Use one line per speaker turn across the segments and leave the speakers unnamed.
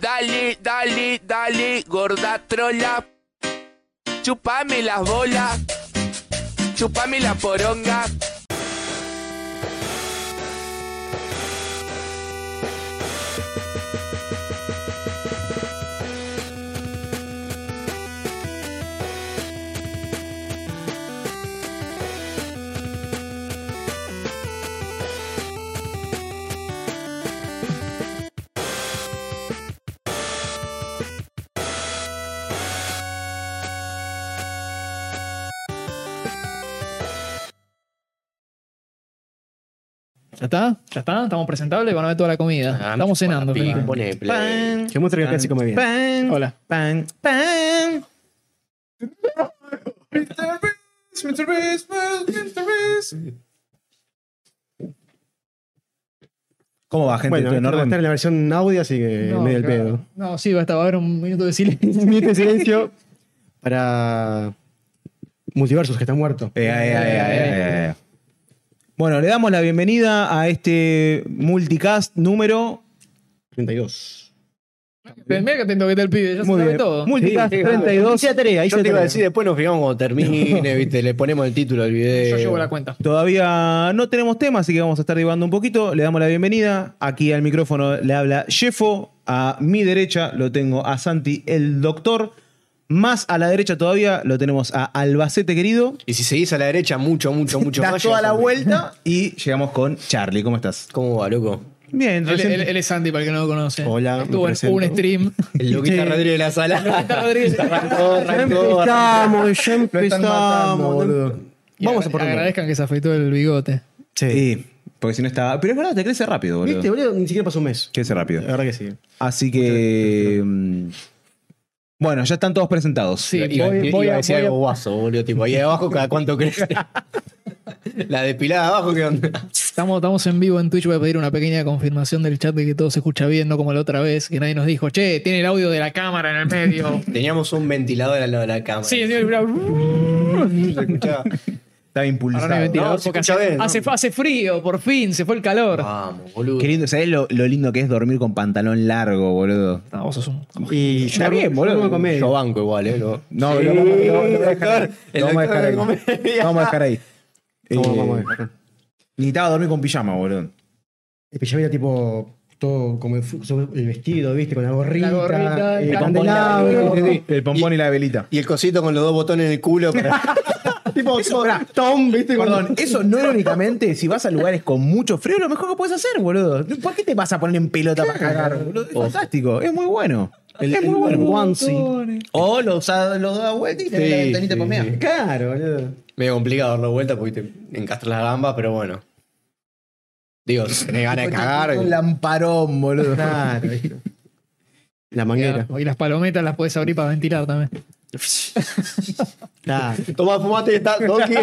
Dale, dale, dale, gorda trola. Chupame las bolas. Chupame la poronga.
¿Ya está? Ah, ¿Ya está? ¿Estamos presentables? Van a ver toda la comida. Estamos cenando. pero-
Pan,
Yo muestro que casi come bien.
pan,
Hola.
pan, pan. Mr. Beast, Mr. Beast, Mr. Beast. ¿Cómo va, Ah, gente?
Bueno,
¿Todo
esto
en
va a
orden?
estar en la versión audio, así que
No,
Eh, medio el
claro.
pedo.
No, sí, basta, va a haber un minuto de silencio.
Un minuto de silencio para Multiversus, que está muerto.
Eh, eh, eh, eh, eh. Bueno, le damos la bienvenida a este multicast número
32.
Mira que atento que está el pibe, ya
Muy
se sabe
bien.
todo.
Multicast
Sí,
32.
Hice tarea, hice
Yo te iba a
tarea.
decir, después nos fijamos cuando termine, ¿viste? Le ponemos el título al video.
Yo llevo la cuenta.
Todavía no tenemos tema, así que vamos a estar divagando un poquito. Le damos la bienvenida. Aquí al micrófono le habla Jeffo. A mi derecha lo tengo a Santi, el doctor. Más a la derecha todavía lo tenemos a Albacete, querido.
Y si seguís a la derecha mucho, mucho, mucho
Das
más.
toda
llegas
la
al-
vuelta y llegamos con Charlie. ¿Cómo estás?
¿Cómo va, loco?
Bien,
Él,
recién-
él- él es Santi, para el que no lo conoce.
Hola, me
Estuvo en
presento.
un stream.
El loquita Rodríguez de la
Está
sala.
Rodríguez.
Arrancó, arrancó,
Ya
arrancó.
empezamos, ya
Lo están matando,
empezamos, boludo.
Y
Vamos
agra-
a por un-
Agradezcan que se afeitó el bigote.
Sí.
Sí, porque si no estaba. Pero es verdad, te crece rápido, boludo.
¿Viste, boludo? Ni siquiera pasó un mes.
Crece rápido.
La verdad que sí.
Así que. mm, Bueno, ya están todos presentados.
Sí,
Iba,
voy,
iba
voy
a
a,
decir
voy a-
algo guaso, boludo. Tipo, ahí abajo, ¿cada cuánto crece? la depilada abajo, ¿qué onda?
estamos, estamos en vivo en Twitch. Voy a pedir una pequeña confirmación del chat de que todo se escucha bien, no como la otra vez, que nadie nos dijo, che, tiene el audio de la cámara en el medio.
Teníamos un ventilador al lado de la cámara.
sí, el señor. Ahora
Se escuchaba.
Está
no hay
impulsado.
ventilador
No, se
porque
escucha
hace,
bien, ¿no?
hace- hace frío, por fin, se fue el calor.
Vamos, boludo.
Qué lindo, ¿sabés lo, lo lindo que es dormir con pantalón largo, boludo?
No, vos sos un-
Y
Está
yo-
bien,
yo
boludo.
duermo con medio.
Yo banco igual, ¿eh? Lo-
No,
Sí,
lo vamos- lo- lo vamos a
el
dejar ahí.
doctor- el
Lo vamos a
doctor
dejar
de
ahí.
comedia.
Lo vamos a dejar ahí.
Vamos,
Eh,
vamos, vamos.
Necesitaba dormir con pijama, boludo.
El pijama era tipo todo como el, fu- sobre el vestido, viste, con la gorrita,
La gorrita,
el
Eh,
el
candelabro.
candelabro.
El pompón y, la velita.
Y el cosito con los dos botones en el culo. para-
tipo, tipo Tom, viste, con-
Perdón, eso no irónicamente, si vas a lugares con mucho frío, lo mejor que puedes hacer, boludo. ¿Por qué te vas a poner en pelota para cagar, boludo? Es fantástico, es muy bueno.
El,
es
el
muy bueno.
onesie.
O los los da vuelta y tenés
Sí,
la ventanita
sí,
para mear.
sí.
Claro, boludo.
Medio complicado darlo vuelta porque te encastras las gambas, pero bueno. Digo, me ganas de cagar.
Un lamparón, boludo.
Claro, viste. La manguera.
Y las palometas las puedes abrir para ventilar también.
Claro.
Toma, fumate y está Doki.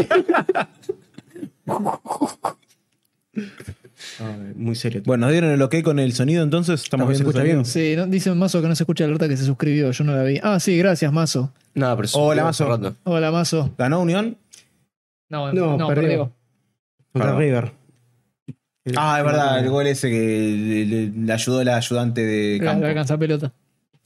Ah, muy serio.
Bueno, nos dieron el ok con el sonido, entonces estamos
¿Se
viendo
escucha
el
bien?
sonido.
Sí, no, dicen Mazo que no se escucha la alerta que se suscribió, yo no la vi. Ah, sí, gracias, Mazo.
No, pero
Hola,
hace
Mazo.
rato.
Hola, Mazo.
¿Ganó Unión?
No, no,
No,
perdió.
perdió. Contra
Perdón.
River.
Ah, es verdad, el gol ese que le, le- le ayudó la ayudante de
La,
campo.
la alcanza pelota.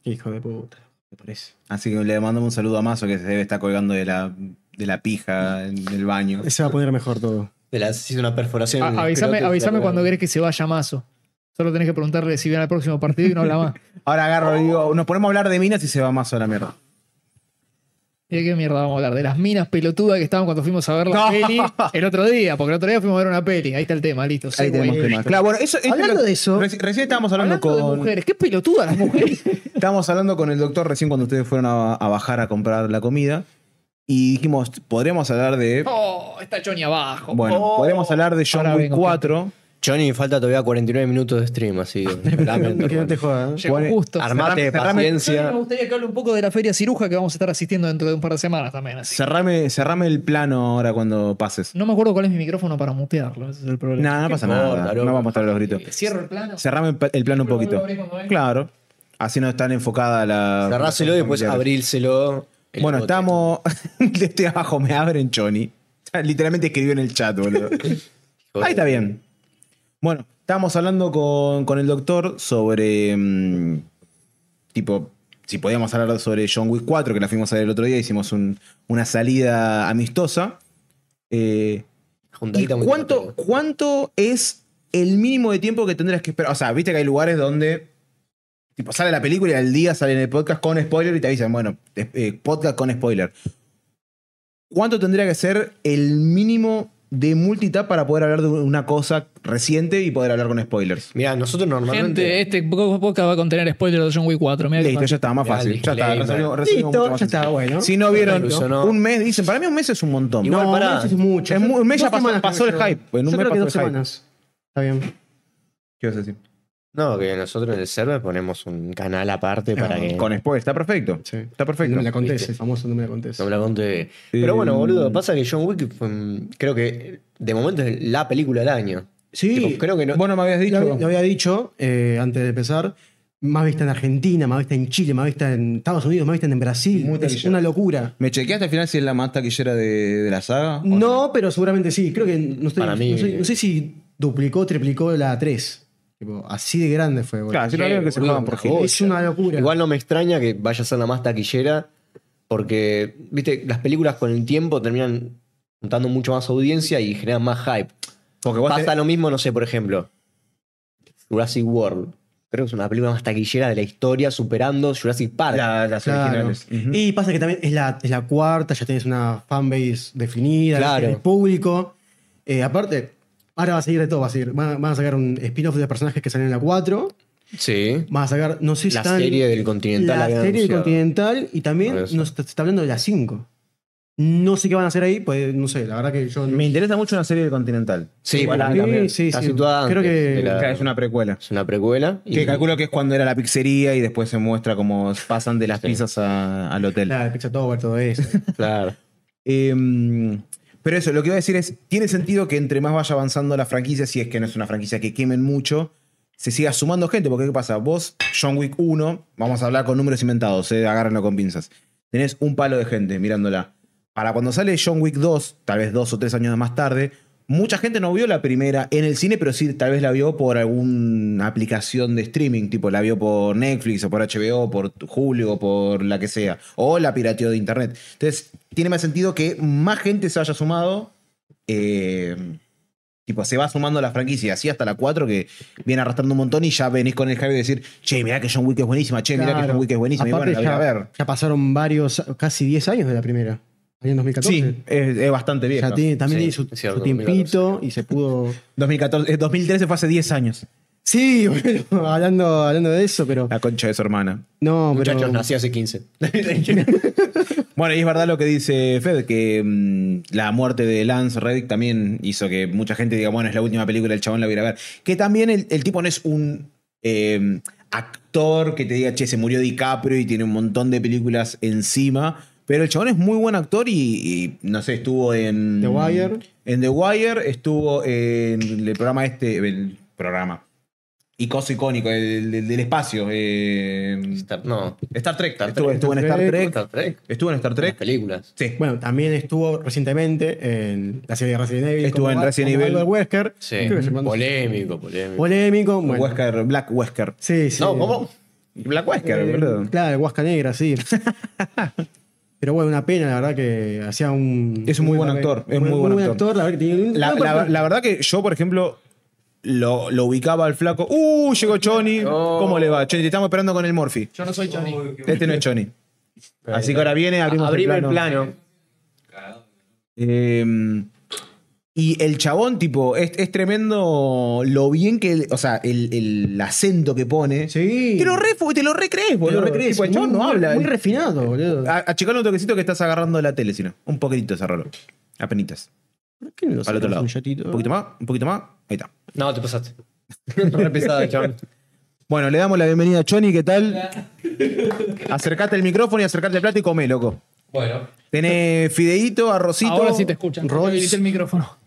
Hijo de puta. Me parece.
Así que le mandamos un saludo a Mazo que se debe estar colgando de la, de la pija en el baño.
Se va a poner mejor todo.
Te las hice una perforación.
A-
en el
Ah, avísame
escroto.
avísame cuando querés que se vaya Mazo. Solo tenés que preguntarle si viene al próximo partido y no habla más.
Ahora agarro y digo, nos ponemos a hablar de minas y se va Mazo a la mierda.
¿Y ¿De qué mierda vamos a hablar? De las minas pelotudas que estaban cuando fuimos a ver la peli el otro día, porque el otro día fuimos a ver una peli. Ahí está el tema, listo.
Ahí
sí,
tenemos
güey.
temas. Claro, bueno, eso, esto
Hablando
es lo-
de eso-
reci- recién estábamos hablando,
Hablando de
con.
mujeres, qué pelotudas las mujeres.
Estábamos hablando con el doctor recién cuando ustedes fueron a, a bajar a comprar la comida. Y dijimos, podríamos hablar de.
Oh, está Johnny abajo.
Bueno, podríamos hablar de
Ahora
John Wick
vengo,
4.
Johnny, falta todavía 49 minutos de stream, así. que lamento,
que no te
hermano.
jodas.
Llegó
Bueno,
justo.
Armate de
Cerrame-
paciencia.
Me gustaría que hable un poco de la Feria Ciruja que vamos a estar asistiendo dentro de un par de semanas también. así.
Cerrame, cerrame el plano ahora cuando pases.
No me acuerdo cuál es mi micrófono para mutearlo, ese es el problema.
No, no pasa
importa,
nada.
loco?
No vamos a estar los gritos.
Eh, Cierro el plano.
Cerrame el pa- el plano un
Pero
poquito.
lo abrí cuando venga.
Claro. Así no están enfocada la.
Cerráselo y después abrírselo. el
Ah, Bueno,
bote.
estamos. De este abajo me abren, Johnny. Literalmente escribió en el chat, boludo. Ahí está bien. Bueno, estábamos hablando con, con el doctor sobre. mm, tipo, si podíamos hablar sobre John Wick 4, que la fuimos a ver el otro día, hicimos un- una salida amistosa. Eh, ¿Y
Juntadita muy
cuánto,
divertida.
¿Cuánto es el mínimo de tiempo que tendrás que esperar? O sea, viste que hay lugares donde tipo, sale la película y al día sale en el podcast con spoiler y te avisan, bueno, es- eh, podcast con spoiler. ¿Cuánto tendría que ser el mínimo de multitap para poder hablar de una cosa reciente y poder hablar con spoilers?
Mirá, nosotros normalmente.
Gente, este podcast va a contener spoilers de John Wick 4. Mirá que
Listo,
fácil.
ya está, más
Ya,
fácil. Ya está,
disclaimer.
resolvimos- resolvimos mucho
Listo,
más
ya está,
sencillo.
bueno.
Si no vieron
Incluso no.
un mes, dicen, para mí un mes es un montón.
Igual,
No,
No,
pará.
un mes es mucho.
Es mu- un mes
Dos
ya pasó-
semanas
pasó el
creo.
hype. En un
Yo
mes
creo
pasó
que dos
el hype.
semanas. Está bien.
¿Qué vas a decir?
No, que nosotros en el server ponemos un canal aparte para que.
Ah, Con spoilers, está perfecto.
Sí.
Está
No
perfecto.
me la contés,
Viste.
el famoso no me la contés.
No me la conté.
Eh,
Pero bueno, boludo, pasa que John Wick fue, mm, creo que de momento es la película del año. Tipo, creo que no.
Vos no me habías dicho.
Lo, lo había dicho eh, antes de empezar. Más vista en Argentina, más vista en Chile, más vista en Estados Unidos, más vista en Brasil.
Muy
es
taquillera.
una locura.
¿Me chequeaste al final si es la más taquillera de, de la saga? ¿O
No, pero seguramente sí. Creo que no, estoy-
Para mí-
no sé, no sé si duplicó, triplicó la 3. Tipo, así de grande fue, boludo.
Claro, si no
Sí,
había que se
boludo,
jugaban por
una
Gil.
Es una locura.
Igual no me extraña que vaya a ser la más taquillera, porque, viste, las películas con el tiempo terminan juntando mucho más audiencia y generan más hype.
Porque vos
Pasa
tenés-
lo mismo, no sé, por ejemplo, Jurassic World. Creo que es una película más taquillera de la historia, superando Jurassic Park.
la- las
Claro.
originales. Ujú.
Y pasa que también es la, es la cuarta, ya tenés una fanbase definida,
Claro.
tenés el público. Eh, aparte, ahora va a seguir de todo, va a seguir. Van, van a sacar un spin-off de los personajes que salen en la 4.
Sí.
Van a sacar, no sé si
La
están-
serie del Continental.
La
habían
serie del
anunciado.
Continental y también
Por
nos
eso.
se está hablando de la 5. No sé qué van a hacer ahí, pues no sé, la verdad que yo.
Me interesa mucho una serie de Continental.
Sí,
Igual a mí
sí,
también.
sí,
Está
sí.
situada
Creo
antes
que-
de la-
Claro, Es una precuela.
es una precuela. y-
Que calculo que es cuando era la pizzería y después se muestra cómo pasan de las pizzas a- al hotel.
La de Pizza Tower, todo eso.
Claro.
Eh, pero eso, lo que iba a decir es, tiene sentido que entre más vaya avanzando la franquicia, si es que no es una franquicia que quemen mucho, se siga sumando gente, porque ¿qué pasa? Vos, John Wick 1, vamos a hablar con números inventados, eh, agárrenlo con pinzas. Tenés un palo de gente mirándola. Para cuando sale John Wick 2, tal vez dos o tres años más tarde, mucha gente no vio la primera en el cine, pero sí tal vez la vio por alguna aplicación de streaming, tipo la vio por Netflix o por HBO, por Julio o por la que sea, o la pirateó de internet. Entonces, tiene más sentido que más gente se haya sumado. eh, Tipo, se va sumando la franquicia, así hasta la 4 que viene arrastrando un montón y ya venís con el hype de decir, che, mirá que John Wick es buenísima, che, mirá que
Claro.
John Wick es buenísima. Y
Aparte
bueno, la voy a
ya,
ver.
ya pasaron varios, casi 10 años de la primera. Ahí en 2014.
Sí, es, es bastante vieja.
Ya tiene- también
Sí,
tiene su,
es cierto,
su tiempito y se pudo.
2014, eh, 2013 fue hace 10 años.
Sí, bueno, hablando, hablando de eso, pero.
La concha de su hermana.
No,
Muchachos,
pero.
nací hace 15.
Bueno, y es verdad lo que dice Fed, que mm, la muerte de Lance Reddick también hizo que mucha gente diga, bueno, es la última película, el chabón la voy a ir a ver. Que también el, el tipo no es un eh, actor que te diga, che, se murió DiCaprio y tiene un montón de películas encima. Pero el chabón es muy buen actor y, y, no sé, estuvo en...
The Wire.
En The Wire, estuvo en el programa este, el programa. Y coso icónico, el, el del espacio. eh,
Star- no.
Star Trek.
Star
estuvo,
Trek.
estuvo en Star
Star
Trek.
Star Trek.
Estuvo en Star
Las
Trek.
películas.
Sí.
Bueno, también estuvo recientemente en la serie de Resident Evil.
Estuvo en
Al-
Resident
como
Evil.
Albert Wesker.
Sí.
Creo que se mandó-
Polémico, polémico.
Polémico. Bueno.
Wesker, Black Wesker.
Sí, sí.
No, ¿cómo?
Black
Eh,
Wesker, boludo.
Claro, el Huasca Negra, sí. Pero bueno, una pena, la verdad que hacía un...
Es un muy buen actor, es muy buen actor.
la verdad que tenía un-
La,
una
la-
persona-
la verdad que yo, por ejemplo, lo, lo ubicaba al flaco. ¡Uh! Llegó Johnny. ¿Cómo le va? Johnny, te estamos esperando con el Morphy.
Yo no soy Johnny.
Este no es Johnny. Así que ahora viene, abrimos
Abrime
el plano. Eh, y el chabón, tipo, es, es tremendo lo bien que. O sea, el, el acento que pone.
Sí.
Te lo, re, te lo recrees,
Te
boludo.
lo recrees,
Tipo, el chabón
muy-
no habla.
Muy refinado, boludo.
A- Achicale un toquecito que estás agarrando la tele, sino. Un poquitito, cerralo. Apenitas.
¿Por qué no
Al
lo
otro
sacas
lado.
un chatito?
Un poquito más, un poquito más. Ahí está.
No, te pasaste. Re pesado, chabón.
Bueno, le damos la bienvenida a Johnny, ¿qué tal? Acercate el micrófono y acercate el plato y comé, loco.
Bueno,
Tenés fideíto, arrocito.
Ahora sí te escuchan.
Rolls.
Habilité el micrófono.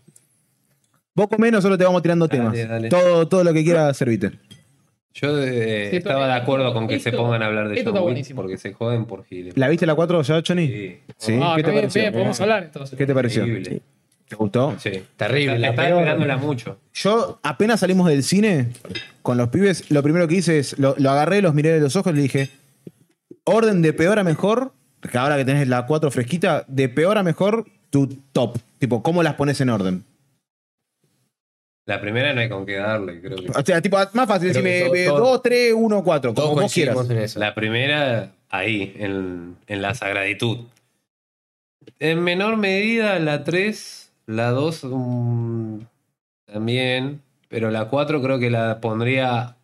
Vos comés, nosotros te vamos tirando
Dale,
temas.
dale.
Todo, todo lo que quieras servirte.
yo eh,
Sí,
estaba
esto-
de acuerdo con que
esto-
se pongan a hablar de
esto está
John Wick
buenísimo.
porque se joden por giles.
¿La viste la 4 ya, Johnny?
Sí.
Sí,
Ah,
¿Qué, te
bien,
pareció?
bien, podemos hablar entonces.
¿Qué te pareció?
Terrible.
¿Te gustó?
Sí, terrible.
la
Estaba
peor.
esperándola mucho.
Yo apenas salimos del cine con los pibes, lo primero que hice es, lo, lo agarré, los miré de los ojos y le dije, orden de peor a mejor, que ahora que tenés la 4 fresquita, de peor a mejor, tu top. Tipo, ¿cómo las pones en orden?
La primera no hay con qué darle, creo que.
O sea, tipo, más fácil,
Creo que
decime eh,
todo- todo-
2, 3, 1, 4,
Todos
como vos quieras.
coincidimos en eso.
La primera, ahí, en, en la sagraditud. En menor medida, la 3, la 2 mm, también, pero la 4 creo que la pondría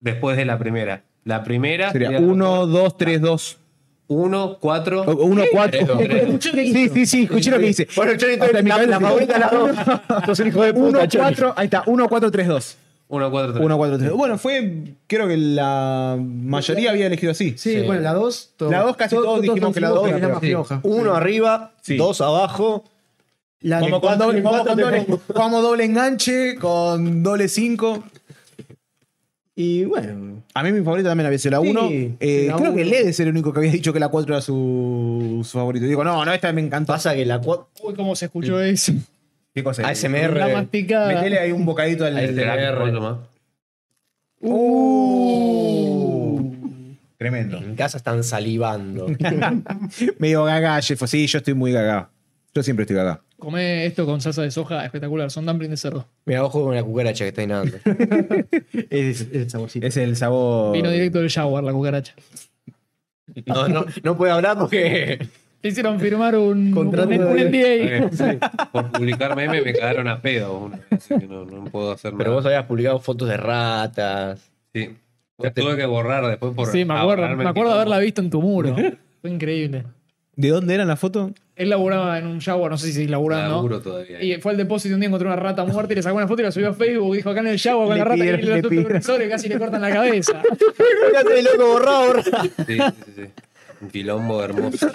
después de la primera. La primera
Sería 1, 2, 3,
Ah.
2.
1, 4.
1, 4.
Tres, dos, tres.
Sí, sí, sí, escuché lo que dice.
Bueno, yo
Hasta en mi cabeza dice,
la dos. Sos un hijo de
1, 4, ahí está, 1, 4, 3, 2.
1, 4, 3.
1, 4, 3. Bueno, fue, creo que la mayoría había elegido así.
Sí, bueno, la 2.
La dos casi todos dijimos que la dos
es la
era
más
peor.
floja.
Uno arriba,
Sí.
dos abajo.
La de
Vamos con
cuatro,
doble,
en
vamos
cuatro
con
te
doble,
pongo.
vamos doble enganche, con doble 5.
Y bueno,
A mí mi favorita también había sido la
Sí,
1. Eh,
la
creo
uno.
que Led es el único que había dicho que la 4 era su, su favorito. Digo, no, no, esta me encantó.
Pasa que la cuatro.
Uy, cómo se escuchó eso.
¿Qué cosa?
La
ASMR.
masticada.
Mm. Metele ahí un bocadito al. Uh. Tremendo.
En casa están salivando.
Medio gaga, Jeffo. Sí, yo estoy muy gaga. Yo siempre estoy gaga.
Comé esto con salsa de soja, espectacular. Son dumplings de cerdo.
Mira, ojo con la cucaracha que está inando.
es el saborcito.
Es el sabor.
Vino directo del Jaguar, la cucaracha.
No, no, no puede hablar porque.
Te hicieron firmar un,
Contrato
un,
de-
un NDA.
Por publicar meme me cagaron a pedo. una vez, Así que no, no puedo hacer
Pero
nada.
vos habías publicado fotos de ratas.
Sí. Tuve que borrar después por.
Sí, me acuerdo,
ahorrarme el
me acuerdo
quilombo.
haberla visto en tu muro. Fue increíble.
¿De dónde era la foto?
Él laburaba en un Jaguar, no sé si sigue laburando.
Laburo todavía.
Y fue al depósito un día encontró una rata muerta y le sacó una foto y la subió a Facebook. Dijo acá en el Jaguar con
Le
la rata
pidieron-
y los
le pidieron.
supervisores casi le cortan la cabeza.
Fíjate, loco, borrado, borrado.
Sí, sí, sí. Un quilombo hermoso.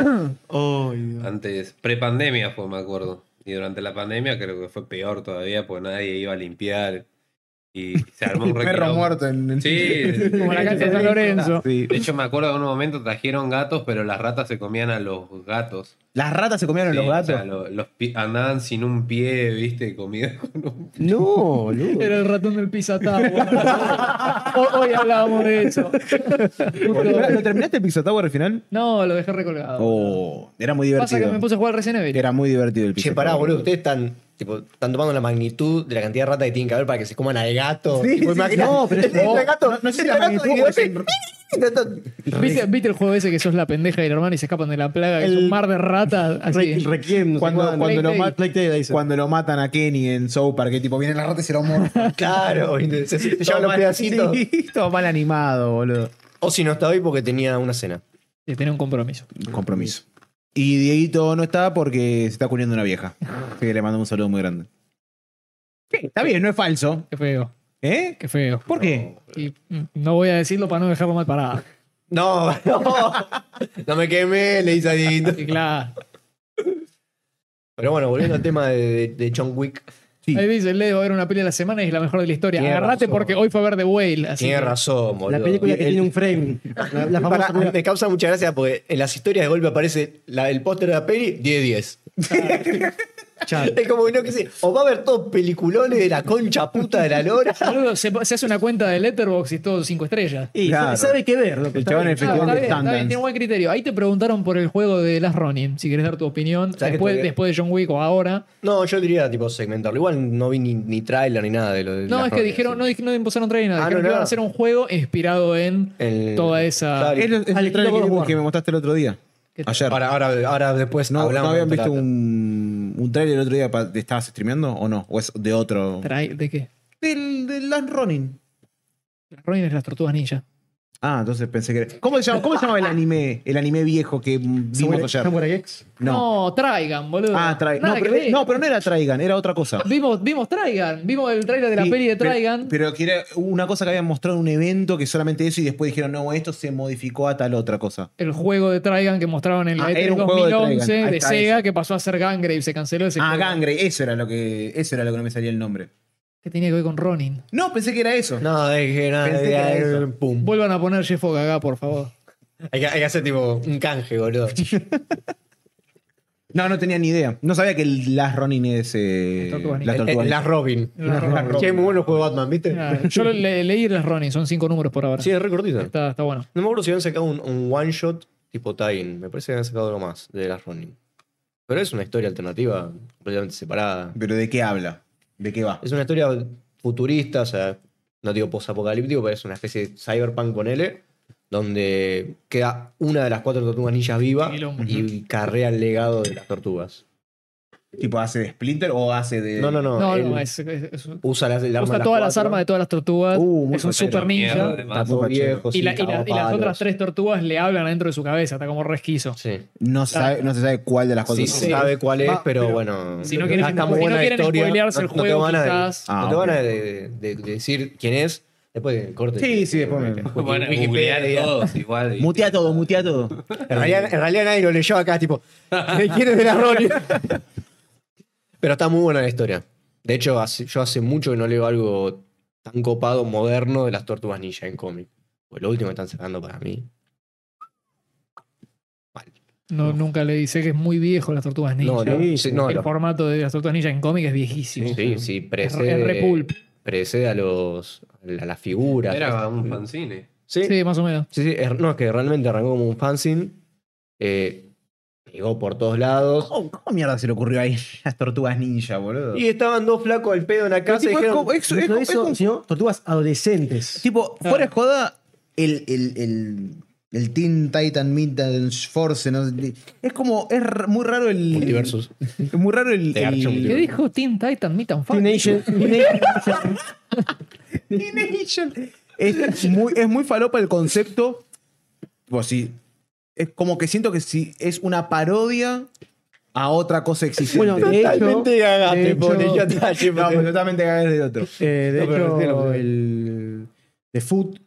Ay, Dios.
Antes, prepandemia fue, me acuerdo. Y durante la pandemia creo que fue peor todavía, porque nadie iba a limpiar. Y se armó un requilombo.
en
Sí, sí, sí.
Como la cancha de San Lorenzo.
Sí.
De hecho, me acuerdo que en un momento trajeron gatos, pero las ratas se comían a los gatos.
Las ratas se comieron
Sí,
los gatos.
o sea, lo- los pi- andaban sin un pie, viste, comida con un
No, boludo.
Era el ratón del pisatabo. Hoy- Hoy hablábamos de eso.
¿Lo,
Justo-
terminaste el Pizza Tower al final?
No, lo dejé recolgado.
Oh, era muy
Pasa que
divertido.
me puse a jugar Resident Evil.
Era muy divertido el Pizza
Che, pará,
Tower.
boludo. Ustedes están, tipo, están tomando la magnitud de la cantidad de ratas que tienen que haber para que se coman al gato.
Sí,
Tipo,
sí,
imagina-
no, pero es-
el gato.
no, no sé si
el
la
gato
magnitud,
y de
porque es
golpe-
¿Viste, viste el juego ese que sos la pendeja y el hermano y se escapan de la plaga? Que es
El-
un mar de ratas. así?
Re- Requiem, no sé
Cuando,
cuál.
cuando, lo
Plague
mat-
Plague Tale, dice.
cuando lo matan a Kenny en South Park, que tipo vienen las ratas y se lo muerden.
Claro, se, se- se llevan los pedacitos.
todo mal animado, boludo.
O si no está hoy porque tenía una cena.
Y tenía un compromiso.
Compromiso. Y Dieguito no está porque se está culiando una vieja. Así que le mando un saludo muy grande. Sí, está bien, no es falso.
Qué feo,
¿Eh?
qué feo.
¿Por qué?
Y mm, no voy a decirlo para no dejarlo mal parado.
No, no. No me quemé, le hice a Dieguito.
Y claro.
Pero bueno, volviendo al tema de, de, de John Wick.
Sí.
Ahí dice, Leo, va a ver una peli de la semana y es la mejor de la historia.
Tiene
Agarrate
razón.
porque hoy fue a ver The Whale. Así
Tiene
que-
razón, boludo.
La película que
El-
tiene un frame. La, la famosa
Pará,
película-
me causa mucha gracia porque en las historias de golpe aparece la- el póster de la peli 10-10.
Chao.
Es como que no que sé. O va a haber todos peliculones de la concha puta de la lora.
Boludo, se, se hace una cuenta de Letterboxd y es todo cinco estrellas.
Y
Claro.
sa- sabe qué ver, loco.
El chabón en el
Ah,
festival
está
de
bien, está bien,
Sundance.
tiene buen criterio. Ahí te preguntaron por el juego de Last Ronin, si querés dar tu opinión,
¿Sabes qué
después,
te-
después de John Wick o ahora.
No, yo diría tipo segmentarlo. Igual no vi ni, ni tráiler ni nada de lo de
No,
las
es que
notas,
dijeron, no,
sí.
dij- no impusieron trailer ni nada.
Ah,
Dijeron
no,
que iban a
nada.
hacer un juego inspirado en
El-
toda esa.
Claro.
Es, lo- es
Al
el trailer
equipo
que,
War.
que me mostraste el otro día.
¿Qué tal?
Ayer.
Ahora, ahora, ahora después
¿No,
hablamos
¿no habían
de
visto
otra data.
un, un trailer el otro día? pa- de- ¿Estabas streameando o no? ¿O es de otro?
Trai- ¿De qué?
Del, del Last Ronin.
Las Ronin es las tortugas ninja.
Ah, entonces pensé que era. ¿Cómo se llama, cómo se llama el anime? El anime viejo que mm,
Samurai-
vimos ayer.
Samurai X.
No.
No, Traigan, boludo.
Ah, Traigan.
Nada
No,
que
pero-
ver.
no, pero no era Traigan, era otra cosa.
Vimos, vimos Traigan. Vimos el trailer de la
Sí,
peli de
pero-
Traigan.
Pero, que era una cosa que habían mostrado en un evento que solamente eso y después dijeron, no, esto se modificó a tal otra cosa.
el juego de Traigan que mostraron en la E
Ah,
E3
era un juego de
2011
Trigun.
de,
Ahí está
Sega
eso.
que pasó a ser Gangrave. Se canceló ese
ah,
juego.
Gangre, eso era lo que. Eso era lo que no me salía el nombre.
¿Qué tenía que ver con Ronin?
No, pensé que era eso.
No, es que nada.
Pensé que era eso.
pum.
Vuelvan a poner Jeff Oga acá, por favor.
Hay que, hay que hacer tipo un canje, boludo.
No, no tenía ni idea. No sabía que el Las Ronin es eh,
La Tortuga Ninja.
la tortuga.
Las Robin.
Las Robin.
Qué muy bueno el juego de Batman, ¿viste?
Nada, Yo le- leí las Ronin, son cinco números por ahora.
Sí, es recordito.
Está, está bueno.
No me acuerdo si habían sacado un, un one shot tipo Tyne. Me parece que habían sacado algo más de Las Ronin. Pero es una historia alternativa completamente separada.
Pero ¿de qué habla? ¿De qué va?
Es una historia futurista, o sea, no digo post-apocalíptico, pero es una especie de cyberpunk, ponele, donde queda una de las cuatro tortugas ninjas viva
Quilombo.
y carrea el legado de las tortugas.
¿Tipo hace de Splinter o hace de.?
No, no, no.
Eh, No,
él
no, es, es- es un-
usa las, el arma
usa
de
todas las
cuatro,
armas de todas las tortugas.
Uh, muy
es un
fachero.
super ninja.
Mierda.
está todo
Muy fachero.
viejo,
Y,
sí,
la- y la- y las
cagapalos.
otras tres tortugas le hablan adentro de su cabeza, está como resquizo.
Sí.
No, se sabe, no se sabe cuál de las
Sí,
cuatro.
se
Ah. sí.
sabe cuál es,
Va,
pero,
pero
bueno.
si no quieren-
está
si
muy
no
buena
quieren
historia,
spoilearse el
no- no te
juego,
van a-
quizás.
no
Ah,
te van a
ok.
de- de- de decir quién es. Después del corte.
Sí, sí, después me-
Wiki-
Bueno, googlear
Wikipedia.
todos igual. y-
Mutea todo, mutea todo.
En realidad, en realidad nadie lo leyó acá, tipo, ¿quién es de la Ronin? Pero está muy buena la historia. De hecho, hace- yo hace mucho que no leo algo tan copado, moderno de las tortugas ninja en cómic. Pues lo último que están sacando para mí.
No, nunca le dice que es muy viejo las tortugas ninja.
No, no, sí, no,
el
lo-
formato de las tortugas ninja en cómic es viejísimo.
sí, sí, sí,
Es, re- es re
precede,
pulp.
precede a los a las figuras.
Era un fanzine.
Sí, sí,
Sí, más o menos.
sí, er- no, es que realmente arrancó como un fanzine. eh, llegó por todos lados.
¿Cómo, Oh, cómo mierda se le ocurrió ahí las tortugas ninja, boludo?
Y estaban dos flacos al pedo en la casa y
tipo, es
dijeron,
como- es- es-
no
es
eso,
como-
sino tortugas adolescentes.
Tipo, fuera de joda, el, el, el, el Teen Titan Mutant Force, ¿no? Es como, es r- muy raro el...
Multiversus.
Es muy raro el...
Te garcha
el-
multiversus.
¿Qué dijo Teen Titan Meet and Fuck?
Teenage- Teenage-
es, muy, es muy falopa el concepto. Tipo, sí, es como que siento que sí, es una parodia a otra cosa existente.
Bueno, de hecho,
Totalmente
de
cagaste,
hecho-
pone. Yo te
no, pero totalmente cagás de otro.
eh, de
No, pero recién lo
hecho,
puse.
el de Foot,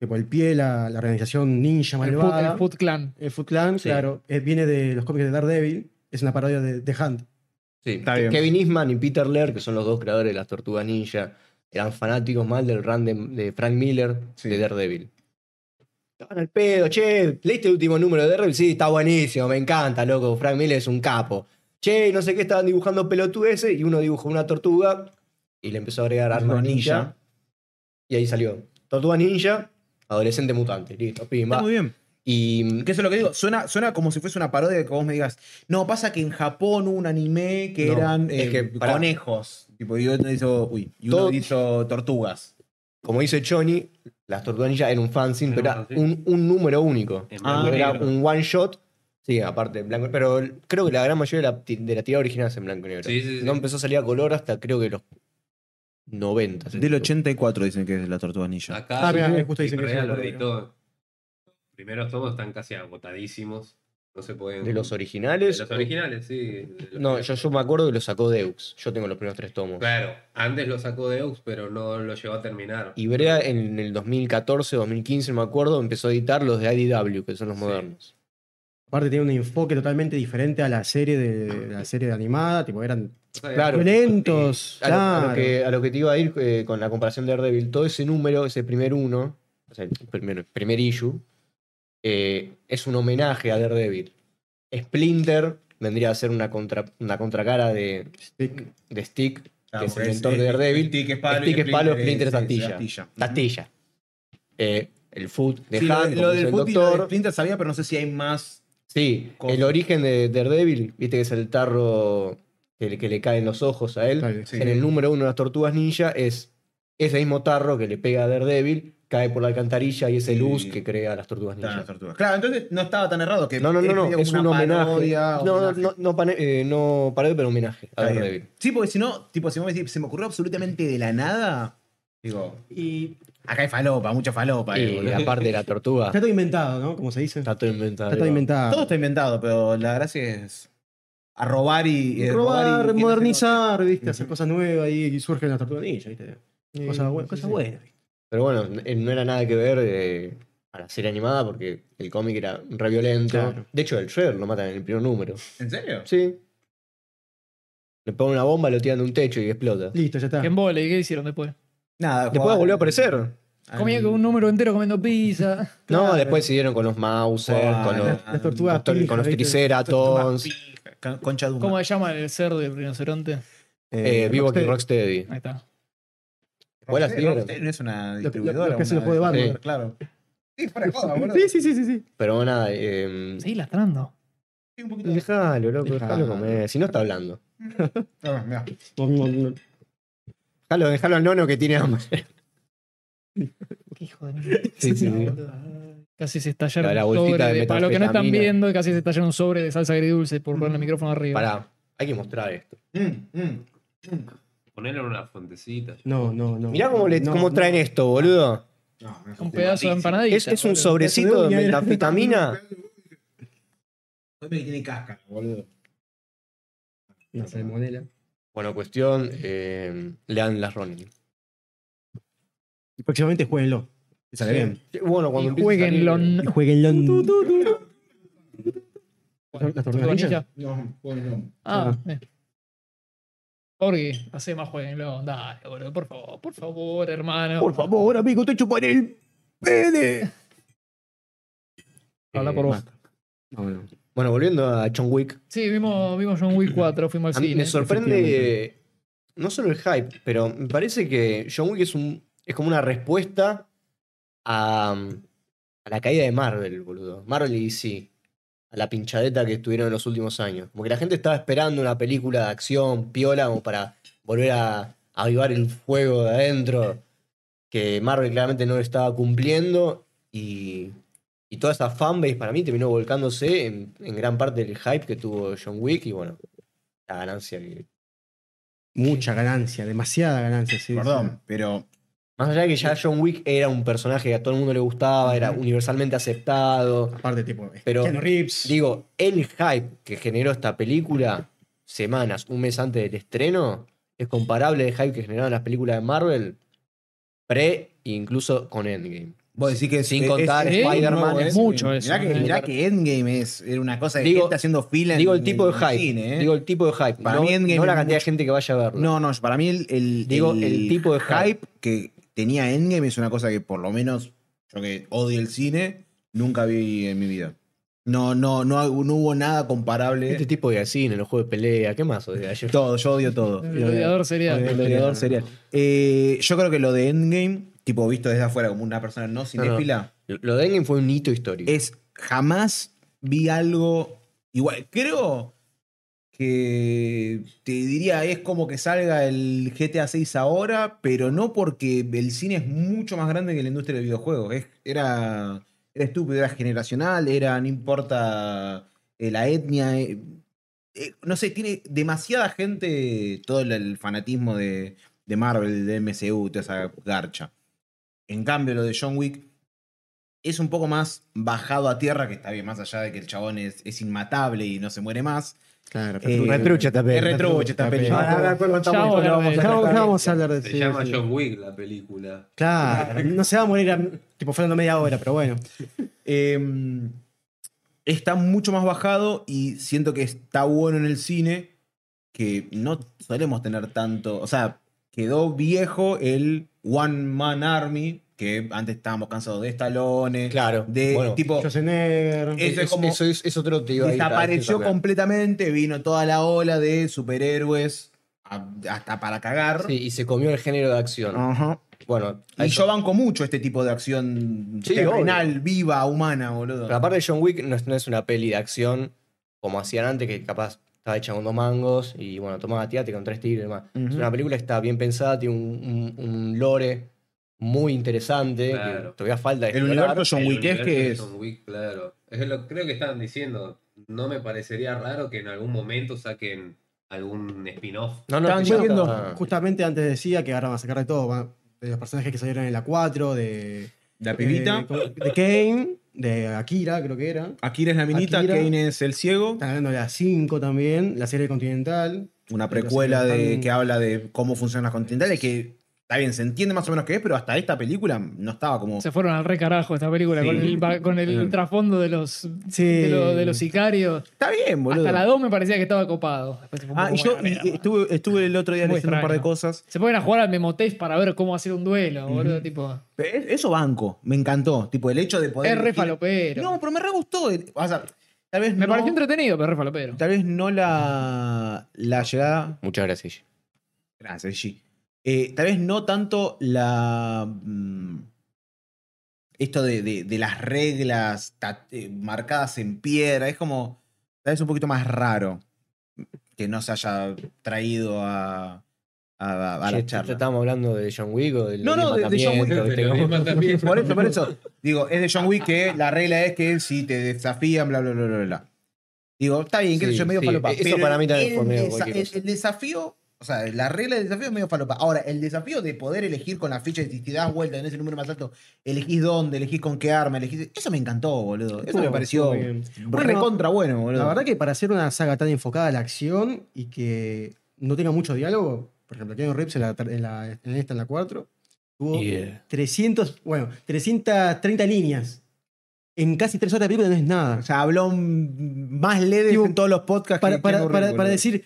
que por el pie, la, la organización ninja
El Foot,
malvada,
el Foot Clan.
el Foot Clan,
Sí.
claro, eh, viene de los cómics de Daredevil, es una parodia de, de Hunt.
Sí,
Está
Ke-
bien.
Kevin Eastman y Peter Laird, que son los dos creadores de las Tortugas Ninja, eran fanáticos mal del run de, de Frank Miller
Sí.
de Daredevil. Estaban al pedo, che, ¿leíste el último número de Daredevil? Sí, está buenísimo, me encanta, loco, Frank Miller es un capo. Che, no sé qué, estaban dibujando pelotudeces y uno dibujó una tortuga y le empezó a agregar armas
Tortuga
ninja.
ninja.
Y ahí salió Tortuga Ninja, adolescente mutante, listo,
Está
pimba.
muy bien.
Y
Que eso es lo que digo. Suena, suena como si fuese una parodia de que vos me digas, no, pasa que en Japón hubo un anime que
No,
eran
es
eh,
que, pará.
conejos. Tipo, y otro
"Oh,
hizo, uy, y uno
Todo-
hizo tortugas.
como dice Johnny, las Tortugas Ninja era un fanzine,
Era
pero
un
era
fanzine.
un, un número único.
En
Ah,
blanco y
era
negro.
un one shot. Sí, aparte, en blanco Pero el- creo que la gran mayoría de la, ti- de la tirada original es en blanco y negro.
Sí, sí, sí.
No empezó a salir a color hasta creo que los 90.
Del 84 dicen que es de la tortuga ninja.
Acá
Ah, mirá,
sí,
justo dicen que
Correa
es un
lo
cordero.
editó. Los primeros tomos están casi agotadísimos. No se pueden.
¿De los
De
originales?
los originales, sí. de los
No,
primeros.
yo, yo me acuerdo que lo sacó Deux. Yo tengo los primeros tres tomos.
Claro, antes lo sacó Deux, pero no lo llegó a terminar.
Y Brea en el 2014, 2015, no me acuerdo, empezó a editar los de IDW, que son los
Sí.
modernos.
Aparte tiene un enfoque totalmente diferente a la serie de, de la serie de animada, tipo eran
O sea,
claro.
violentos,
A lo, a lo
claro.
que, a lo que te iba a ir eh, con la comparación de Daredevil, todo ese número, ese primer uno, o sea, el primer, primer issue, eh, es un homenaje a Daredevil. Splinter vendría a ser una, contra, una contracara de,
Stick.
de Stick,
Ah,
que es el mentor de Daredevil.
Stick es
palo, Stick es palo, Splinter es astilla. Tastilla. Eh, el Foot de
Sí, lo-
Hank,
lo,
como
del
dice el
Foot y lo de
doctor.
Splinter sabía, pero no sé si hay más.
Sí,
Con-
el origen de Daredevil, viste que es el tarro que le, que le cae en los ojos a él.
Claro, sí.
En el número uno de las tortugas ninja es ese mismo tarro que le pega a Daredevil, cae por la alcantarilla y es el
Sí.
luz que crea las tortugas
Está en
ninja.
las tortugas. Claro, entonces no estaba tan errado que
No, no, no,
es
no,
medio
es
como
un
una
homenaje.
parodia,
no, no,
homenaje.
no, no, pane- eh, no parodia, pero homenaje a
Está bien.
Daredevil.
Sí, porque si no, tipo, si vos me decís, se me ocurrió absolutamente de la nada, digo,
Y
acá hay falopa, mucha falopa. eh,
Y
boludo.
aparte de la tortuga,
está todo inventado, ¿no? Como se dice. Está
está todo inventado.
todo inventado.
Todo está inventado, pero la gracia es a robar y... eh,
Robar,
robar y-
modernizar, ¿viste? Hacer cosas nuevas y, y surgen las tortugas ninja, ¿viste?
Eh,
Cosas, buenas,
sí,
cosas
sí.
buenas.
Pero bueno, eh, no era nada que ver eh, a la serie animada porque el cómic era re violento.
Claro.
De hecho, el Shredder lo matan en el primer número.
¿En serio?
Sí. Le ponen una bomba, lo tiran de un techo y explota.
Listo, ya está.
En vole, ¿y qué hicieron después?
Nada,
Después
jugaba-
volvió a aparecer.
al-
Comía con un número entero comiendo pizza.
No, después siguieron con los Mauser,
Jugaba
con
a-
los
Las tortugas
con,
pijas,
con los
¿viste?
Triceratons.
Con- Concha Duma.
¿Cómo se llama el cerdo y el rinoceronte?
Eh, Vivo aquí
Rocksteady.
Rocksteady.
Ahí está.
Bolas
Rocksteady-
libres.
Rocksteady no es una
lo que
distribuidora.
hacen
una-
los juegos de
Batman.
Sí, Claro. Sí, fuera de joda, boludo.
Sí, sí, sí, sí. sí.
Pero nada, eh,
Seguí lastrando.
Sí, un poquito.
dejalo, loco,
Dejalo.
dejalo comer. Si no está hablando.
Ah, mirá.
Dejalo, dejalo al nono que tiene hambre.
Qué hijo de mierda.
Sí, sí, sí.
boludo. Casi se estallaron
La- la
un
bolsita
sobre
de
de- para los que no están
metanfetamina.
viendo, casi se estallaron un sobre de salsa agridulce por poner el micrófono arriba.
Pará, hay que mostrar esto.
Mm, mm.
Ponerlo en una fuentecita.
No, no, no.
Mirá cómo, le,
No,
cómo
no.
traen esto, boludo.
No, me
Un
jodí.
pedazo de empanadita.
Es, es un
boludo.
sobrecito de metanfetamina.
Jodeme que tiene casca, boludo.
Una salmonela.
Bueno, cuestión, eh, lean las Ronin.
Y próximamente jueguenlo. Sale bien.
Bueno,
Y
cuando empiece a salir-
jueguenlo.
Y jueguenlo. en-
¿Las
¿Las
tortugas
tortugas
ninja?
ninja?
No, joder, no.
Ah, eh. Jorge, hace más jueguenlo. Dale, boludo, por favor, por favor, hermano.
Por favor, amigo, te chuparé el pene.
Habla por vos.
No, no.
Bueno, volviendo a John Wick.
Sí, vimos, vimos John Wick 4, fuimos
A
al
mí
cine.
me sorprende eh, no solo el hype, pero me parece que John Wick es, un, es como una respuesta a, um, a la caída de Marvel, boludo. Marvel y DC. A la pinchadeta que estuvieron en los últimos años. Como que la gente estaba esperando una película de acción piola como para volver a avivar el fuego de adentro. Que Marvel claramente no lo estaba cumpliendo. Y, y toda esa fanbase para mí terminó volcándose en, en gran parte del hype que tuvo John Wick. Y bueno, la ganancia que
Mucha ganancia, demasiada ganancia. Sí,
Perdón, pero.
Más allá de que ya John Wick era un personaje que a todo el mundo le gustaba, era universalmente aceptado.
sí. Aparte, tipo,
Pero-
Keanu Reeves.
Digo, el hype que generó esta película semanas, un mes antes del estreno, es comparable al hype que generaron las películas de Marvel pre e incluso con Endgame.
Vos decís que es- eh,
Sin
es-
contar
es-
Spider-Man,
nuevo,
es
¿eh?
mucho
Mirá
eso,
Que,
¿eh?
mirá que Endgame es, era una cosa de
Digo-
gente haciendo fila en
Digo el tipo de
en
hype.
cine, ¿eh?
Digo el tipo de hype.
Para
no,
mí Endgame
no la
es
cantidad de
mucho-
gente que vaya a verlo.
No, no, para mí el, el-
Digo, el tipo de hype.
que tenía Endgame es una cosa que por lo menos yo que odio el cine, nunca vi en mi vida. No, no, no, no hubo nada
Este
comparable.
tipo de cine, los juegos de pelea, ¿qué más? O sea, yo-
Todo, yo odio todo.
Este
El odiador sería.
El odiador serial. Eh, yo creo que lo de Endgame, tipo visto desde afuera como una persona no cinéfila,
Lo de Endgame fue un hito histórico.
es jamás vi algo igual. Creo que te diría es como que salga el GTA 6 ahora, pero no porque el cine es mucho más grande que la industria del videojuego. Es- era, era estúpido, era generacional, era no importa eh, la etnia. eh, eh, no sé, tiene demasiada gente todo el, el fanatismo de, de Marvel, de MCU, toda esa garcha. En cambio, lo de John Wick es un poco más bajado a tierra, que está bien, más allá de que el chabón es, es inmatable y no se muere más.
Claro,
Eh,
Retrucha esta peli.
es retrucha esta peli.
Ah,
Claro.
de acuerdo, estamos-
Ya vamos a hablar de-
ya vamos- ya vamos a hablar de
Se
sí,
llama
sí.
John Wick la película.
Claro, no se va a morir a- tipo faltando media hora, pero bueno.
Eh, está mucho más bajado y siento que está bueno en el cine, que no solemos tener tanto. O sea, quedó viejo el One Man Army, que antes estábamos cansados de Stallone.
Claro.
De
Bueno,
tipo.
Schwarzenegger.
Eso es
Es-
como-
eso es, es otro tío. ahí,
Desapareció
también.
completamente, vino toda la ola de superhéroes a- hasta para cagar.
Sí, y se comió el género de acción.
Ajá.
Bueno,
Ah. Y
a
yo
eso.
banco mucho este tipo de acción
Sí,
terrenal, viva, humana, boludo.
Pero aparte John Wick no es, no es una peli de acción como hacían antes, que capaz estaba hecha con dos mangos y bueno, tomaba tía, te con tres tiros y demás. Es una película que está bien pensada, tiene un, un- un lore muy interesante. que
Claro.
todavía falta
El
explorar.
universo John
El
Wick es
universo
que
de
es.
John Wick, claro. Es lo creo que estaban diciendo. No me parecería raro que en algún momento saquen algún spin-off.
No, no,
Estaban
que ya
diciendo,
está-
justamente antes decía que ahora van a sacar de todo, van- de los personajes que salieron en la 4, de.
La pibita.
eh, ¿cómo- de Kane, de Akira, creo que era.
Akira es la minita,
Akira.
Kane es el ciego.
Están hablando de la 5 también, la serie continental.
Una precuela
Entonces,
de,
están-
que habla de cómo funcionan las continentales, que está bien, se entiende más o menos qué es, pero hasta esta película no estaba como.
Se fueron al re carajo esta película
Sí.
con el, ba- con el
Mm.
trasfondo de los,
Sí.
de, lo- de los sicarios.
Está bien, boludo.
Hasta la 2 me parecía que estaba copado. Después se fue un
Ah,
poco
y yo
a la
y-
mierda.
y estuve, estuve el otro día
Muy
leyendo un par de
extraño.
cosas.
Se ponen a jugar al Memotech para ver cómo hacer un duelo, boludo. Tipo,
Pero e, es- Eso banco, me encantó. Tipo, el hecho de poder.
es re
elegir-
falopero.
No, pero me re gustó. el- eh, O sea, Tal vez
Me
no,
pareció entretenido, pero refalo, pero.
Tal vez no la, la llegada.
Muchas gracias, Gigi.
Gracias, G. Eh, tal vez no tanto la. mm, esto de, de- de las reglas ta- eh, marcadas en piedra. Es como. Tal vez un poquito más raro que no se haya traído a. a- a, a
Che,
la
te- te
charla.
Estábamos hablando de John Wick o del
No, no, de- de John Wick,
mandamiento, ¿viste?
Por eso, por eso. Digo, es de John Wick que la regla es que si te desafían, bla, bla, bla, bla, bla. Digo, está bien, que
Sí,
yo medio
sí.
falopa.
Eso
pero
para mí también
el
fue medio
desa-
cualquier
el-
cosa.
el desafío, o sea, la regla del desafío es medio falopa. Ahora, el desafío de poder elegir con la ficha, si te das vuelta en ese número más alto, elegís dónde, elegís con qué arma, elegís. Eso me encantó, boludo. Eso
Estuvo-
me pareció
estuvo bien. Bueno,
recontra bueno, boludo.
La verdad que para hacer una saga tan enfocada a la acción y que no tenga mucho diálogo, por ejemplo, Keanu Reeves en, la, ter- en, la- en esta, en la 4, tuvo
Yeah.
300, bueno, 330 líneas. En casi 3 horas de película no es nada.
O sea, habló mm, más leve
Digo,
en todos los podcasts
para,
que-
para-
que aburrido,
para- para
boludo.
decir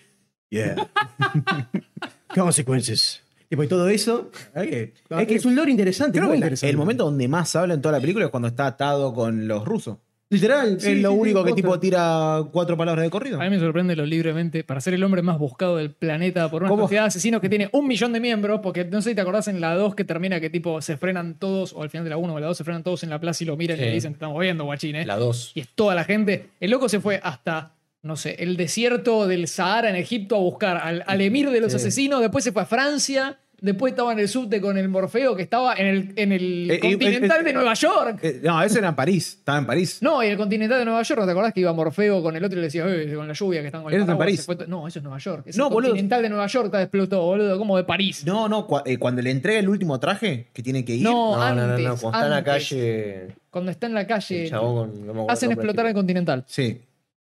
consecuencias. Y pues todo eso, hay que- hay que- es un lore interesante,
Creo
muy
que la-
interesante.
el momento donde más habla en toda la película es cuando está atado con los rusos.
literal,
es lo único que tipo
tiene.
tira cuatro palabras de corrido.
A mí me sorprende lo libremente para ser el hombre más buscado del planeta por una
¿Cómo?
sociedad de asesinos que tiene un millón de miembros, porque no sé si te acordás en la 2 que termina que tipo se frenan todos, o al final de la 1 o la 2 se frenan todos en la plaza y lo miran y
Sí.
le dicen, "Te estamos viendo, guachín, eh".
La 2.
Y es toda la gente. El loco se fue hasta, no sé, el desierto del Sahara en Egipto a buscar al, al emir de los asesinos, después se fue a Francia, después estaba en el subte con el Morfeo que estaba en el, en el
Eh, eh,
continental
eh,
de
eh,
Nueva York.
Eh, no, ese era en París. Estaba en París.
No, y el Continental de Nueva York, ¿no te acordás que iba Morfeo con el otro y le decía, "Eh, con la lluvia que están con el
Eso es en
paraguas,
París.
se fue to-". No, eso es Nueva York. Es
No,
el
boludo.
Continental de Nueva York está explotó, boludo, como de París.
No, no, cua- eh, cuando le entrega el último traje que tiene que ir.
No,
No, no, no,
antes,
no. Cuando está en la
antes.
calle,
Cuando está en la
el
calle,
chabón con. no me acuerdo
hacen
el nombre,
explotar el
tipo.
Continental.
Sí.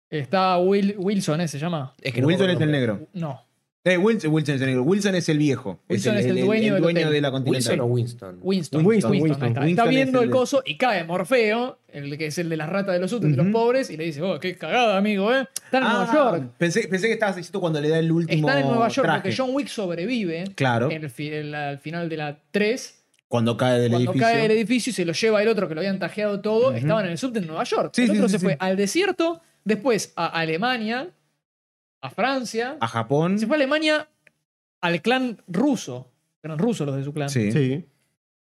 Está Will, Wilson, ¿eh? ¿Se llama?
Es que no me
Wilson
acuerdo
es el
nombre.
negro.
No.
Eh, Wilson, Wilson es el negro. Wilson es el viejo.
Wilson es el dueño del hotel.
de la
¿Wilson
continental.
o Winston?
Winston. Winston,
Winston, Winston.
ahí está.
Winston
Está
es
viendo
el
el,
de-
coso y cae Morfeo, el que es el de las ratas de los útiles, de los
Ujú.
pobres, y le dice, oh, qué cagada, amigo, ¿eh? Está en
Ah,
Nueva York.
Pensé, pensé que estabas diciendo cuando le da el último.
Está en Nueva York
traje.
porque John Wick sobrevive
Claro.
en el fi- en la- al final de la 3.
Cuando cae del
cuando
edificio.
cae del edificio y se lo lleva el otro que lo habían tajeado todo, estaban en el subte en Nueva York.
Sí,
el
sí,
otro
sí,
se
sí.
fue al desierto, después a Alemania, a Francia.
a Japón.
Se fue a Alemania al clan ruso. Eran rusos los de su clan.
Sí.
Sí.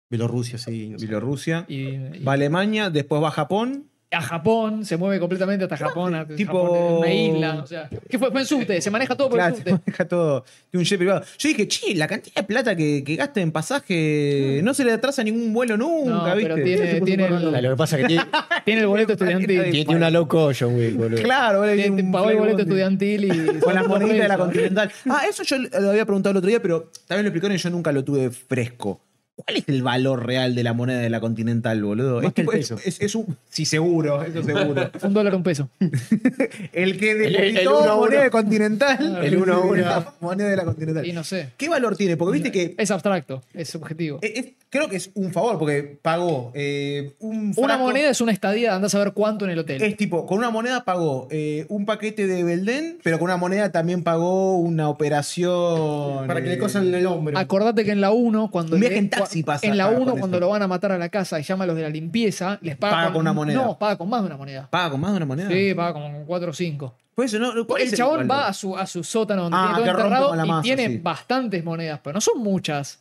Bielorrusia, sí. no sé.
Bielorrusia.
Y, y
Va a Alemania, después va a Japón.
a Japón, se mueve completamente hasta Japón, a-
tipo-
Japón, en una isla. O sea, ¿qué fue? Fue en subte, se maneja todo por
Claro,
el
te
subte.
maneja todo de un jet privado. Yo dije, che, la cantidad de plata que, que gasta en pasaje no se le atrasa ningún vuelo
Mm. No,
nunca, ¿viste?
pero tiene, tiene,
Dale,
el,
Lo que pasa es que tiene,
tiene el boleto estudiantil.
tiene- tiene una low cost, John Wick, boludo.
Claro, boludo, tiene
Tiene-
un
Pagó el boleto
flybondi.
estudiantil y.
Con las moneditas de la
Eso.
Continental. Ah, eso yo lo había preguntado el otro día, pero también lo explicaron y yo nunca lo tuve fresco. ¿Cuál es el valor real de la moneda de la Continental, boludo?
Más
es,
que el
tipo- es-
peso.
es- es un. Sí, seguro, eso seguro.
Un dólar, un peso.
el que
el- el
depositó
uno a uno.
moneda de Continental.
El uno a uno.
la Moneda de la
Y
Continental.
no sé.
¿Qué valor tiene? Porque viste que
Es abstracto, es subjetivo.
Eh, es- creo que es un favor, porque pagó eh, un
Una
frasco-
moneda es una estadía, andás a ver cuánto en el hotel.
Es tipo, con una moneda pagó eh, un paquete de Belden, pero con una moneda también pagó una operación.
Para que
eh,
le cosan el hombro.
Acordate que en la 1, cuando.
Un viaje en
cua-
taxi pasa
en la
acá
1,
con
cuando
esto.
lo van a matar a la casa y llama a los de la limpieza, les paga,
Paga con una moneda. Ah.
No, paga con más de una moneda.
¿Paga con más de una moneda?
Sí, paga como con 4 o 5.
Por eso no. ¿cuál
El
es
chabón
valor?
va a su, a su sótano donde
Ah,
tiene todo
que rompe
enterrado
con la
y
masa,
tiene
sí.
bastantes monedas, pero no son muchas.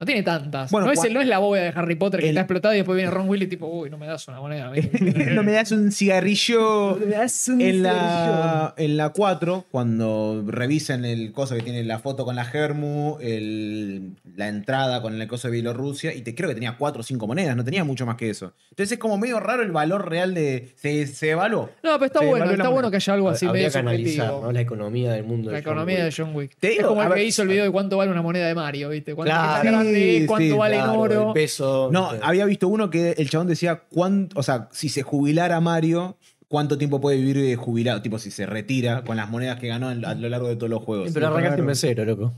No tiene tantas.
Bueno,
no, es,
cua-
el- no es la bóveda de Harry Potter que
El-
está explotada y después viene Ron Willy tipo, uy, no me das una moneda. amigo".
no me das un cigarrillo. en la, en la 4, cuando revisan el coso que tiene la foto con la Germu, el- la entrada con el coso de Bielorrusia, y te creo que tenía 4 o 5 monedas, no tenía mucho más que eso. Entonces es como medio raro el valor real de. Se, se evaluó.
No, pero está
Sí,
bueno,
vale la
está
moneda.
bueno que haya algo así
Habría
medio
que analizar
subjetivo.
¿no? la economía del mundo.
La
de John
economía de
Wick.
John Wick.
Te
es
digo,
como el
a
que
ver-
hizo el video de cuánto vale una moneda de Mario, ¿viste? ¿Cuánto
Claro,
es grande,
sí,
cuánto
sí,
vale
Claro,
en oro.
el peso.
No,
¿viste?
había visto uno que el chabón decía, cuán- o sea, si se jubilara Mario, ¿cuánto tiempo puede vivir eh, jubilado? Tipo, si se retira con las monedas que ganó en- a lo largo de todos los juegos.
Pero arrancaste en cero, loco.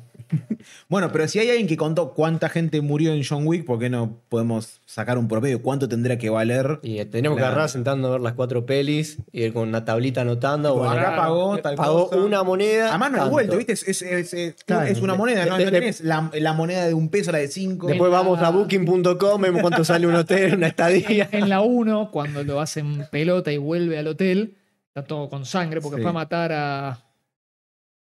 Bueno, pero si hay alguien que contó cuánta gente murió en John Wick, ¿por qué no podemos sacar un promedio? ¿Cuánto tendría que valer?
Y eh, tenemos que
Claro.
agarrar sentando a ver las cuatro pelis, ir con una tablita anotando.
Tipo,
Bueno,
acá
acá
pagó tal
pagó
cosa.
una moneda.
A mano de
tanto.
vuelto, ¿viste? Es, es- es- es-
Claro.
es una moneda, no,
De-
No
de-
tenés la, la moneda de un peso, la de cinco.
Después
En la-
vamos a booking.com, vemos cuánto sale un hotel, una estadía.
En la 1, cuando lo hacen pelota y vuelve al hotel, Está todo con sangre porque
Sí.
fue a matar a,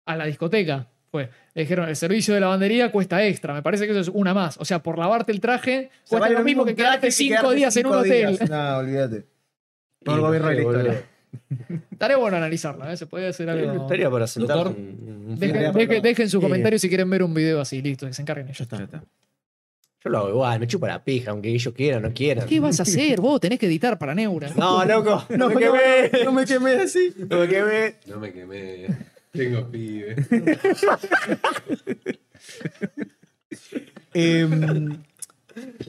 a la discoteca. Fue. Le dijeron, el servicio de lavandería cuesta extra. Me parece que eso es una más. O sea, por lavarte el traje, cuesta
vale
lo mismo que
un traje
quedarte cinco
quedarte
días en
cinco
un hotel.
días. No, olvídate.
Por el gobierno de la
Sí, boludo.
historia.
Estaría bueno analizarla, ¿eh? Se puede hacer
Una
algo.
historia para sentar
Doctor.
un- un
Dejen,
fin de-
dejen- dejen sus
Sí.
comentarios si quieren ver un video así, listo, que se encarguen ellos.
Ya está.
Yo lo hago igual, me chupa la pija, aunque ellos quieran, no quieran.
¿Qué vas a hacer? Vos tenés que editar para Neura.
No, loco, no,
No,
me
no,
quemé.
no, no me quemé así.
No me quemé.
No me quemé. Tengo pibe.
Em,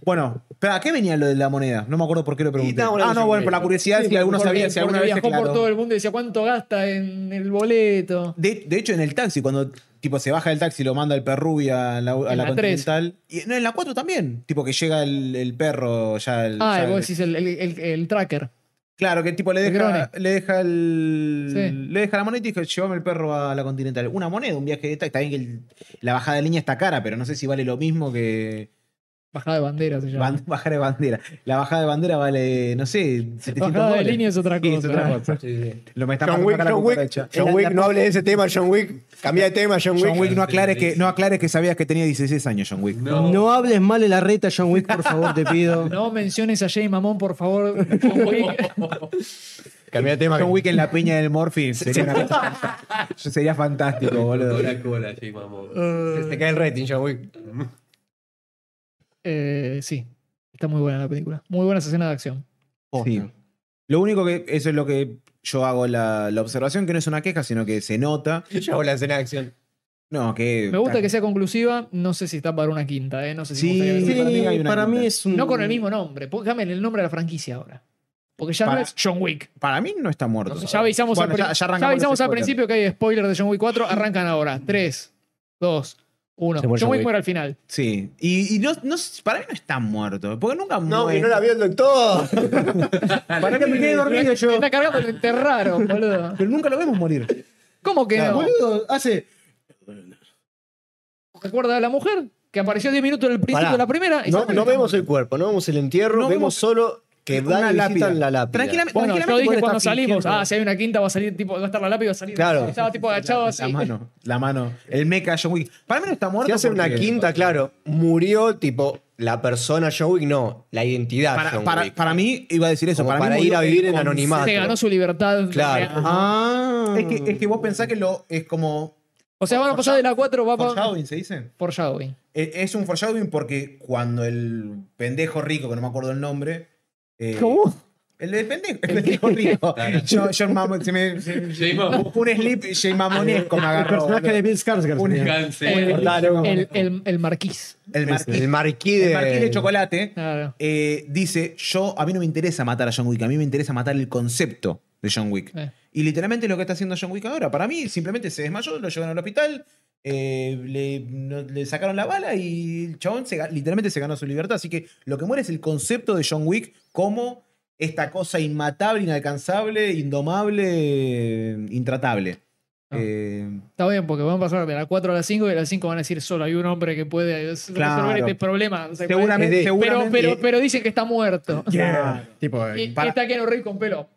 bueno, pero ¿a qué venía lo de la moneda? No me acuerdo por qué lo pregunté.
Y estábamos hablando
ah, no,
sobre
bueno, por la
esto.
curiosidad si alguno
Porque-
sabía, si alguna
porque
vez
viajó por
aclaró.
todo el mundo y decía cuánto gasta en el boleto.
De, de hecho, en el taxi, cuando tipo se baja del taxi, lo manda el Perrubi a la, a
En la
la
tres.
Continental. Y, no, en la 4 también. Tipo que llega el, el perro ya. El,
Ah,
ya
y
el-
vos decís el, el, el- el tracker.
Claro, que tipo le
el
deja,
Grone.
le deja el.
Sí.
Le deja la moneda y dice, llévame el perro a la Continental. Una moneda, un viaje de taxi. Está bien que el- la bajada de línea está cara, pero no sé si vale lo mismo que
Bajada de bandera se llama.
ban- bajar de bandera. La bajada de bandera vale, no sé, 700
Bajada de
dólares.
línea es otra
Sí,
cosa.
es otra cosa. Lo me está
John
matando
Wick,
acá la
John Wick,
cucaracha.
John Wick, no hable de ese tema, John Wick. Cambia de tema, John Wick.
John Wick, no aclares que, no aclares que sabías que tenía 16 años, John Wick.
No.
No hables mal de la reta, John Wick, por favor, te pido.
No menciones a Jay Mamón, por favor.
Cambia de tema.
John Wick en la piña del Morphy sería una cosa- sería fantástico, boludo. Mm.
Con la cola, Jay Mamón.
Se te cae el rating, John Wick.
Eh, sí, está muy buena la película. Muy buena escena de acción.
Sí. Lo único que eso es lo que yo hago la, la observación, que no es una queja, sino que se nota.
Yo hago la escena de acción.
No, que.
Me gusta que sea conclusiva. No sé si está para una quinta, ¿eh? No sé si me
Sí,
gustaría
Sí,
verla.
para mí,
hay una quinta.
es un.
No con el mismo nombre. Póngame el nombre de la franquicia ahora. Porque ya
Para-
no es John Wick.
Para mí no está muerto.
Ya avisamos,
Bueno,
al, pri-
ya- ya
ya
arrancamos
avisamos
los
al
spoilers.
principio que hay spoilers de John Wick 4. Arrancan ahora. 3, 2, 1.
Se
John
muere John
Wick
Wick.
muere al final.
Sí. Y, y no, no- para mí no está muerto. Porque nunca
No,
muere.
que no la vio el doctor.
Para que me quede dormido yo.
Está cargando, lo enterraron, boludo.
Pero nunca lo vemos morir.
¿Cómo que no?
Ah, Boludo, hace.
¿Recuerda a la mujer? Que apareció 10 minutos en el principio
Pará.
de la primera. y
No,
sale.
no vemos el cuerpo, no vemos el entierro,
No
vemos
vemos-
solo que
Una
dan y
lápida.
visitan la lápida.
Tranquilamente,
Bueno, yo
tranquilamente
dije
puede
cuando
estar
salimos,
fingiendo
ah, si hay una quinta va a salir tipo, va a estar la lápida, va a salir.
Claro.
Estaba tipo agachado así.
La mano, la mano. El mecha John Wick. Para mí no está muerto.
Si hace una
porque-
quinta, claro, murió tipo la persona John Wick, no, la identidad
Para,
John
para,
Wick.
para mí, iba a decir eso.
Como
Para, mí
para ir
murió
a vivir
el
en
concepto.
anonimato.
Se ganó su libertad.
Claro.
real.
Ah.
Es que, es que vos pensás que lo, es como.
O sea, van a pasar de la 4 va para.
Foreshadowing, se dice.
Foreshadowing.
E- Es un foreshadowing porque cuando el pendejo rico, que no me acuerdo el nombre. eh, El del pendejo, el pendejo rico. Yo, yo mam- se me, se-
Jay Mamón.
un slip Jay Mamonesco me
El
agarró.
personaje de
boludo.
Bill Skarsgård.
Un
sería.
El,
Cáncer.
Cortaron.
el- el- el marquís.
El marqués,
el marquí de,
el marqués de chocolate
Claro.
eh, dice, yo, a mí no me interesa matar a John Wick, a mí me interesa matar el concepto de John Wick.
Eh.
Y literalmente lo que está haciendo John Wick ahora, para mí, simplemente se desmayó, lo llevaron al hospital, eh, le, no- le sacaron la bala y el chabón se ga- literalmente se ganó su libertad. Así que lo que muere es el concepto de John Wick como esta cosa inmatable, inalcanzable, indomable, eh, intratable.
Ah.
Eh,
Está bien, porque van a pasar de la 4 a la 5 y de la 5 van a decir solo hay un hombre que puede resolver
Claro.
este problema. O sea,
seguramente,
es de-
Pero,
seguramente-
pero, pero dicen que está muerto.
Yeah. Tipo,
Y, y
para-
está Keanu Reeves con pelo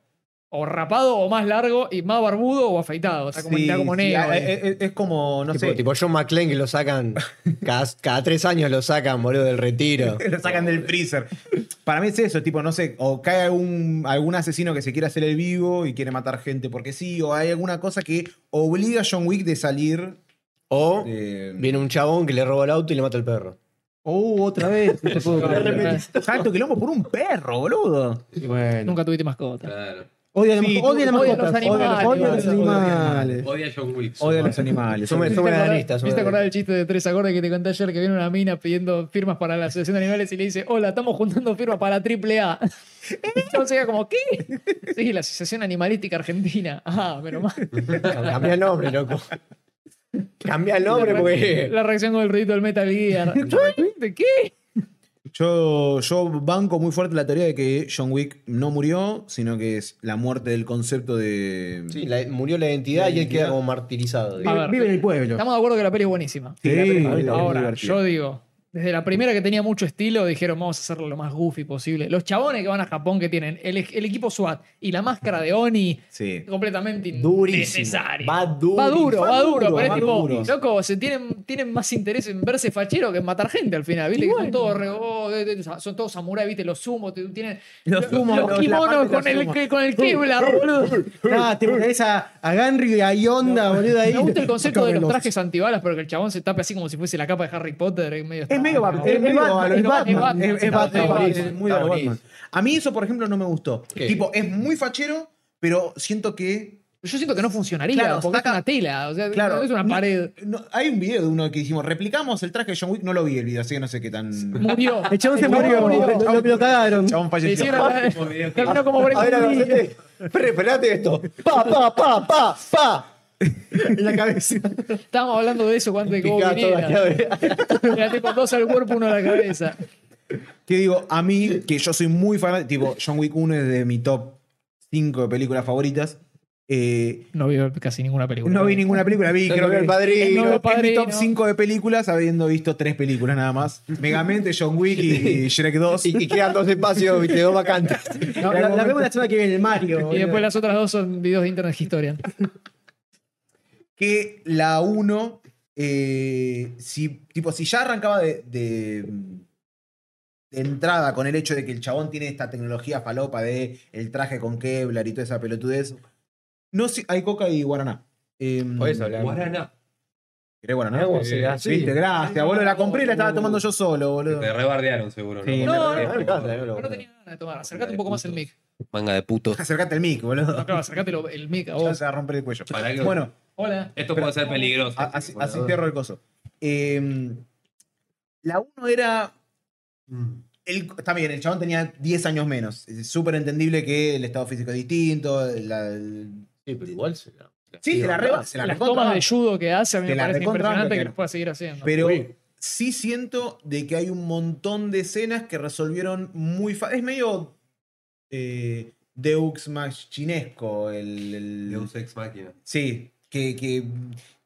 o rapado o más largo y más barbudo o afeitado. Está como,
Sí,
está como eh.
sí, ah, eh,
negro.
a- es, es- es como, no
tipo,
sé,
tipo John McClane que lo sacan cada, cada tres años lo sacan, boludo, del retiro.
lo sacan del freezer. Para mí es eso, tipo, no sé, o cae algún, algún asesino que se quiere hacer el vivo y quiere matar gente porque sí, o hay alguna cosa que obliga a John Wick de salir.
O
eh,
viene un chabón que le roba el auto y le mata al perro.
Oh, otra vez. No te puedo
Claro.
creer.
Tanto quilombo por un perro, boludo.
Y Bueno.
Nunca tuviste mascota.
Claro.
Odia,
Sí,
tú-
odia las
odia
mascotas.
los animales,
Odia los
boludo.
animales.
Odia a John Wick.
Odio a los animales.
Somos-
¿Viste
somos
acordar-
veganistas, somos
¿Viste acordar el chiste de tres acordes que te conté ayer que viene una mina pidiendo firmas para la asociación de animales y le dice, hola, estamos juntando firmas para la AAA? Entonces era como, ¿qué? Sí, la Asociación Animalística Argentina. Ah, menos mal.
Cambia el nombre, loco. Cambia el nombre porque.
La reacción con el ruido del Metal Gear. ¿De qué?
Yo, yo banco muy fuerte la teoría de que John Wick no murió, sino que es la muerte del concepto de.
Sí, la- murió la identidad y él queda como martirizado.
A
digamos.
ver.
Vive en el pueblo.
Estamos de acuerdo que la peli es buenísima.
Sí,
Sí,
la película es muy
Ahora,
divertida.
yo digo, Desde la primera que tenía mucho estilo, dijeron, vamos a hacerlo lo más goofy posible. Los chabones que van a Japón que tienen el, e-, el equipo SWAT y la máscara de Oni,
Sí.
completamente
Durísimo.
innecesario.
Va duro.
Va duro, va duro, pero
va
es tipo,
duro.
loco, se tienen, tienen más interés en verse fachero que en matar gente al final, ¿viste? Que son todos re- oh, de- de- son todos samuráis, ¿viste? Los sumos, te- tienen
Los
los,
sumo,
los
los- la
kimonos
parte de
con
los
el,
sumo.
que- con el Kevlar, boludo.
Nada, te pones Ah, a, a Ganry y a Yonda, boludo. Ahí.
Me gusta el concepto de los
Cabelos.
trajes antibalas, pero que el chabón se tape así como si fuese la capa de Harry Potter. Es medio,
Es medio Batman. Es medio
Batman,
a lo-
es
Batman,
Batman,
es-
está
Es Batman.
buenísimo,
es muy
está
de
buenísimo.
Batman. A mí eso, por ejemplo, no me gustó.
¿Qué?
Tipo, es muy fachero, pero siento que.
Yo siento que no funcionaría
Claro,
porque
saca-
es una tela, o sea,
Claro.
es una
No-
pared.
no- hay un video de uno que dijimos, replicamos el traje de John Wick. No lo vi el video, así que no sé qué tan.
Murió.
El chabón se murió, lo, lo- lo cagaron.
Chabón
Le
falleció.
hicieron la- Terminó como Breaking
A ver,
Bad.
avanzate. Ferre, frenate esto.
Pa, pa, pa, pa, pa. En la cabeza.
Estábamos hablando de eso cuando de cómo
Picá toda la
viniera.
llave.
Era tipo dos al cuerpo, uno a la cabeza.
Que digo, a mí, que yo soy muy fan, tipo, John Wick 1 es de mi top 5 de películas favoritas. Eh,
No vi casi ninguna película.
no vi ninguna película, vi,
No
creo
veo
que.
el padrino.
No veo el
es mi top
Padrino.
5 de películas, habiendo visto tres películas nada más. Megamente, John Wick y Shrek 2.
Y, y quedan dos espacios, viste, dos vacantes.
No, la, la vemos la semana que viene, el Mario.
Y
boludo.
después las otras dos son videos de Internet Historian.
que la 1, eh, si, tipo, si ya arrancaba de, de- de entrada con el hecho de que el chabón tiene esta tecnología falopa de el traje con Kevlar y toda esa pelotudez, no sé, hay coca y guaraná. Em,
Podés hablar.
Guaraná.
¿Querés guaraná?
Agua, sí, así.
Viste, gracias, boludo. La compré y la estaba tomando yo solo, boludo.
Te rebardearon seguro,
Sí,
¿no?
me
No,
Ah, me canta, no lo-
No tenía ganas de tomar. Acercate un poco más el mic.
Manga de putos.
Acercate al mic,
No,
boludo.
claro, acercate lo- el mic a
Ya
vos.
se va a romper el cuello.
Pará que-
Bueno,
Hola.
Esto puede ser peligroso.
A- Así, así
boludo.
cierro el coso. Eh, la 1 era. El, está bien, el chabón tenía 10 años menos. Es súper entendible que el estado físico es distinto. la- el-
Sí, pero igual se la-
sí, se la reba, se la
Las
recontra
tomas de
banca.
judo que hace a mí
Te
me
la
parece
recontra banca,
impresionante que
claro.
las pueda seguir haciendo.
Pero
Uy.
sí siento de que hay un montón de escenas que resolvieron muy fácil. Es medio. Eh, Deux machinesco el- el,
De un sex máquina.
Sí, que, que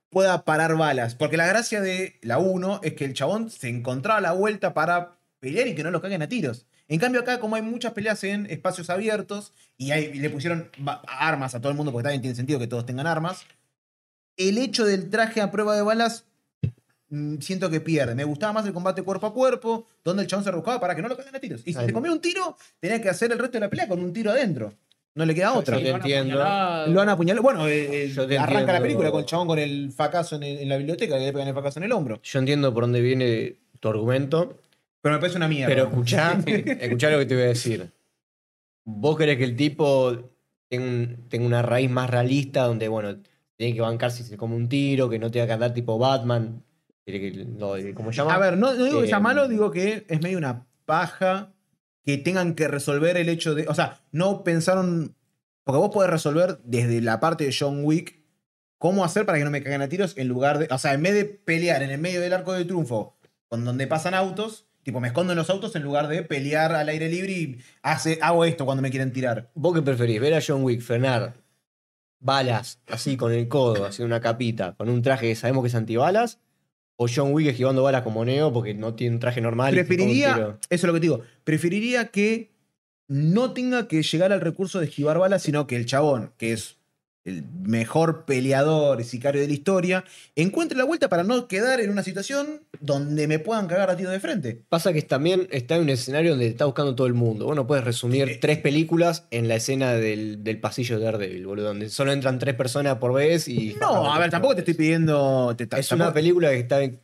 pueda parar balas. Porque la gracia de la 1 es que el chabón se encontraba a la vuelta para pelear y que no lo caguen a tiros. En cambio, acá, como hay muchas peleas en espacios abiertos y, hay- y le pusieron ba- armas a todo el mundo, porque también tiene sentido que todos tengan armas, el hecho del traje a prueba de balas mm, siento que pierde. Me gustaba más el combate cuerpo a cuerpo, donde el chabón se arrojaba para que no lo caguen a tiros. Y si
Ahí.
se comía un tiro, tenía que hacer el resto de la pelea con un tiro adentro. No le queda otra.
Yo te entiendo.
Lo han apuñalado. Bueno, eh, eh,
Yo te
arranca la
entiendo.
película con el chabón con el facazo en, el- en la biblioteca, que le pegan el facazo en el hombro.
Yo entiendo por dónde viene tu argumento,
Pero me parece una mierda.
pero escuchá, escuchá lo que te voy a decir. Vos querés que el tipo tenga, un- tenga una raíz más realista donde, bueno, tiene que bancar si se come un tiro, que no tenga que andar tipo Batman. tiene que- no, eh, ¿Cómo se llama?
a ver, no, no digo que sea
Eh,
malo, digo que es medio una paja que tengan que resolver el hecho de. O sea, no pensaron. Porque vos podés resolver desde la parte de John Wick cómo hacer para que no me caguen a tiros en lugar de. O sea, en vez de pelear en el medio del arco de triunfo con donde pasan autos, tipo me escondo en los autos en lugar de pelear al aire libre y hace, hago esto cuando me quieren tirar.
¿Vos qué preferís? ¿Ver a John Wick frenar balas así con el codo, haciendo una capita, con un traje que sabemos que es antibalas? ¿O John Wick esquivando balas como Neo porque no tiene un traje normal? y se come un
Preferiría,
tiro?
eso es lo que te digo, preferiría que no tenga que llegar al recurso de esquivar balas, sino que el chabón, que es el mejor peleador y sicario de la historia, encuentre la vuelta para no quedar en una situación donde me puedan cagar a tiro de frente.
Pasa que también está en un escenario donde está buscando todo el mundo. Vos no puedes
Eh,
resumir tres películas en la escena del, del pasillo de Daredevil, boludo, donde solo entran tres personas por vez y...
No, a ver, tampoco te estoy pidiendo... te-
Es
tampoco-
una película que está... en-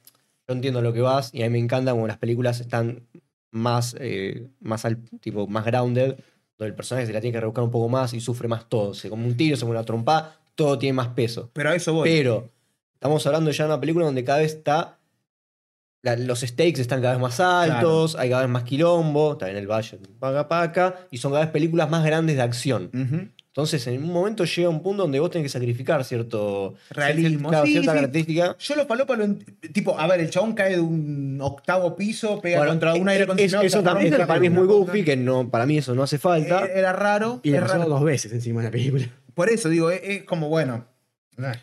Yo entiendo lo que vas y a mí me encanta cuando las películas están más, eh, más al tipo, más grounded, donde el personaje se la tiene que rebuscar un poco más y sufre más todo. Se come un tiro, se come una trompa, todo tiene más peso.
Pero a eso voy.
Pero estamos hablando ya de una película donde cada vez está. la- los stakes están cada vez más altos, hay cada vez más quilombo, está en el valle, paca paca, y son cada vez películas más grandes de acción.
Ujú.
Entonces, en un momento llega un punto donde vos tenés que sacrificar cierto
Realismo,
claro,
sí,
cierta
sí.
característica.
Yo los palopas lo... ent- Tipo, a ver, el chabón cae de un octavo piso, pega
Bueno,
contra un aire
es-
acondicionado.
eso
se
también,
rompe
eso
la
para mí es muy
columna.
goofy, que no, para mí eso no hace falta.
Eh, Era raro.
Y la
es raro.
pasaron dos veces encima de la película.
Por eso digo, es, es como bueno.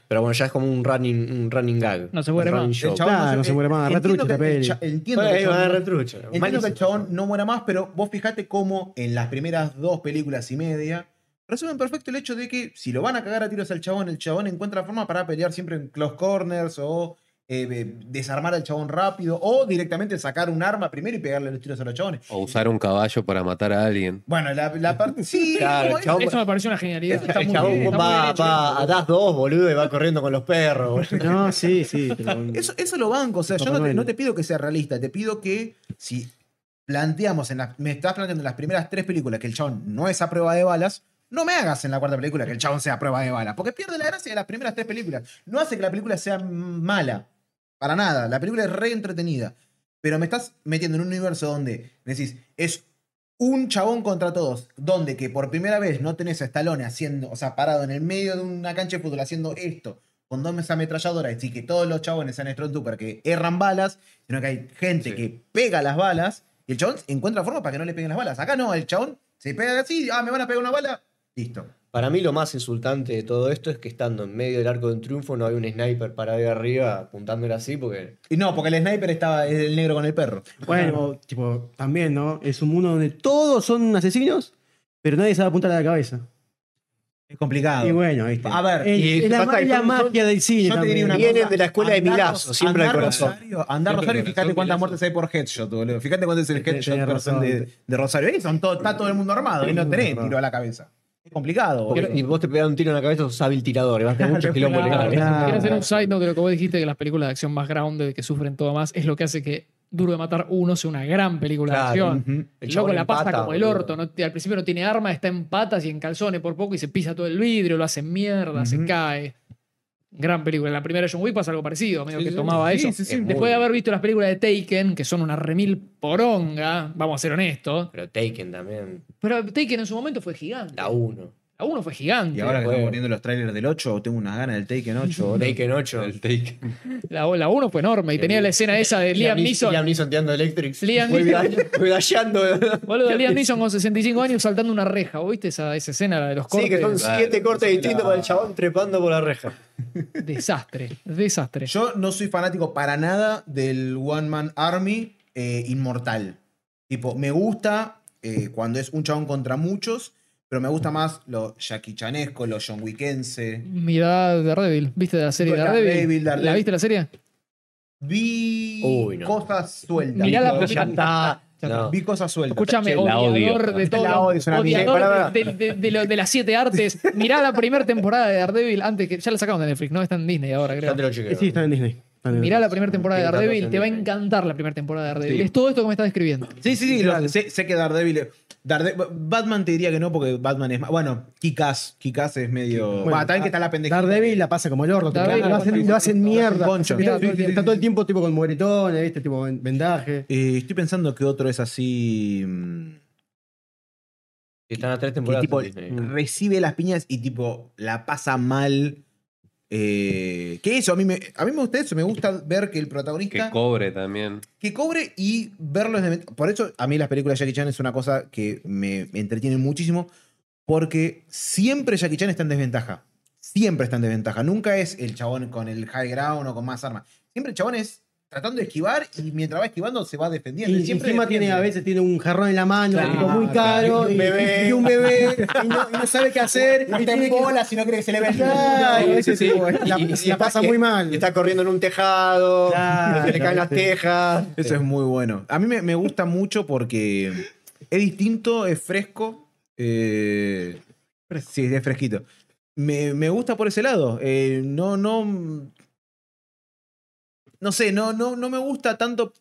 Pero bueno, ya es como un running, un running gag.
No se muere
Un running
más.
joke.
chabón no se- entiendo que el cha-
Entiendo
Ahí va,
que
retrucho.
Entiendo que el chabón no muera más, pero vos fijate cómo en las primeras dos películas y media resumen perfecto el hecho de que si lo van a cagar a tiros al chabón, el chabón encuentra la forma para pelear siempre en close corners o eh, eh, desarmar al chabón rápido o directamente sacar un arma primero y pegarle los tiros a los chabones.
O usar un caballo para matar a alguien.
Bueno, la, la parte... Sí,
Claro,
no,
el chabón-
Eso me pareció una genialidad.
El chabón
bien, está muy
va,
bien hecho
va
esto.
a Das dos, boludo, y va corriendo con los perros. boludo.
No, sí, sí. pero-
Eso, eso lo banco. O sea, yo
Papá
no te,
Noel.
no te pido que sea realista. Te pido que si planteamos, en las me estás planteando en las primeras tres películas que el chabón no es a prueba de balas, no me hagas en la cuarta película que el chabón sea a prueba de balas. Porque pierde la gracia de las primeras tres películas. No hace que la película sea mala. Para nada. La película es re entretenida. Pero me estás metiendo en un universo donde me decís, es un chabón contra todos, donde que por primera vez no tenés a Stallone haciendo, o sea, parado en el medio de una cancha de fútbol haciendo esto, con dos ametralladoras y que todos los chabones sean Stormtrooper que erran balas, sino que hay gente
Sí.
que pega las balas y el chabón encuentra forma para que no le peguen las balas. Acá no, el chabón se pega así, ah, me van a pegar una bala, listo.
Para mí lo más insultante de todo esto es que estando en medio del arco de un triunfo no hay un sniper parado ahí arriba apuntándole así porque...
Y no, porque el sniper estaba es el negro con el perro.
Bueno, tipo, también, ¿no? Es un mundo donde todos son asesinos, pero nadie sabe apuntar a la cabeza.
Es complicado.
Y bueno, ¿viste?
A ver,
Es,
y
es la,
pasa que
es la
son-
magia del
Yo
cine.
te diría
también.
una
Vienen
cosa,
de la escuela de
andá
Milazzo,
Ros-
siempre al
andá
corazón.
Rosario, andá
al
Rosario y fíjate
corazón,
cuántas
Milazzo.
muertes hay por headshot, boludo. Fíjate cuánto es el
Tenés
headshot
razón,
corazón de, de Rosario. Ahí son todo, está todo el mundo armado, y no
Tenés
tenés
razón.
tiro a la cabeza. Es complicado, boludo.
Y vos te pegas un tiro en la cabeza, sos hábil tirador, y vas a tener muchos
Claro,
kilómetros.
Claro,
Claro.
Quiero hacer un side note de lo que vos dijiste que las películas de acción más grounded que sufren todo más es lo que hace que Duro de Matar uno sea una gran película
Claro,
de acción.
ujú.
El
El loco
chabón
la pasa
empata,
como el
boludo.
orto. no- al principio no tiene arma, está en patas y en calzones por poco y se pisa todo el vidrio, lo hace mierda, se
Ujú.
cae. Gran película. En la primera John Wick pasa algo parecido, medio
Sí,
que
sí,
tomaba
sí,
eso.
sí, sí.
Eh,
Es
Después
muy-
de haber visto las películas de Taken, que son una remil poronga, vamos a ser honestos.
Pero Taken también,
Pero Taken en su momento fue gigante.
la 1.
La uno fue gigante.
Y ahora que
Bueno.
estamos poniendo los trailers del 8, tengo unas ganas del Taken 8, boludo.
Taken 8.
El take.
La, la uno fue enorme. Y tenía la escena esa de Liam Neeson.
Liam Neeson tirando Electric.
Liam
Fue
Neeson.
medall- medallando.
Boludo, Liam Neeson con 65 años saltando una reja. ¿Vos viste esa, esa escena la de los
Sí,
cortes?
que son
Claro.
siete cortes distintos para el chabón trepando por la reja.
Desastre, desastre.
Yo no soy fanático para nada del One Man Army eh, inmortal. Tipo, me gusta eh, cuando es un chabón contra muchos, pero me gusta más lo Jackie Chanesco, lo John Wickense.
Mirá Daredevil. ¿Viste la serie
Daredevil,
Daredevil?
Daredevil.
¿La viste la serie?
Vi
Uy, no.
cosas sueltas.
Mirá la-
Ya está. No.
Vi cosas sueltas.
Escúchame,
La odio.
odiador de todo.
La odio, es una
mierda.
odiador de, de- de lo- de las siete artes. Mirá la primera temporada de Daredevil antes que. Ya la sacaron de Netflix, ¿no? Está en Disney ahora, creo.
Ya te lo chequeo.
Sí, está en Disney. Está en
Mirá la primera temporada de
Tiene tantos
Daredevil, te va a
en Disney.
encantar la primera temporada de Daredevil.
Sí.
Es todo esto que me estás describiendo.
Sí, sí, sí. lo- sé, sé que Daredevil. Darede- Batman te diría que no, porque Batman es más. Bueno, Kikas. Kikas es medio. Bueno, también que está la pendeja.
Daredevil la pasa como el orto. tipo,
Daredevil
lo,
la
hacen,
pasa-
lo hacen mierda.
Concha.
Está,
Sí, sí, sí,
está todo el tiempo tipo con moretones, ¿viste? Tipo en- vendaje.
Eh, estoy pensando que otro es así. mm,
Están a tres
que
temporadas.
tipo
en Disney.
recibe las piñas y tipo la pasa mal. Eh, que eso, a mí, me, a mí me gusta eso, me gusta ver que el
Que
protagonista que,
cobre también.
cobre y verlo desde... Por eso a mí las películas de Jackie Chan es una cosa que me, me entretiene muchísimo, porque siempre Jackie Chan está en desventaja, siempre está en desventaja, nunca es el chabón con el high ground o con más armas, siempre el chabón es tratando de esquivar y mientras va esquivando se va
Y,
defendiendo. siempre
encima tiene,
defiende.
a veces tiene un jarrón en la mano,
Claro,
tipo, muy
claro,
caro,
y un
y,
bebé.
y un bebé, y no, y no sabe qué hacer.
No
y
está
tiene
en
que-
bola si no cree que se le ve el
Claro,
Ay,
ese tipo, la,
Y- y-
la
y
pasa
está-
muy
y
mal.
Está corriendo en un tejado.
Claro,
se le caen las
viste.
tejas.
Eso es
Eh.
muy bueno. A mí me, me gusta mucho porque es distinto, es fresco. eh, sí, es fresquito. Me, me gusta por ese lado. eh, no, no. No sé, no, no, no me gusta tanto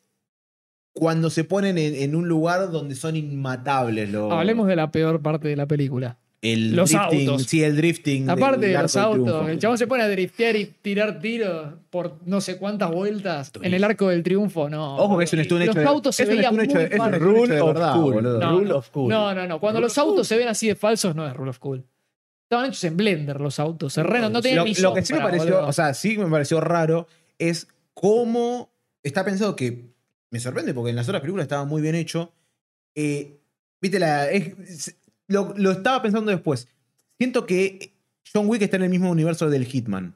cuando se ponen en, en un lugar donde son inmatables los.
Ah, Hablemos de la peor parte de la película.
el
los
drifting,
autos.
Sí, el drifting.
Aparte
del
de
Arco
los
del
autos,
Triunfo.
el chabón se pone a driftear y tirar tiros por no sé cuántas vueltas en el arco del triunfo, no.
Ojo que es un estudio
Los
hecho de-
autos se
es un
veían
estudio hecho de-
muy
es un
falsos.
estudio hecho de
Rule of
verdad,
cool.
boludo.
No,
Rule
no.
of cool.
No, no, no. Cuando los autos se ven así de falsos, no es Rule of Cool. Estaban hechos en Blender los autos. Se re- no tenían
lo,
ni
lo que sí me
sombra,
pareció,
boludo.
o sea, sí me pareció raro es cómo está pensado que me sorprende porque en las otras películas estaba muy bien hecho. Eh, Viste la es- es- lo, lo estaba pensando después. Siento que John Wick está en el mismo universo del Hitman.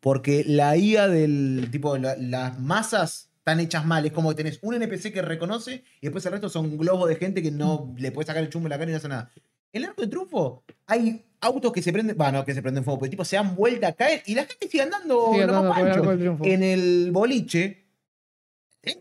Porque la IA del tipo, la- las masas están hechas mal. Es como que tenés un NPC que reconoce y después el resto son globos de gente que no le puede sacar el chumbo en la cara y no hace nada. El arco de triunfo, hay autos que se prenden, bueno, que se prenden fuego, pero tipo se dan vuelta, caen y la gente sigue andando,
Sigue
no más
andando por el
pancho.
Arco del Triunfo.
En el boliche,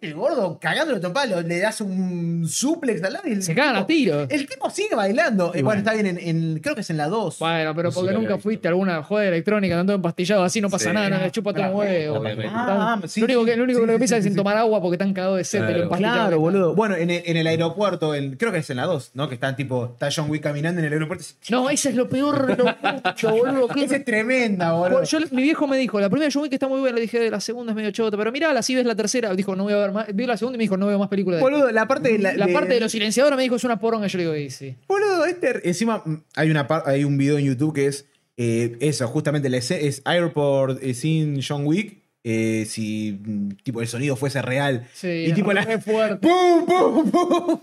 el gordo cagándole topalo, le das un suplex al lado y el
Se cagan a
tipo-
tiro.
el tipo sigue bailando. Eh, bueno,
bueno.
está bien, en, en- creo que es en la 2.
Bueno, pero
No sé
porque
si lo
nunca
había
fuiste a alguna joda electrónica, tanto empastillado así, no pasa
Sí.
nada, no le chupa todo un huevo.
Obviamente.
Ah.
Están-
sí,
lo único
sí,
que, lo único
sí,
que, lo que
sí,
piensan
sí,
es en
sí.
tomar agua porque están cagados de sed de lo
Claro.
empastillados que
Claro,
están.
boludo. Bueno, en el, en el aeropuerto, en- creo que es en la 2, ¿no? Que están tipo, está John Wick caminando en el aeropuerto. Es,
No, ese es lo peor, lo mucho, boludo. que-
esa es tremenda, boludo.
Yo- mi viejo me dijo, la primera yo vi que está muy buena, le dije, la segunda es medio chota, pero mirá, la sí ves la tercera, dijo, no voy a ver más, vi la segunda y me dijo, no veo más películas de
Boludo, la parte de la,
La
de-
parte de los silenciadores me dijo, es una poronga, yo le digo, y sí.
Boludo, este. Encima, mm, hay, una par- hay un video en YouTube que es eh, eso, justamente la escena- es Airport eh, sin John Wick. eh, si mm, tipo el sonido fuese real.
Sí,
y
es
tipo la.
re fuerte.
¡Pum, pum, pum!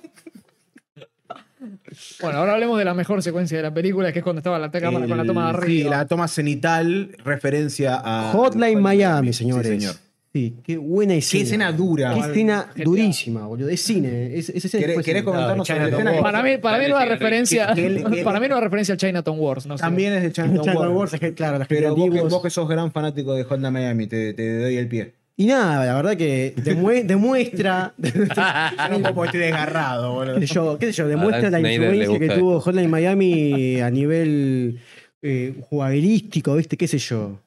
Bueno, ahora hablemos de la mejor secuencia de la película, que es cuando estaba la cámara con la
El-
toma de
Sí,
arriba.
la toma cenital, referencia a.
Hotline Miami, señores.
Sí, señor.
Sí, qué buena
Qué
escena.
escena dura.
Qué escena
Genial.
durísima, boludo. Es cine. Es, es escena
¿Querés,
fue
querés
cine.
comentarnos
Claro,
sobre la
China
escena?
Dog.
Para mí, para mí era una
China-
referencia.
China- China-
Para mí era una referencia al Chinatown Wars, no sé.
También es de China
China Dog
Wars.
Wars, es que, claro, la gente
Pero vos que,
antiguos.
vos que sos gran fanático de Hotline Miami, te, te doy el pie.
Y nada, la verdad que demue- demuestra.
Ah, Porque estoy desgarrado, boludo.
qué sé yo, qué sé yo, demuestra la
Adam Snyder le
influencia que
gusta
tuvo Hotline Miami a nivel eh, jugabilístico, ¿viste? ¿Qué sé yo?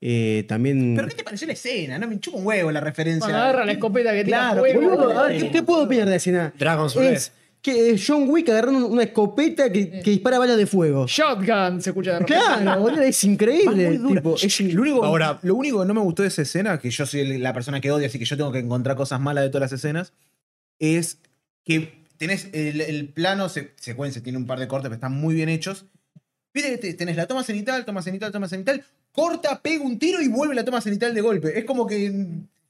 Eh, también.
¿Pero qué te pareció la escena? No me chupa un huevo la referencia.
Cuando agarra la escopeta que tira
Claro,
fuego,
boludo,
boludo.
a ver, ¿qué, qué puedo opinar de la escena?
Dragon's
Es que eh, John Wick agarrando una escopeta que, que dispara balas de fuego.
Shotgun se escucha de repente.
Claro, boludo, es
Va muy
increíble.
dura.
tipo, es-
Lo único,
Ahora-
lo único que no me gustó de esa escena, que yo soy la persona que odia, así que yo tengo que encontrar cosas malas de todas las escenas, es que tenés el, el plano, se- secuencia, tiene un par de cortes, pero están muy bien hechos. Viste que te- tenés la toma cenital, toma cenital, toma cenital, corta, pega un tiro y vuelve la toma cenital de golpe. Es como que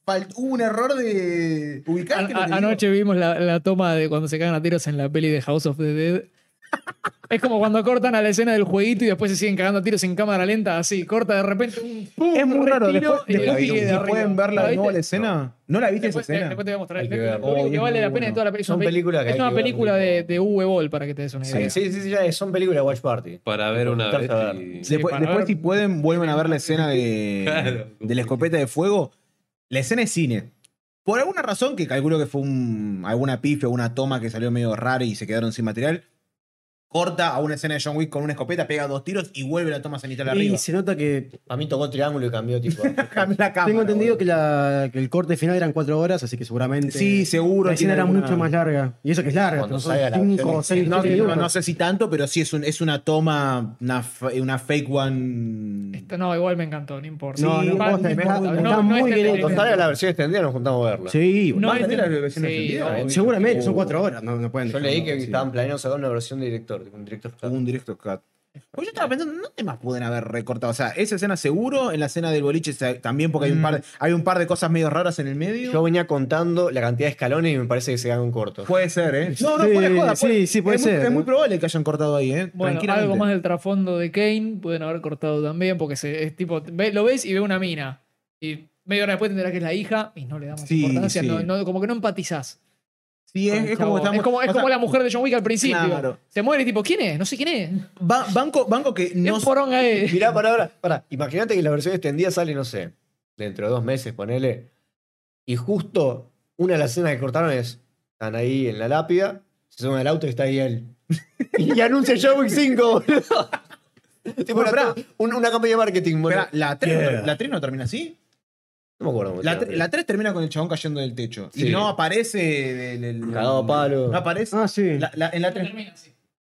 fal- hubo un error de ubicar. que
A- a-
lo que digo.
anoche vimos la, la toma de cuando se cagan a tiros en la peli de House of the Dead. Es como cuando cortan a la escena del jueguito y después se siguen cagando a tiros en cámara lenta, así, corta de repente un pum,
Es muy raro.
respiro,
Después,
y el
después
pique
si
de arriba.
pueden verla
¿La
de nuevo la
viste?
escena. ¿No la viste
Después, eh,
esa escena?
después te voy a mostrar el
Hay que
clip.
ver.
Lo único
Oh,
que
es
vale
muy
la pena de
bueno.
toda la película.
Son películas que
Es
hay
una
que ver
película
muy
de,
poco.
de V. Ball, para que te des una idea.
Sí, sí, sí, sí, ya es, son películas de Watch Party.
Para ver una vez.
Cortarse a
y-
Sí,
Después,
para
después
ver-
si pueden, vuelven a ver la escena de,
Claro.
de la escopeta de fuego. La escena es cine. Por alguna razón, que calculo que fue un- alguna pife o una toma que salió medio rara y se quedaron sin material, corta a una escena de John Wick con una escopeta, pega dos tiros y vuelve la toma sanitaria
y
arriba.
se nota que.
A mí tocó triángulo y cambió tipo.
Cambia la cámara,
tengo entendido
boludo.
que, la- que el corte final eran cuatro horas, así que seguramente.
Sí, seguro.
La escena
tiene
era
alguna-
mucho más larga. Y eso que es larga.
Cuando
pero son
salga la
cinco
versión
o seis
No,
siete
no,
minutos.
no sé si tanto, pero sí es, un, es una toma, una, fa- una fake one.
Esta- no, igual me encantó, no importa.
No,
Sí,
no,
va-
vos tenés-
importa,
vos-
no,
está
no
muy
es
bien
terrible.
Cuando salga la versión extendida nos juntamos a verla.
Sí,
No
boludo.
¿Van a
es-
tener la versión
sí,
extendida?
obvio.
seguramente son cuatro horas. No, no pueden
Yo
dejarlo,
leí que
sí.
estaban planeando sacar una versión de director, un director.
Un directo cut. Pues yo estaba pensando, ¿no temas pueden haber recortado? O sea, esa escena seguro, en la escena del boliche se- también, porque hay un, par, hay un par de cosas medio raras en el medio.
Yo venía contando la cantidad de escalones y me parece que se quedaron cortos.
Puede ser, ¿eh?
No, no, fuera de joda, Sí, puede- sí, puede
pues, es
ser.
Muy, es muy probable que hayan cortado ahí, ¿eh?
Bueno,
Tranquilamente.
algo más del trasfondo de Kane pueden haber cortado también, porque se, es tipo, ve- lo ves y ve una mina. Y media hora después tendrás que es la hija y no le damos
Sí,
importancia,
sí.
no- no- como que no empatizás.
Sí, es,
con el
es como,
chabón.
estamos,
Es como- es
o sea,
como la mujer de John Wick al principio.
Claro.
Se muere y tipo, ¿quién es? No sé quién es.
ba- banco, banco que
¿Qué
no...
poronga eh. es?
Mirá, para ahora, para. Imagínate que la versión extendida sale, no sé, dentro de dos meses, ponele. Y justo una de las escenas que cortaron es: están ahí en la lápida, se suben al auto y está ahí él. y anuncia John Wick 5, boludo. Tipo, una,
Bueno, pará.
un- una campaña de marketing, boludo.
Espera, la 3,
Yeah.
la 3 no termina así.
No me
Pues
acuerdo. cómo se
La,
llama,
3 la 3 termina con el chabón cayendo del techo. Y
Sí.
no aparece... El, el-
Cagado a palo.
No aparece...
Ah, sí.
La- la- en la 3...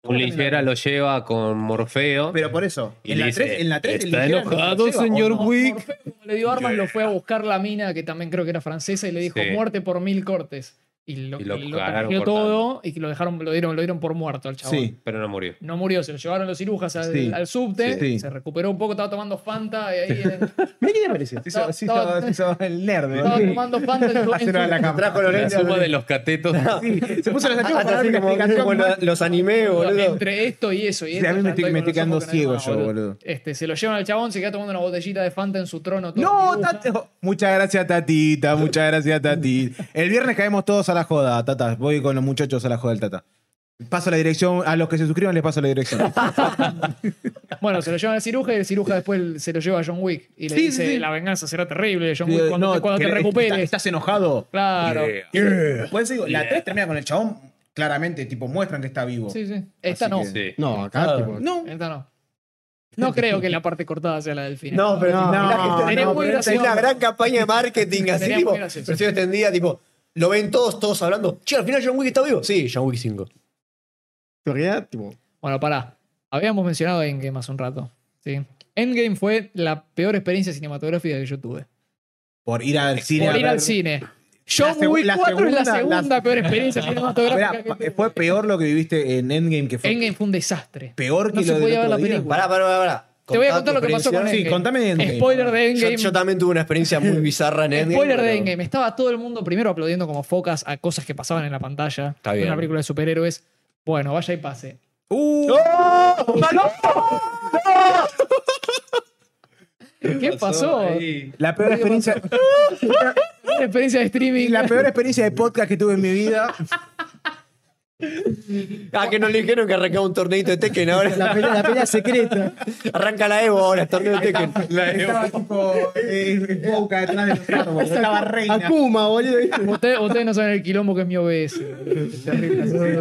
Un ligera lo lleva con Morfeo.
Pero por eso,
Y
en la,
le
3,
dice,
en la 3 el
¿Está
ligero no se
enojado,
lleva, ¿o
señor
no?
Wick?
Morfeo, como le dio armas, lo fue a buscar la mina, que también creo que era francesa, y le dijo
Sí.
muerte por mil cortes. y lo,
Y lo
y lo
cagaron
canjeó
cortando.
todo y que lo dejaron, lo dieron, lo dieron por muerto al chabón.
Sí.
Pero no murió.
No murió, se lo llevaron los cirujas al,
Sí.
al subte,
Sí.
se recuperó un poco, estaba tomando Fanta y ahí en-
Mira quién apareció. Se hizo,
Estaba-
se hizo-
estaba-
se hizo el nerd.
estaba
¿no?
tomando Fanta en su- en
Hacerlo
su-
a la cámara.
Trajo los
La
lentes.
suma
boludo.
de los catetos.
Sí, se puso las anteojos para
Hasta
dar
ah, así
una
como,
explicación
como
más-
los, los animé, boludo.
Entre esto y eso. Y
Sí,
esto,
a mí me
ya
estoy-
estoy
me
con
estoy
los ojos
quedando ciego
con el
yo,
tema,
boludo.
Este, se lo llevan al chabón, se queda tomando una botellita de Fanta en su trono. todo
No,
dibuja.
Tati- oh, muchas gracias, Tatita. Muchas gracias, Tati. El viernes caemos todos a la joda, Tata. Voy con los muchachos a la joda del Tata. Paso la dirección. A los que se suscriban les paso la dirección.
Bueno, se lo llevan al ciruja y el ciruja después se lo lleva a John Wick. Y le
Sí,
dice,
sí, sí.
la venganza será terrible, John Wick,
Digo,
cuando, te, cuando te
querés-
recuperes.
¿Estás, estás enojado?
Claro.
Eh,
Pueden seguir. La 3 termina con el chabón. Claramente, tipo, muestran que está vivo.
Sí, sí. Esta
Así
no.
que-
Sí.
No, acá, tipo.
No.
Esta no. No creo que la parte cortada sea la del final.
No, pero
No,
la
no,
gente-
sería
no,
muy
pero es
gracioso.
una gran campaña de marketing así,
Sería
tipo,
muy gracioso.
versión extendida, tipo, lo ven todos, todos hablando. Che, al final John Wick está vivo. Sí, John Wick 5.
En realidad, tipo.
Bueno, pará. Habíamos mencionado Endgame hace un rato. ¿sí? Endgame fue la peor experiencia cinematográfica que yo tuve.
Por ir al cine.
Por
a
ir al
ver-
cine. John
segu-
Wick
la
4 es la
segunda- la-
segunda peor experiencia cinematográfica
Esperá,
que tuve.
pa- eh, fue peor lo que viviste en Endgame, que fue
Endgame fue un desastre.
peor que
No
lo
se
del
podía ver la
otro día.
película.
Pará, pará, pará, pará.
Te voy a
Contá
contar
tu
lo que pasó con
experiencia.
Sí,
Endgame.
contame de Endgame.
Spoiler de
Yo,
Endgame.
yo también tuve una experiencia muy bizarra en Endgame.
Spoiler de
pero-
Endgame. Estaba todo el mundo primero aplaudiendo como focas a cosas que pasaban en la pantalla.
Está bien.
Una película de superhéroes. Bueno, vaya y pase.
Uh,
¿Qué pasó?
ahí?
La peor experiencia.
Una experiencia de streaming.
La peor experiencia de podcast que tuve en mi vida.
Ah, que nos le dijeron que arrancaba un torneito de Tekken ahora.
La pelea, la pelea secreta.
Arranca la Evo ahora, el torneo de Tekken.
Estaba tipo eh, en boca detrás de los árboles. Estaba reina.
Akuma, boludo.
Ustedes, ustedes no saben el quilombo que es mi OBS.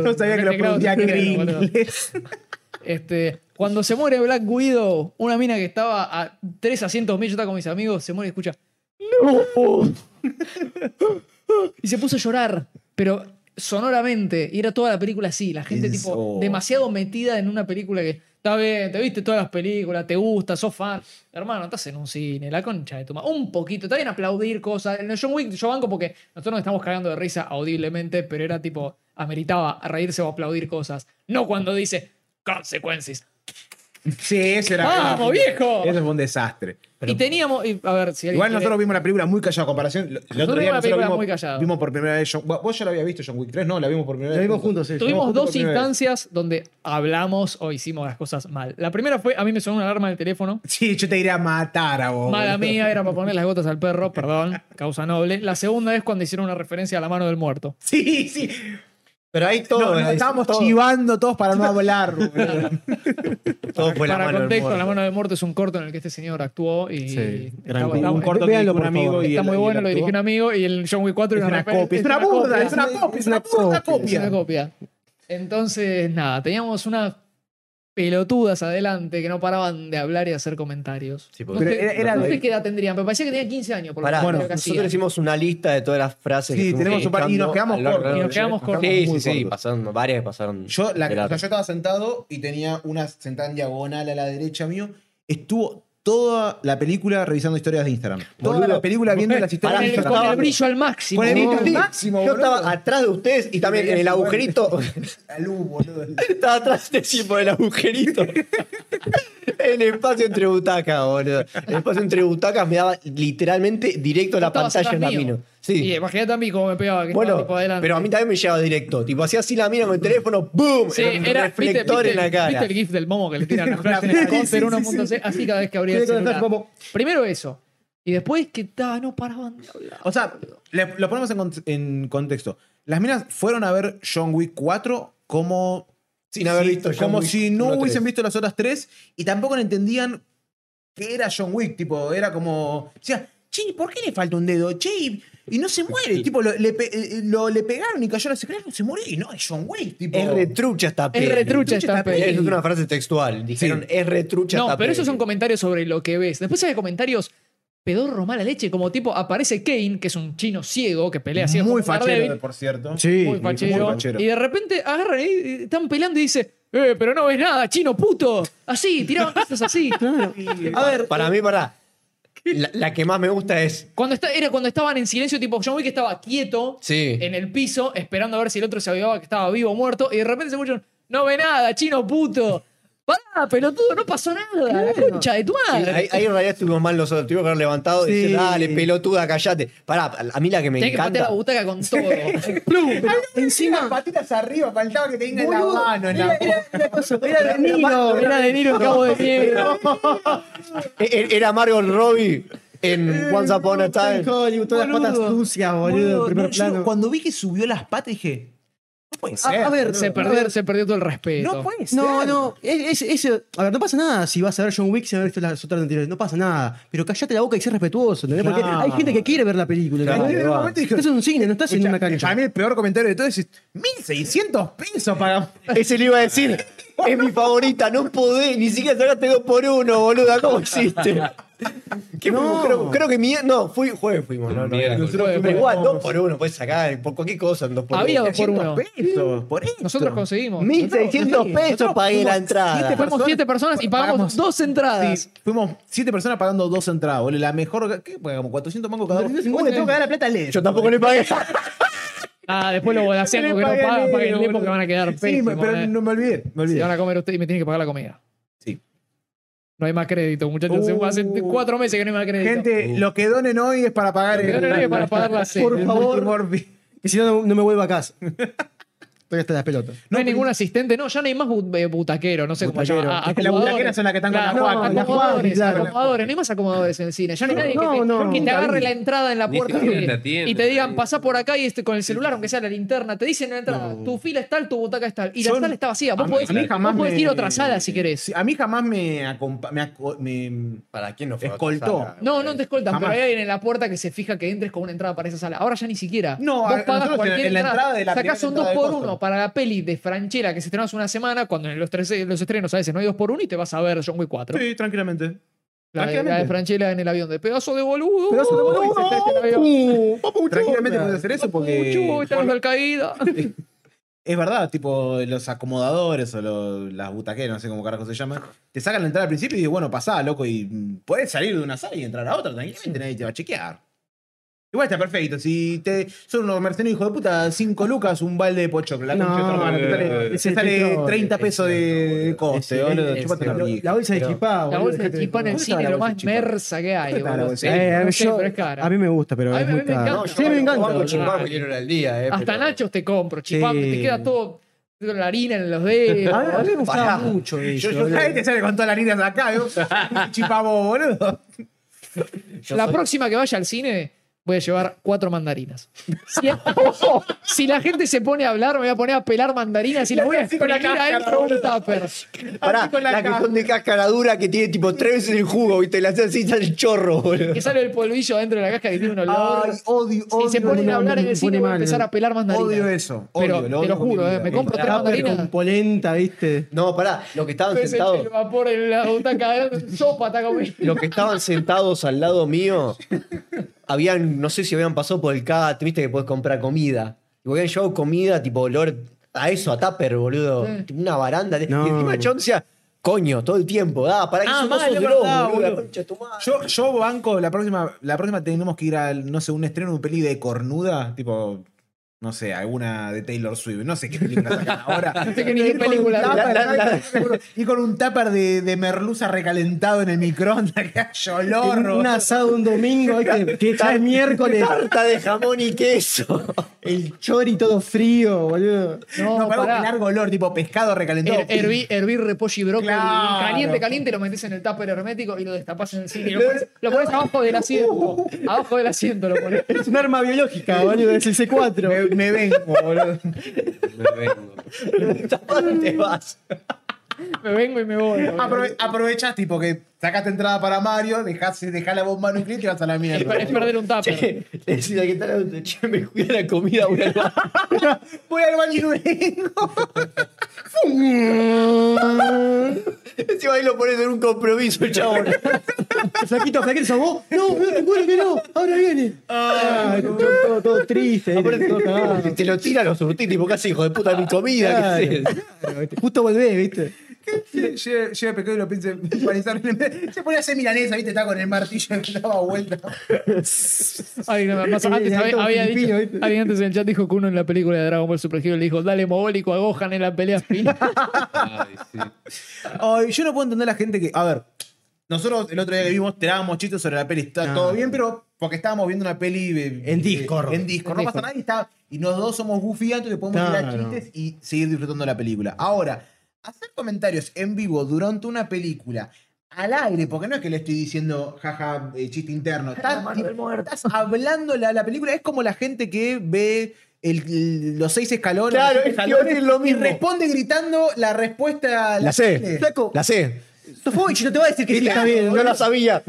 No sabía que lo producía Green.
Este, cuando se muere Black Widow, una mina que estaba a tres asientos míos, yo estaba con mis amigos, se muere y escucha. ¡No! y se puso a llorar, pero sonoramente. Y era toda la película así. La gente,
Es-
tipo,
oh.
demasiado metida en una película que. Está bien, te viste todas las películas, te gusta, sos fan. Hermano, estás en un cine, la concha de tu ma- Un poquito, está bien aplaudir cosas. En el John Wick, yo banco porque nosotros nos estamos cagando de risa audiblemente, pero era tipo, ameritaba reírse o aplaudir cosas. No cuando dice, consecuencias.
Sí, eso era.
¡Vamos, viejo!
Eso fue un desastre.
y teníamos. y, a ver, si alguien
Igual
quiere-
nosotros vimos la película muy callada. Comparación, el otro
Nosotros
día
vimos la
nosotros
película
vimos,
muy callada.
vimos por primera vez John Vos ya la habías visto, John Wick 3, no, la vimos por primera
Lo
vimos
vimos juntos, eh, sí.
Tuvimos
juntos
dos
por primera vez.
instancias donde hablamos o hicimos las cosas mal. La primera fue, a mí me sonó una alarma del teléfono.
Sí, yo te iré a matar a vos.
Mala
boludo.
mía, era para poner las gotas al perro, perdón, causa noble. La segunda es cuando hicieron una referencia a la mano del muerto.
Sí, sí.
Pero ahí todo.
No, nos
ahí
estábamos
todo-
chivando todos para no hablar. boludo.
Todo fue la
Para
mano del
contexto, la
muerto.
mano del muerto es un corto en el que este señor actuó y
Sí,
estaba-
gran
estaba-
corto.
está,
un corto que
Véanlo,
hizo un
por
amigo
favor.
y él-
muy
y él
bueno, lo dirigió un
actuó.
amigo y el John Wick 4
Es
era
una copia, es una burda, es una copia, es una burda
Es una
copia.
copia. Entonces, nada, teníamos unas pelotudas adelante que no paraban de hablar y hacer comentarios.
Sí,
No,
porque-
Pero
sé,
era- era
no sé
de-
qué edad tendrían, pero parecía que tenía 15 años. Por lo
Pará,
menos,
bueno,
lo que
nosotros
hacían.
hicimos una lista de todas las frases
Sí,
que fuimos
tenemos un par- y nos
buscando
quedamos
a lo largo
cortos.
de la
Y nos quedamos
noche.
cortos.
Sí,
Muy
sí, sí,
cortos.
pasaron varias que pasaron.
Yo, la,
de
o sea,
largo.
yo estaba sentado y tenía una sentada en diagonal a la derecha mío. Estuvo toda la película revisando historias de Instagram. Toda
Boludo.
la película viendo las
Con
historias
Pará,
de
el, con
Instagram.
el brillo al máximo.
Con el brillo al
Sí,
máximo,
yo
boludo.
estaba atrás de ustedes Oh, y también en el agujerito.
La luz, boludo.
estaba atrás de tiempo del agujerito. el espacio entre butacas, boludo. El espacio entre butacas me daba literalmente directo a la
Estabas
pantalla en la
atrás mío.
mina.
Y
Sí.
imagínate a mí cómo me pegaba. Que
Bueno,
estaba, tipo, adelante.
pero a mí también me llegaba directo. Tipo, hacía así la mina con el teléfono, ¡boom!
Sí,
Era un
era, viste,
reflector
viste-
en la cara.
¿Viste el GIF del momo que le tiran a Flash en
Sí,
el
sí,
counter
sí,
1.6? Así cada vez que abría el
Tiene que
celular.
conectar, momo.
Primero eso. Y después que ta, no paraban de hablar.
O sea, le- lo ponemos en, cont- en contexto. Las minas fueron a ver John Wick 4 como.
Sin haber
si-
visto John
Como
Wick
si no
1,
hubiesen
tres.
visto las otras tres y tampoco entendían qué era John Wick. Tipo, era como. O sea, che, ¿por qué le falta un dedo? Che, y- y no se muere. tipo, lo le, pe- eh, lo- le pegaron y cayó la secretaria y no se murió. Y no, es John Wick. Tipo,
Es retrucha esta peli.
retrucha esta peli.
Esa Es una frase textual. Dijeron, es retrucha
No,
esta
pero esos
peli".
son comentarios sobre lo que ves. Después hay comentarios pedorros mala leche, como tipo aparece Kane, que es un chino ciego que pelea ciego.
muy
con Daredevil,
fachero, eh, por cierto.
Sí.
muy fachero.
muy fachero.
Y de repente agarran y y están peleando y dice, eh, pero no ves nada, chino puto. Así, tiraban cosas así.
A ver, para mí, para. La, la que más me gusta es.
Cuando está, era cuando estaban en silencio, tipo John Wick estaba quieto
Sí.
en el piso, esperando a ver si el otro se avivaba que estaba vivo o muerto, y de repente se escuchan, no ve nada, chino puto. Pará, pelotudo, no pasó nada, la concha de tu madre.
Ahí, ahí en realidad estuvimos mal nosotros. Tuvimos que haber levantado y decir,
Sí.
dale, pelotuda, callate. Pará, a mí la que me
Tenés que patear
encanta.
la butaca con todo.
Encima.
patitas arriba, faltaba que te venga en la
boludo,
mano. En la...
Era, era- era cosa- era de Niro.
Era de Niro, cabo de miedo.
E- e- Era Margot Robbie en Once Upon a Time.
En Hollywood, todas las patas
Boludo.
sucias, boludo, en primer
yo
plano.
cuando vi que subió las patas dije, no puede
A-
ser.
a, ver,
Se perdió, se perdió todo el respeto.
no puede ser.
No, no, es, es- es- a ver, no pasa nada si vas a ver John Wick sin haber visto las otras anteriores, no pasa nada. Pero callate la boca y sé respetuoso, ¿entendés? Porque
Claro.
hay gente que quiere ver la película.
En
¿entendés?
un momento dije,
Estás en un cine, no estás en una
escucha,
cancha.
Para mí el peor comentario de todo es 1600 pesos para
Ese le iba a decir, es mi favorita, no podés, ni siquiera sacaste dos por uno, boluda, ¿cómo hiciste? ¿Qué
No.
fuimos? Creo, creo que mi... No, fui, jueves fuimos, no, no,
Miércoles.
nosotros
Jueves
fuimos.
fuimos.
Igual, dos por uno, podés sacar, por cualquier cosa, en dos por
Había
uno.
dos por uno.
pesos. Por esto.
Nosotros conseguimos.
1600 pesos pagué la entrada.
Fuimos siete personas y pagamos
Pagamos-
dos entradas.
Sí, fuimos siete personas pagando dos entradas, boludo. La mejor, ¿qué? Pagamos 400 mangos cada uno. Vos le tengo que dar la plata al Leo.
Yo tampoco le pagué.
Ah, después lo bodacean
Le
porque no
pagué al
pagan,
Leo,
paguenle
boludo.
porque van a quedar
Sí,
pésimos.
pero
eh.
no me olvidé. Me
Se
olvidé.
van a comer ustedes y me tienen que pagar la comida.
Sí.
No hay más crédito, muchachos.
Uh.
Hace cuatro meses que no hay más crédito.
Gente, lo que donen hoy es para pagar
que donen hoy es para pagar la cena.
Por
El
favor.
Que si no, no, no me vuelvo a casa. Estoy hasta las pelotas.
no hay ningún asistente, no, ya no hay más bu- eh, butaquero, no sé cómo se llama. Ah,
pues- Es que las
acomodadores.
butaqueras son las que están con
Claro,
la guaca,
no,
las
acomodadores,
guaca, claro.
acomodadores, no hay más acomodadores en el cine. Ya no hay nadie
No,
que, te,
no,
que te
nunca
agarre
vi.
la entrada en la
Ni
puerta y,
siquiera te
te-
atienden
y te digan,
ahí.
pasá por acá y este, con el celular, aunque sea la linterna, te dicen en la entrada, tu fila es tal, tu butaca es tal. Y la
Yo-
sala está vacía. Vos
a mí-
podés,
a mí jamás
vos podés
me-
ir a otra sala si querés.
Sí, a mí jamás me, acompa- me, aco- me-
¿Para quién nos
fue a otra Escoltó. sala?
No, no te escoltan,
Jamás.
pero hay alguien en la puerta que se fija que entres con una entrada para esa sala. Ahora ya ni siquiera.
No, a-
Vos pagas
nosotros
cualquier
en la
entrada.
entrada de la
Sacás
primera
un 2
entrada de
por
Costco.
1 para la peli de Franchella que se estrenó hace una semana, cuando en los, tres, los estrenos a veces no hay 2 por 1 y te vas a ver John Wick 4.
Sí, tranquilamente.
la, de- la de
tranquilamente.
Franchella en el avión de pedazo de boludo.
Pedazo de boludo,
se está en el avión.
Tranquilamente puedes hacer eso
Chuchu,
porque
estamos al caída.
es verdad, tipo los acomodadores o los- las butaqueras, no sé cómo carajo se llaman, te sacan la entrada al principio y digo, bueno, pasá, loco, y mm, podés salir de una sala y entrar a otra, tranquilamente nadie te va a chequear. Igual está perfecto, si te son unos mercenarios hijo de puta, 5 lucas, un balde de pochoclo, la
No, eh,
concha de tu madre, te sale-
es
te
el
sale
petróleo,
30
es
pesos de
Es-
coste,
es-
boludo,
es-
chupate la
la,
pija.
la bolsa de chipá,
La
boludo.
bolsa de chipá en el
¿Dónde
cine
está
es
la
lo
bolsa
más
de chipá?
merza que hay.
¿Dónde está la
boludo.
bolsa de
Sí,
Eh,
no sé,
yo-
pero es cara.
a mí me gusta, pero
A mí
es
me-
muy
me
cara.
encanta.
Sí, me encanta.
Banco
boludo.
chipá, me quiero ir al día, eh,
Hasta
pero-
nachos te compro, chipá.
Sí.
Te queda todo con la harina en los dedos.
A mí- a mí me gustaba
Pará.
mucho eso.
Yo- yo-
boludo.
Ahí te sale con todas las líneas de acá, ¿no? chipamos, boludo.
Yo
la
soy-
próxima que vaya al cine voy a llevar cuatro mandarinas. Si, si la gente se pone a hablar, me voy a poner a pelar mandarinas y las voy a
Así con la
exprimir a él
cáscara,
con un
boludo.
tupper.
Pará,
Así con
la,
la
que
cara.
son de cáscara dura que tiene tipo tres veces el jugo, viste, la hace así sale el chorro, boludo.
Que sale el polvillo dentro de la casca que tiene un olor.
Ay, odio, odio.
y se ponen
no,
a hablar
no,
en el
me
cine
pone
y voy a
mal,
empezar
no.
a pelar mandarinas.
Odio eso.
Pero
odio,
te
odio
lo
con mi
juro,
vida.
eh, me compro tres
Tupper
mandarinas.
con polenta, ¿viste?
No, pará, los que estaban
Entonces
sentados.
Pues el vapor en la butaca, sopa, está como-
Los que estaban sentados al lado mío, habían, no sé si habían pasado por el CAT, viste que podés comprar comida. Y habían llevado comida tipo olor a eso, a tupper, boludo.
Sí.
Tipo Una baranda.
No.
Y encima el chabón decía, coño, todo el tiempo, da, para que
Ah,
eso no
mal,
sos
es
drogo,
verdad,
boludo, la
boludo.
concha de tu madre.
Yo, yo banco, la próxima, la próxima tenemos que ir al, no sé, un estreno, un peli de cornuda, tipo, no sé, alguna de Taylor Swift, no sé qué película sacan ahora.
No sé qué ni
Ir
qué
con un
película.
tupper,
La- la-
Y con un tupper de, de merluza recalentado en el microondas, que haya olor.
Un- Un
boludo.
asado un domingo, ¿viste? que ya es miércoles.
Tarta de jamón y queso.
El chori todo frío, boludo.
No,
No, pero
pará. Er,
un largo olor, tipo pescado recalentado.
Her- herví, herví repollo y brócoli.
Claro.
Caliente, caliente, lo metés en el tupper hermético y lo destapás en el cine. y Lo pones, lo pones abajo del asiento. Abajo del asiento lo pones.
Es un arma biológica, boludo. Es el
me,
C4.
me vengo, boludo.
Me vengo.
¿Dónde te vas?
Me vengo y me voy. boludo.
Aprove- aprovechás, tipo, que sacaste entrada para Mario, dejás, dejás la bomba nuclear y te vas a la
Es,
mierda.
per- es perder un tupper.
Che, le decís a que está al auto, che, me cuida la comida, voy al bar.
Voy al baño y vengo.
Encima ahí lo pones en un compromiso, chabón.
Flaquito, flaquito, ¿sos vos? No, no, te juro que no. Ahora viene. Ay, todo, todo triste. ¿viste? Todo cagado.
Te lo tira, lo surtís, tipo, casi hijo de puta mi comida, ¿qué haces?
Claro, ¿viste? Justo volvés, ¿viste?
Llega llega Pecado y lo piensa empanizar. Se ponía a hacer milanesa, ¿viste? Está con el martillo y le daba vuelta.
Alguien, más antes,
Era
había,
todo
había
filipino,
dicho-
¿viste?
alguien antes en el chat dijo que uno en la película de Dragon Ball Super Hero le dijo, dale mogólico a Gohan en la pelea final.
Ay, sí.
Ay, yo no puedo entender a la gente que. A ver, nosotros el otro día que vimos tirábamos chistes sobre la peli, está
Ah.
todo bien, pero porque estábamos viendo una peli. eh,
En
eh,
Discord.
En Discord, no
En
pasa
Discord.
nada y, está, y los dos somos goofy antes que podemos tirar
Claro.
chistes y seguir disfrutando la película. Ahora, hacer comentarios en vivo durante una película. Al aire, porque no es que le estoy diciendo jaja, eh, chiste interno. Estás, estás hablando la, la película, es como la gente que ve el- el- los seis escalones,
Claro,
los seis
es que ahora es lo
y
mismo.
responde gritando la respuesta. a
La
tele.
sé.
Flaco,
La sé.
Sofovich no te va a decir que sí está bien.
no la sabía.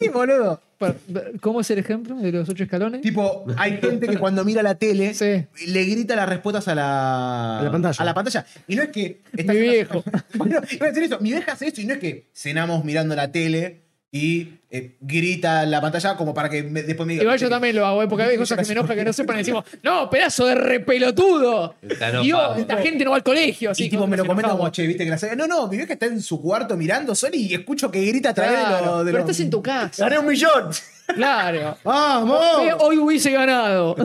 Sí, boludo.
Pero, ¿Cómo es el ejemplo de los ocho escalones?
Tipo, hay gente que cuando mira la tele
Sí.
le grita las respuestas a la,
A la pantalla.
a pantalla. Y no es que.
Mi viejo.
bueno, iba a decir eso. Mi vieja hace eso y no es que cenamos mirando la tele y eh, grita la pantalla como para que me- después me diga.
Igual yo también lo hago, ¿eh? porque hay cosas que me enoja que no sepan y decimos, no, pedazo de repelotudo.
Está enojado.
Dios, esta gente no va al colegio. Así
Y tipo,
como
me lo
nos
comenta como,
enojamos.
che, viste que la sabía. No, no, mi vieja está en su cuarto mirando solo y escucho que grita a través de
Claro,
lo- de
pero
lo-
estás en tu casa.
Gané un millón.
Claro. Eh,
¡Vamos!
Hoy hubiese ganado.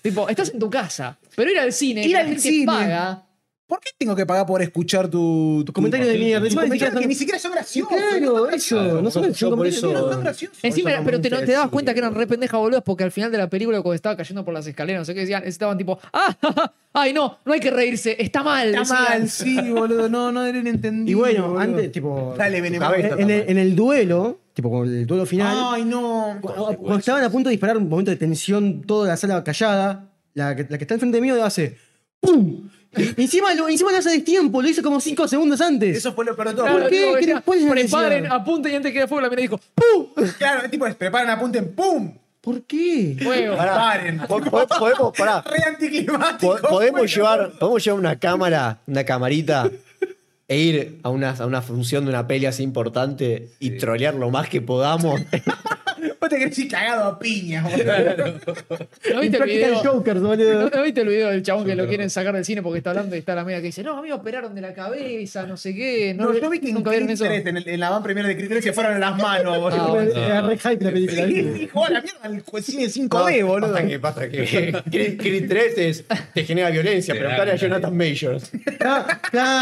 tipo, estás en tu casa. Pero ir al cine,
Ir
que la
al
gente
cine.
paga.
¿Por qué tengo que pagar por escuchar tu, tu
comentario de mierda.
Encima
Encima
de
ni siquiera
que
son-
ni siquiera son graciosos. no son
Claro,
graciosos.
eso. No son
Yo- yo por
son-
eso-
No son graciosos.
Encima,
Por eso
pero
no
te,
me
no- te
interesa
dabas
el
cuenta que
cine.
eran re pendejas boludas porque al final de la película cuando estaba cayendo por las escaleras, no sé qué decían, estaban tipo, ah, ja, ja, ay no, no hay que reírse, está mal.
Está
decían.
mal, sí, boludo. No, no deben entender.
Y bueno, antes, tipo.
Dale, Benemato.
Cabeza,
En el, en el duelo, tipo con el duelo final,
Ay, no.
cu- cuando, estaban a punto de disparar un momento de tensión, toda la sala callada, la que, la que está enfrente mío hace ¡Pum! Y encima lo, encima lo hace a destiempo, lo hizo como 5 segundos antes.
Eso fue lo peor de todo.
Claro,
¿Por qué?
tipo,
¿Qué
decían,
les pueden
Preparen,
decir?
apunten y antes que quede fuego la mina dijo, ¡pum!
Claro, tipo, es, preparan, apunten, ¡pum!
¿Por qué?
Fuego.
Pará.
Paren.
Po- po- Podemos,
Ah.
pará.
Re anticlimático.
Po- podemos,
Bueno,
llevar, podemos llevar una cámara, una camarita, e ir a una, a una función de una peli así importante y trolear lo más que podamos.
Vos te querés ir cagado a piña, boludo.
¿No viste el
Practican
video?
Joker, boludo.
¿No, no viste el video del chabón que lo quieren sacar del cine porque está hablando y está la mina que dice, no, a mí me operaron de la cabeza, no sé qué. No,
No, yo vi que en
nunca vieron
Creed
eso.
3, en, el- en la van primera de Creed 3, se fueron las manos,
Ah,
boludo.
bueno.
Era re hype la película. ¿viste?
Hijo, a la mierda, el cine 5D, boludo.
Pasa que, pasa que Creed, Creed 3 es- te genera violencia,
Te
pero
da
cara a
una-
Jonathan Majors.
Ah,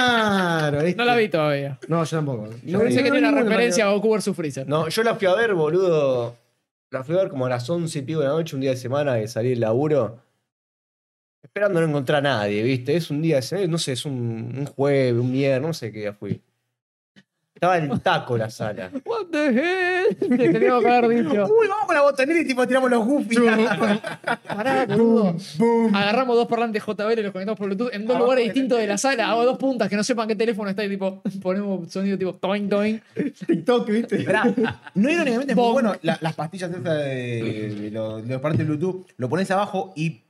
Claro, ¿viste?
No la vi todavía.
No, yo tampoco.
Yo pensé que
no
era una
ninguna,
referencia a Goku vs Freezer.
No, yo la fui a ver, boludo. La fui a ver como a las 11 y pico de la noche, un día de semana que salí del laburo. Esperando no encontrar a nadie, ¿viste? Es un día de semana, no sé, es un, un jueves, un viernes, no sé qué día fui. Estaba el taco la sala.
What the hell? Te teníamos que haber dicho.
Uy, vamos con la botonera y tipo tiramos los goofy.
Pará, boludo. Agarramos dos parlantes JBL y los conectamos por Bluetooth en dos lugares distintos de la sala. Hago dos puntas que no sepan qué teléfono está y tipo, ponemos sonido tipo toing toing.
TikTok, ¿viste?
Esperá, no irónicamente es muy
Bonk.
bueno. la- las pastillas esas de, de los, de los parlantes Bluetooth, lo pones abajo y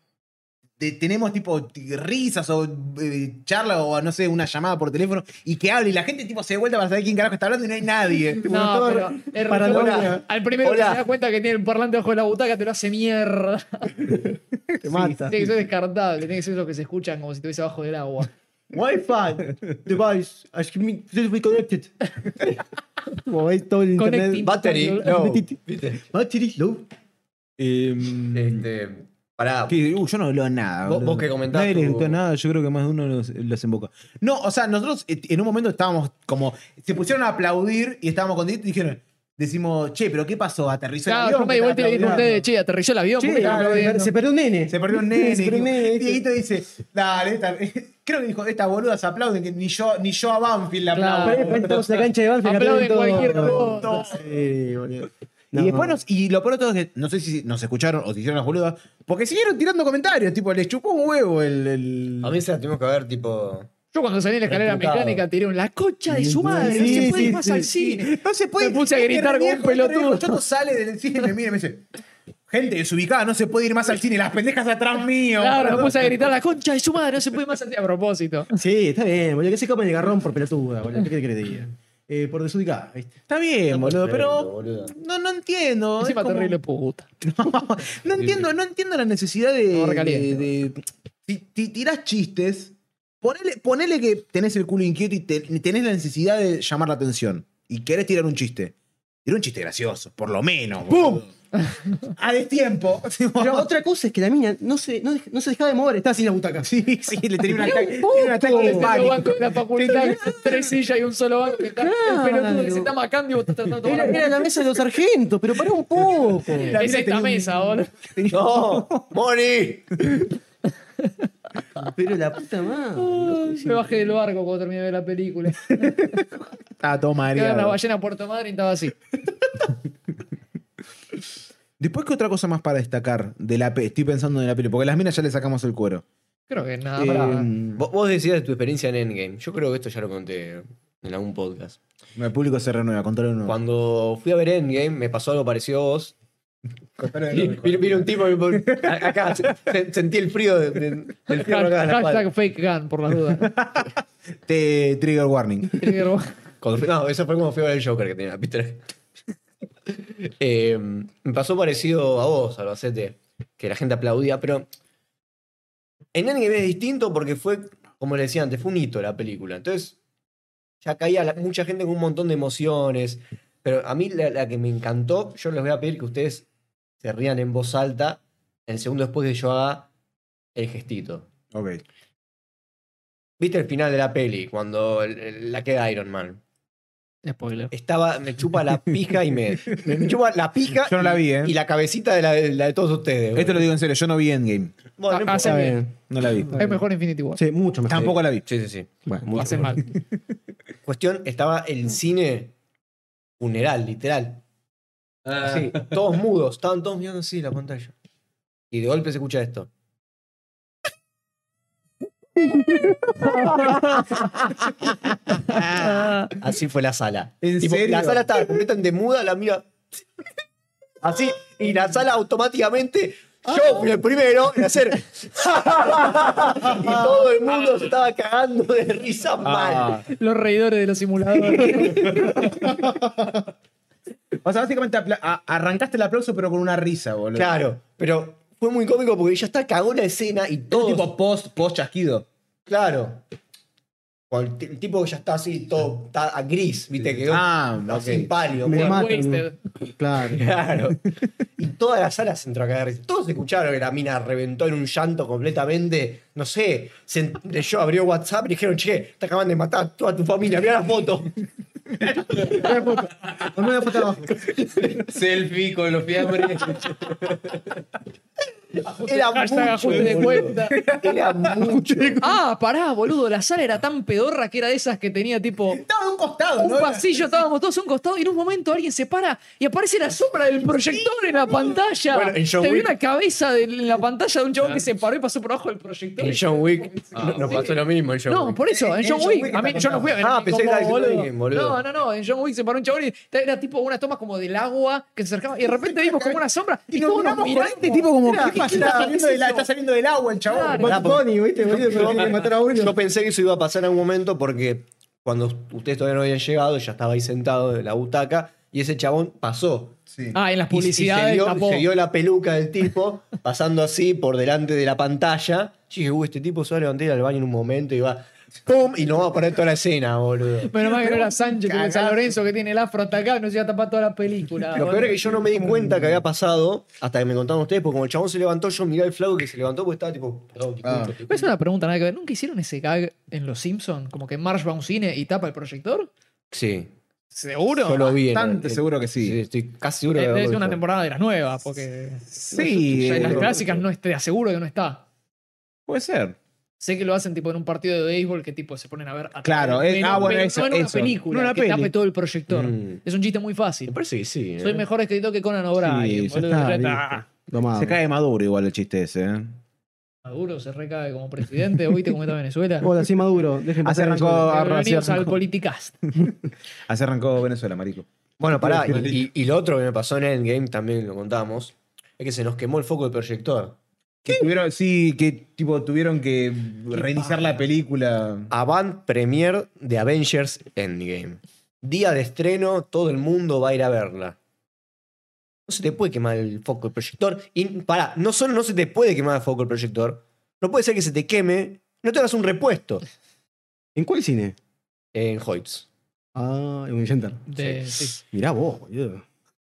te- tenemos tipo t- risas o eh, charla o no sé, una llamada por teléfono y que hable y la gente tipo se vuelta para saber quién carajo está hablando y no hay nadie.
No, pero es re-
paranoia.
al primero que
Hola.
se da cuenta que tiene el parlante bajo la butaca te lo hace mierda.
Te mata.
Tiene que ser descartable, tiene que ser eso que se escuchan como si estuviese abajo del agua.
Wi-Fi, device, ask me to be connected. Como veis todo el
Connecting.
internet.
Battery, no. ¿Viste?
Battery, low.
Este, pará.
Que, Eh, uh, yo Mm. no hablo nada.
Vos-
boludo.
vos que comentás
Nadie les
tu-
gustó nada, yo creo que más de uno los, los emboca.
No, o sea, nosotros eh, en un momento estábamos como, se pusieron a aplaudir y estábamos contentos y dijeron, decimos, che, pero ¿qué pasó? Aterrizó el
Claro,
avión,
yo me
que
di
estaba
vuelta y le dije a
aplaudiendo".
ustedes, che, aterrizó el avión. ¿por qué están aplaudiendo?"
se perdió un nene.
Se perdió un nene.
Se perdió un nene,
Digo,
¿viste?
Dieguito dice, dale, esta- creo que dijo, estas boludas aplauden, que ni yo, ni yo a Banfield la
Claro.
aplaudo.
Estamos en la cancha de Banfield.
Aplauden cualquier
todo.
cosa.
Sí, boludo.
Y después nos, y lo peor de todo es que no sé si nos escucharon o si hicieron las boludas, porque siguieron tirando comentarios, tipo, les chupó un huevo el. el-
A mí se la tuvimos que ver, tipo.
Yo cuando salí en la escalera
Refutado.
mecánica tiré un la concha de su madre,
Sí,
no se
sí,
puede ir
sí,
más
sí,
al
sí.
cine.
No se puede.
Me puse a gritar como un pelotudo.
Yo sale del cine y me mira y me dice, gente desubicada, no se puede ir más al cine, las pendejas atrás mío.
Claro, me
boludo".
puse a gritar la concha de su madre, no se puede más al cine. A propósito.
Sí, está bien, boludo. Que se comen el garrón por pelotuda, boludo. ¿Qué querés que te diga? Eh, por desubicada, ¿viste?
Está bien, boludo, pero.
Boludo.
No, no entiendo. es
Encima
como-
terrible puta.
No entiendo, no entiendo la necesidad de.
No, recaliente.
de- de- si, si tirás chistes,
Ponele, ponele que tenés el culo inquieto y te- tenés la necesidad de llamar la atención. Y querés tirar un chiste. Tira un chiste gracioso, por lo menos. ¡Pum! A destiempo.
Pero otra cosa es que la mina no se, no, dej- no se dejaba de mover, estaba así en la butaca.
Sí, sí, le tenía una ataque-
poco.
tenía un ataque de
Tres este solo
pánico.
bancos en la facultad, tres sillas y un solo banco. Está,
Claro.
El pelotudo que se está macando y vos estás tratando de
Era,
tomar
era la mesa de los sargentos, pero pará un poco.
la Es esta mesa, boludo.
¡No! ¡Moni!
Pero la puta
Uh,
madre.
Me bajé del barco cuando terminé de ver la película.
Ah, toma,
Quedaba una
mareado.
ballena a Puerto Madryn y estaba así.
Después, ¿qué otra cosa más para destacar de la pe- Estoy pensando en la peli, porque a las minas ya le sacamos el cuero.
Creo que nada,
Eh,
Ah, pará.
Vos, vos decías de tu experiencia en Endgame. Yo creo que esto ya lo conté en algún podcast.
el público se renueva, contalo de nuevo.
Cuando fui a ver Endgame, me pasó algo parecido a vos. Vino vino un tipo y- a- acá, se- se- sentí el frío de- de- del frío acá en la espalda.
Hashtag fake gun, por las dudas.
Te- trigger warning.
Trigger warning.
Cuando fui- no, eso fue como fui a ver el Joker que tenía Peter. Eh, me pasó parecido a vos, Albacete, que la gente aplaudía, pero en Endgame es distinto porque fue, como le decía antes, fue un hito la película. Entonces, ya caía la- mucha gente con un montón de emociones. Pero a mí la, la que me encantó, yo les voy a pedir que ustedes se rían en voz alta el segundo después que yo haga el gestito.
Ok.
¿Viste el final de la peli, cuando el- el- la queda Iron Man?
Spoiler.
Estaba, me chupa la pija y me. Me chupa la pija.
Yo no la
y-
vi, ¿eh?
Y la cabecita de la de, la de todos ustedes.
Esto
boludo.
lo digo en serio, yo no vi Endgame.
Bueno, no
Ah,
importa.
hace bien.
No la vi.
Es mejor Infinity War.
Sí, mucho mejor.
Tampoco la vi.
Sí, sí, sí.
Lo hace mal.
Cuestión: estaba el cine funeral, literal.
Ah,
Así, todos mudos. Estaban todos mirando así la pantalla. Y de golpe se escucha esto. Así fue la sala.
¿En
Tipo,
serio?
La sala estaba completamente muda, la mira. Así, y la sala automáticamente. Yo fui el primero en hacer. y todo el mundo se estaba cagando de risa
Ah.
Ah.
mal.
Los reidores de los simuladores.
O sea, básicamente apla- a- arrancaste el aplauso, pero con una risa, boludo.
Claro, pero fue muy cómico porque ya está cagó la escena y
Todo
todo.
tipo post, post chasquido.
Claro. O el, t- el tipo que ya está así, todo está a gris, ¿viste? Que
Ah,
así
ok.
pálido.
Me
bueno.
mata.
Wasted.
Claro.
Claro. Y toda la sala se entró a cagar. de risa. Todos escucharon que la mina reventó en un llanto completamente. No sé. Se en- leyó, abrió WhatsApp y dijeron, che, te acaban de matar a toda tu familia. Mirá la foto.
Ponme la foto abajo.
selfie con los fiambres.
Era
Hashtag
mucho.
ajuste de
boludo.
cuenta.
Era mucho.
Ah, pará, boludo. La sala era tan pedorra que era de esas que tenía tipo.
Estaba de un costado,
Un
¿no?
pasillo, estábamos todos a un costado y en un momento alguien se para y aparece la sombra del proyector en la pantalla.
Bueno, en John
Te vi
Wick-
una cabeza de- en la pantalla de un chabón que se paró y pasó por abajo del proyector.
En John Wick no- nos pasó lo mismo. En John
No,
Wick.
por eso, en
En
John
John
Wick.
Wick
A mí,
está
yo no fui a ver.
Ah,
ni
pensé que
cómo,
estaba diciendo alguien,
No,
boludo.
no, no. En John Wick se paró un chabón y era tipo una toma como del agua que se acercaba y de repente vimos como una sombra y, todos nos miramos.
este
como,
Mira,
¿qué pasa? Está saliendo, del- está saliendo del agua el chabón.
Claro.
Bad Bunny, ¿viste? Boludo, pero tiene que matar a uno.
Yo pensé que eso iba a pasar en algún momento porque cuando ustedes todavía no habían llegado, ya estaba ahí sentado en la butaca y ese chabón pasó.
Ah, en las
Y- y
publicidades
se vio-
tapó.
se vio la peluca del tipo pasando así por delante de la pantalla. Yo dije, "Uh, este tipo se va a levantar y ir al baño en un momento y va, ¡pum! Y nos va a poner toda la escena, boludo.
Menos mal que no era Sánchez, como San Lorenzo que tiene el afro hasta acá, no se iba a tapar toda la película.
Lo peor es que yo no me di cuenta que había pasado hasta que me contaron ustedes, porque como el chabón se levantó, yo miré al flaco que se levantó porque estaba tipo, perdón, disculpe.
Pero Es una pregunta nada que ver. ¿Nunca hicieron ese gag en Los Simpsons? Como que Marsh va a un cine y tapa el proyector.
Sí.
¿Seguro?
Yo lo vi. en-
Bastante
en-
seguro que sí.
Estoy casi seguro
Eh,
que lo
Debe ser
vi.
una temporada de las nuevas, porque
Sí,
ya en las
eh,
clásicas no te aseguro que no está.
puede ser.
Sé que lo hacen tipo en un partido de béisbol que tipo se ponen a ver a
Claro, es- ah, bueno,
pero
eso,
no en una
eso.
película
No en una
que
peli.
tape todo el proyector.
Mm.
Es un chiste muy fácil.
Me parece que sí. ¿eh?
Soy mejor escritor que Conan O'Brien.
Sí, ya
boludo,
está,
ya está.
Tomá.
Se cae maduro igual el chiste ese. ¿eh?
Maduro se recae como presidente, hoy te comenta Venezuela.
Hola, sí, Maduro. Dejen
Hace
pasar el
arrancó,
show.
Bienvenidos
hace
al
arrancó-
Politicast.
hace arrancó Venezuela, marico.
Bueno, pará, y, y- y lo otro que me pasó en Endgame, también lo contamos, es que se nos quemó el foco del proyector.
Que tuvieron, sí, que tipo tuvieron que reiniciar la película.
Avant Premier de Avengers Endgame. Día de estreno, todo el mundo va a ir a verla. No se te puede quemar el foco del proyector. Y pará, no solo no se te puede quemar el foco del proyector, no puede ser que se te queme No te hagas un repuesto.
¿En cuál cine?
En Hoyts.
Ah, en un center.
De- sí.
Mirá vos, boludo.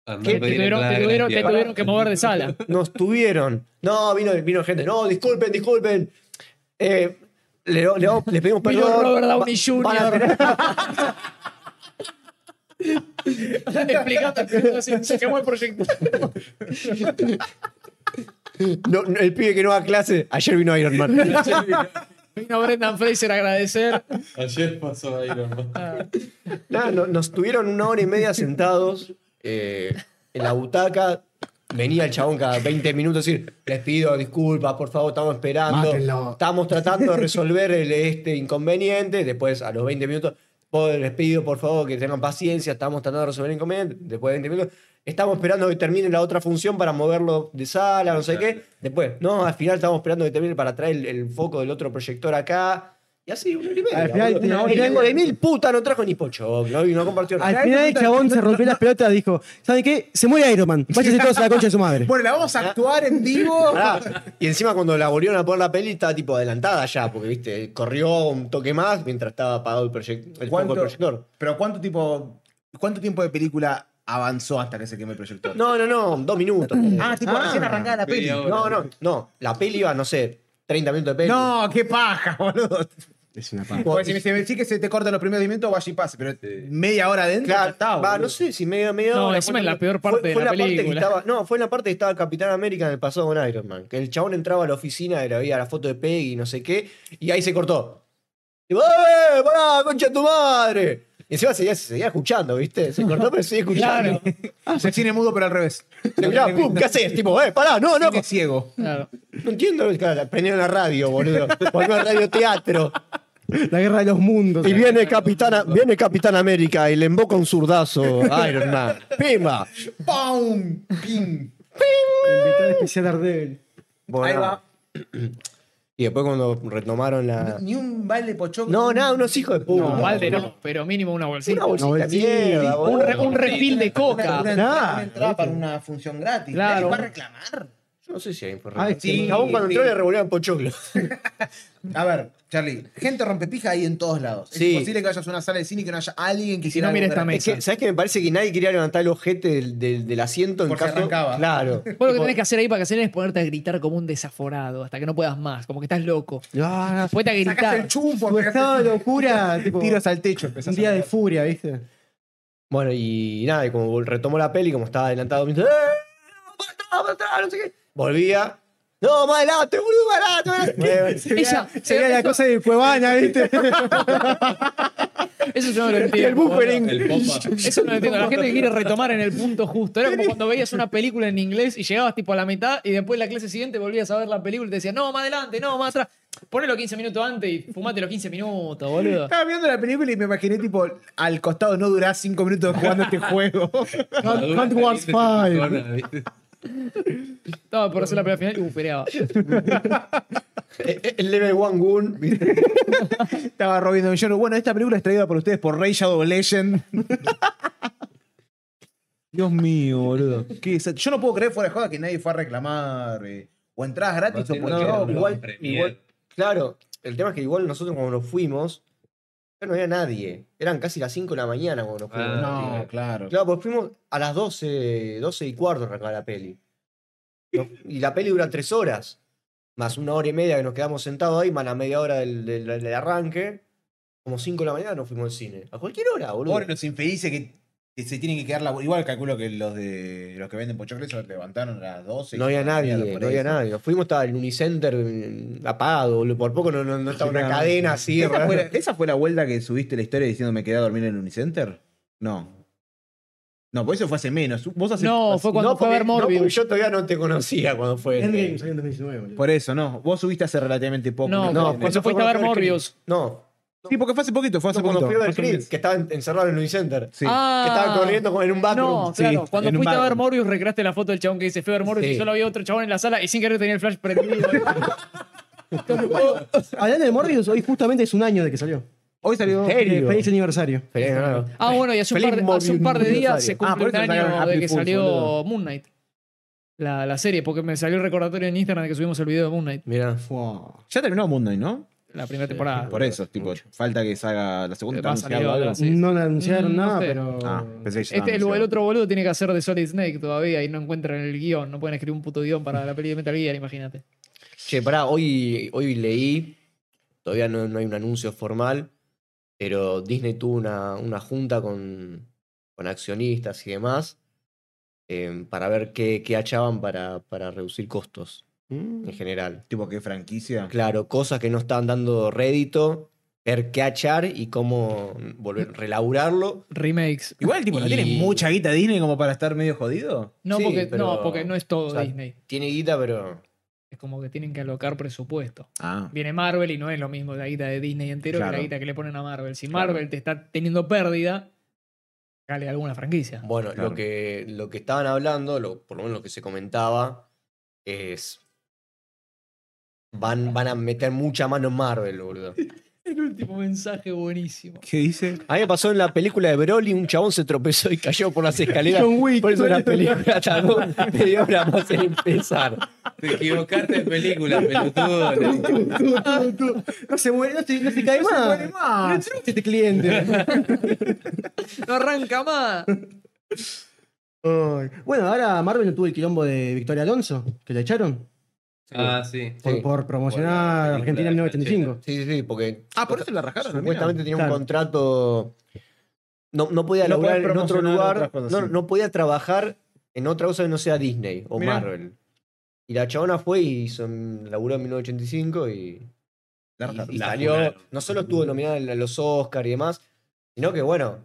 Andá
Que
a
te
pedir
tuvieron,
entrada
te tuvieron- te
gratis.
tuvieron que mover de sala.
Nos tuvieron. No, vino, vino gente. No, disculpen, disculpen. Eh, le, le- le pedimos
Vino
perdón.
Robert Downey
Va- van a-
Jr. Explicando que se- se quemó el proyecto.
No, no, el pibe que no va a clase. Ayer vino Iron Man.
Vino Brendan Fraser a agradecer.
Ayer pasó Iron Man.
Nada, no- nos tuvieron una hora y media sentados eh, en la butaca. Venía el chabón cada 20 minutos a decir, les pido disculpas, por favor, estamos esperando.
Mátenlo.
Estamos tratando de resolver el- este inconveniente. Después, a los 20 minutos, "Por- les pido, por favor, que tengan paciencia. Estamos tratando de resolver el inconveniente. Después de 20 minutos, estamos esperando que termine la otra función para moverlo de sala, no sé qué. Después, no, al final estamos esperando que termine para traer el, el foco del otro proyector acá. Y así, una hora y media.
Al final,
boludo.
una hora y
El hijo
media.
de mil puta no trajo ni pocho, no, y no compartió nada.
Al final el chabón se rompió las pelotas dijo, ¿saben qué? Se muere Iron Man. Váyase todos a la concha de su madre.
Bueno, la vamos a actuar en vivo.
Pará, Y encima cuando la volvieron a poner la peli estaba tipo adelantada ya, porque viste, corrió un toque más mientras estaba apagado el, proyec- el foco
¿Cuánto-
del proyector.
Pero ¿cuánto tipo, cuánto tiempo de película avanzó hasta que se queme el proyector?
No, no, no, dos minutos.
Ah, tipo, recién arrancada la peli.
no, no, no. La peli iba, no sé, 30 minutos de peli.
No, qué paja, boludo.
Es una paja.
Vos-
Porque si me, si me decís que se te cortan los primeros 10 minutos, vaya y pase, pero media hora adentro.
Claro,
ya está,
va,
boludo.
no sé si media, media
No,
hora,
encima es la
cuánto-
peor parte de la
parte que
película.
estaba- no, fue en la parte que estaba Capitán América en el pasado con Iron Man. Que el chabón entraba a la oficina, era, había la foto de Peggy, no sé qué, y ahí se cortó. Y, ¡Eh, pará, concha de tu madre! Y encima seguía, seguía escuchando, ¿viste? Se cortó, pero seguía escuchando.
Claro.
Ah, sí. cine mudo, pero al revés.
Se escuchaba, pum, ¿Qué haces? Tipo, ¡eh, pará, no, no!
Cine ciego.
Claro.
No entiendo. Claro, prendieron la radio, boludo. Volvió al radioteatro.
La guerra de los mundos.
Y viene Capitán, viene Capitán América y le emboca un zurdazo a Iron Man. ¡Pimba!
¡Pum! ¡Pim!
Invitado especial Ardel.
Bueno,
Ahí va.
Y después cuando retomaron la...
Ni un balde pochón.
No, nada, unos hijos de puta.
No, balde no, pero mínimo una bolsita.
Una bolsita
Una
de mierda,
Un,
boludo.
re- un refil de
Una, una
coca.
entrada,
Nah.
una entrada para una función gratis.
Claro.
Nadie va a reclamar.
Yo No sé si hay por
Ay,
Sí,
sí,
el chabón cuando entró
sí.
le revolvían pochoclo.
A ver, Charlie, gente rompepija ahí en todos lados.
Sí.
Es imposible que vayas a una sala de cine y que no haya alguien que
Si
hiciera
no, mira
algo
esta
gratis.
Es
mesa.
que, ¿sabes qué? Me parece que nadie quería levantar el ojete del, del- del asiento en
Porque
caso...
arrancaba.
Claro.
Vos lo que tenés que hacer ahí para que hacer es ponerte a gritar como un desaforado, hasta que no puedas más, como que estás loco.
Ah,
Ponete a
Sacás
gritar.
el chumbo,
tu estado de locura, tipo,
tiros al techo.
un día de furia, ¿viste?
Bueno, y nada, y como retomó la peli, como estaba adelantado, me dice, ¡Eh! ¡Para atrás, para atrás! No sé qué. Volvía. ¡No, más adelante, boludo, más adelante! más adelante".
Esa,
Sería la cosa de Cuevana, ¿viste?
Eso yo no lo
Y
entiendo.
el buffering.
El popa.
Eso no lo entiendo. La gente quiere retomar en el punto justo. Era como cuando veías una película en inglés y llegabas tipo a la mitad y después la clase siguiente volvías a ver la película y te decían, no, más adelante, no, más atrás. Ponelo 15 minutos antes y fumate los 15 minutos, boludo.
Estaba viendo la película y me imaginé, tipo, al costado no durás cinco minutos jugando este juego.
Hunt- Hunt Wars 5.
Estaba por hacer la pelea final y bufereaba.
Eh, eh, El level One Gun. ¿viste?
Estaba Robin Downey Jr. Bueno, esta película es traída por ustedes por Rey Shadow Legend. Dios mío, boludo. Qué desa- Yo no puedo creer fuera de joda que nadie fue a reclamar eh, o entradas gratis o
No,
por
No,
no,
igual,
Premier.
igual- Claro, el tema es que igual nosotros cuando nos fuimos, ya no había nadie. Eran casi las 5 de la mañana cuando nos fuimos.
Ah,
No, claro.
Claro, pues fuimos a las 12, 12 y cuarto arrancaba la peli. No, Y la peli dura tres horas, más una hora y media que nos quedamos sentados ahí, más la media hora del, del- del arranque. Como 5 de la mañana nos fuimos al cine. A cualquier hora, boludo.
Pobre los infelices que que se tienen que quedar la igual calculo que los de los que venden pochocles se levantaron a las 12 y
no había
se
nadie,
dormían por
no
ahí.
había nadie. Nos fuimos, estaba el Unicenter mm, apagado, boludo. Por poco no, no- no estaba una
Claro.
cadena así.
¿Esa
rara.
fue, la, esa fue la vuelta que subiste la historia diciendo me quedé a dormir en el Unicenter? No. No, por eso fue hace menos. Vos hace
No, fue cuando
no,
fue a
porque,
ver
no, porque
Morbius.
yo todavía no te conocía cuando fue. este. el-
Endgame salió en 2019, boludo.
Por eso, no. Vos subiste hace relativamente poco.
No,
No,
cuando
eso fue
fuiste a ver
cuando fui al
Morbius.
No,
Sí, porque fue hace poquito, fue hace
no, cuando
poquito.
fui a ver
Hace un
Creed,
mes.
que estaba en- encerrado en el Unicenter.
Sí.
Ah.
Que estaba corriendo con- en un bathroom.
No, claro.
Sí,
cuando
en un
fuiste a ver
bathroom.
Morbius, recreaste la foto del chabón que dice Fever Morbius
Sí.
y solo había otro chabón en la sala y sin querer tenía el flash prendido.
Hablando de Morbius, hoy justamente es un año de que salió.
Hoy salió.
¿En serio?
Eh, Feliz aniversario.
Feliz Año Nuevo.
ah, bueno, y hace un, par,
Feliz
de- hace un par de
Morbius
días se
aniversario.
Ah, por
cumple
eso
un
sacaron
año
April
de que
Fools,
salió
boludo.
Moon Knight. La, la serie, porque me salió el recordatorio en Instagram de que subimos el video de Moon Knight.
Mirá.
Fua.
Ya terminó Moon Knight, ¿no?
la primera temporada. eh,
Por eso, tipo, falta que salga la segunda.
Va a
¿Está
salir
anunciado
otra,
algo?
sí.
No le anunciaron
Mm, no
nada,
sé.
pero.
Ah, pensé que ya
Este, el,
estaba
el
anunciado.
otro boludo tiene que hacer de Solid Snake todavía y no encuentran el guión. No pueden escribir un puto guión para la peli de Metal Gear, imagínate.
Che, pará, hoy, hoy leí, todavía no, no hay un anuncio formal, pero Disney tuvo una, una junta con, con accionistas y demás em, para ver qué, qué hachaban para, para reducir costos en general.
Tipo, ¿qué franquicia?
Claro, cosas que no estaban dando rédito, ver qué hachar y cómo volver, relaurarlo.
Remakes.
Igual, tipo, ¿no
Y-
tiene mucha guita Disney como para estar medio jodido?
No,
Sí,
porque,
pero-
no, porque no es todo
o sea,
Disney.
Tiene guita, pero...
Es como que tienen que alocar presupuesto.
Ah.
Viene Marvel y no es lo mismo la guita de Disney entero que
Claro.
la guita que le ponen a Marvel. Si
Claro.
Marvel te está teniendo pérdida, dale alguna franquicia.
Bueno,
Claro.
lo, que, lo que estaban hablando, lo, por lo menos lo que se comentaba, es. Van, van a meter mucha mano en Marvel, boludo.
El último mensaje buenísimo.
¿Qué dice?
A mí me pasó en la película de Broly, un chabón se tropezó y cayó por las escaleras. por eso la película tardó media hora más en empezar.
Te equivocaste de película, pelotudo.
No se muere, no se, no se cae más. No se más. este cliente.
¡No arranca más!
Ay. Bueno, ahora Marvel no tuvo el quilombo de Victoria Alonso, que la echaron
Ah, sí.
por,
Sí.
por promocionar
Por la
Argentina en
película
1985.
Sí, sí, sí, porque.
Ah, por eso la rajaron.
Supuestamente tenía
Claro.
un contrato. No, no podía
No
laburar
podía
en otro
promocionar
lugar.
otras cosas,
no,
sí.
no podía trabajar en otra cosa que no sea Disney o
Mirá.
Marvel. Y la chabona fue y hizo, laburó en 1985 y,
La
y-
rajaron.
y
la
salió.
funaron.
No solo estuvo nominada a los Oscars y demás, sino que bueno,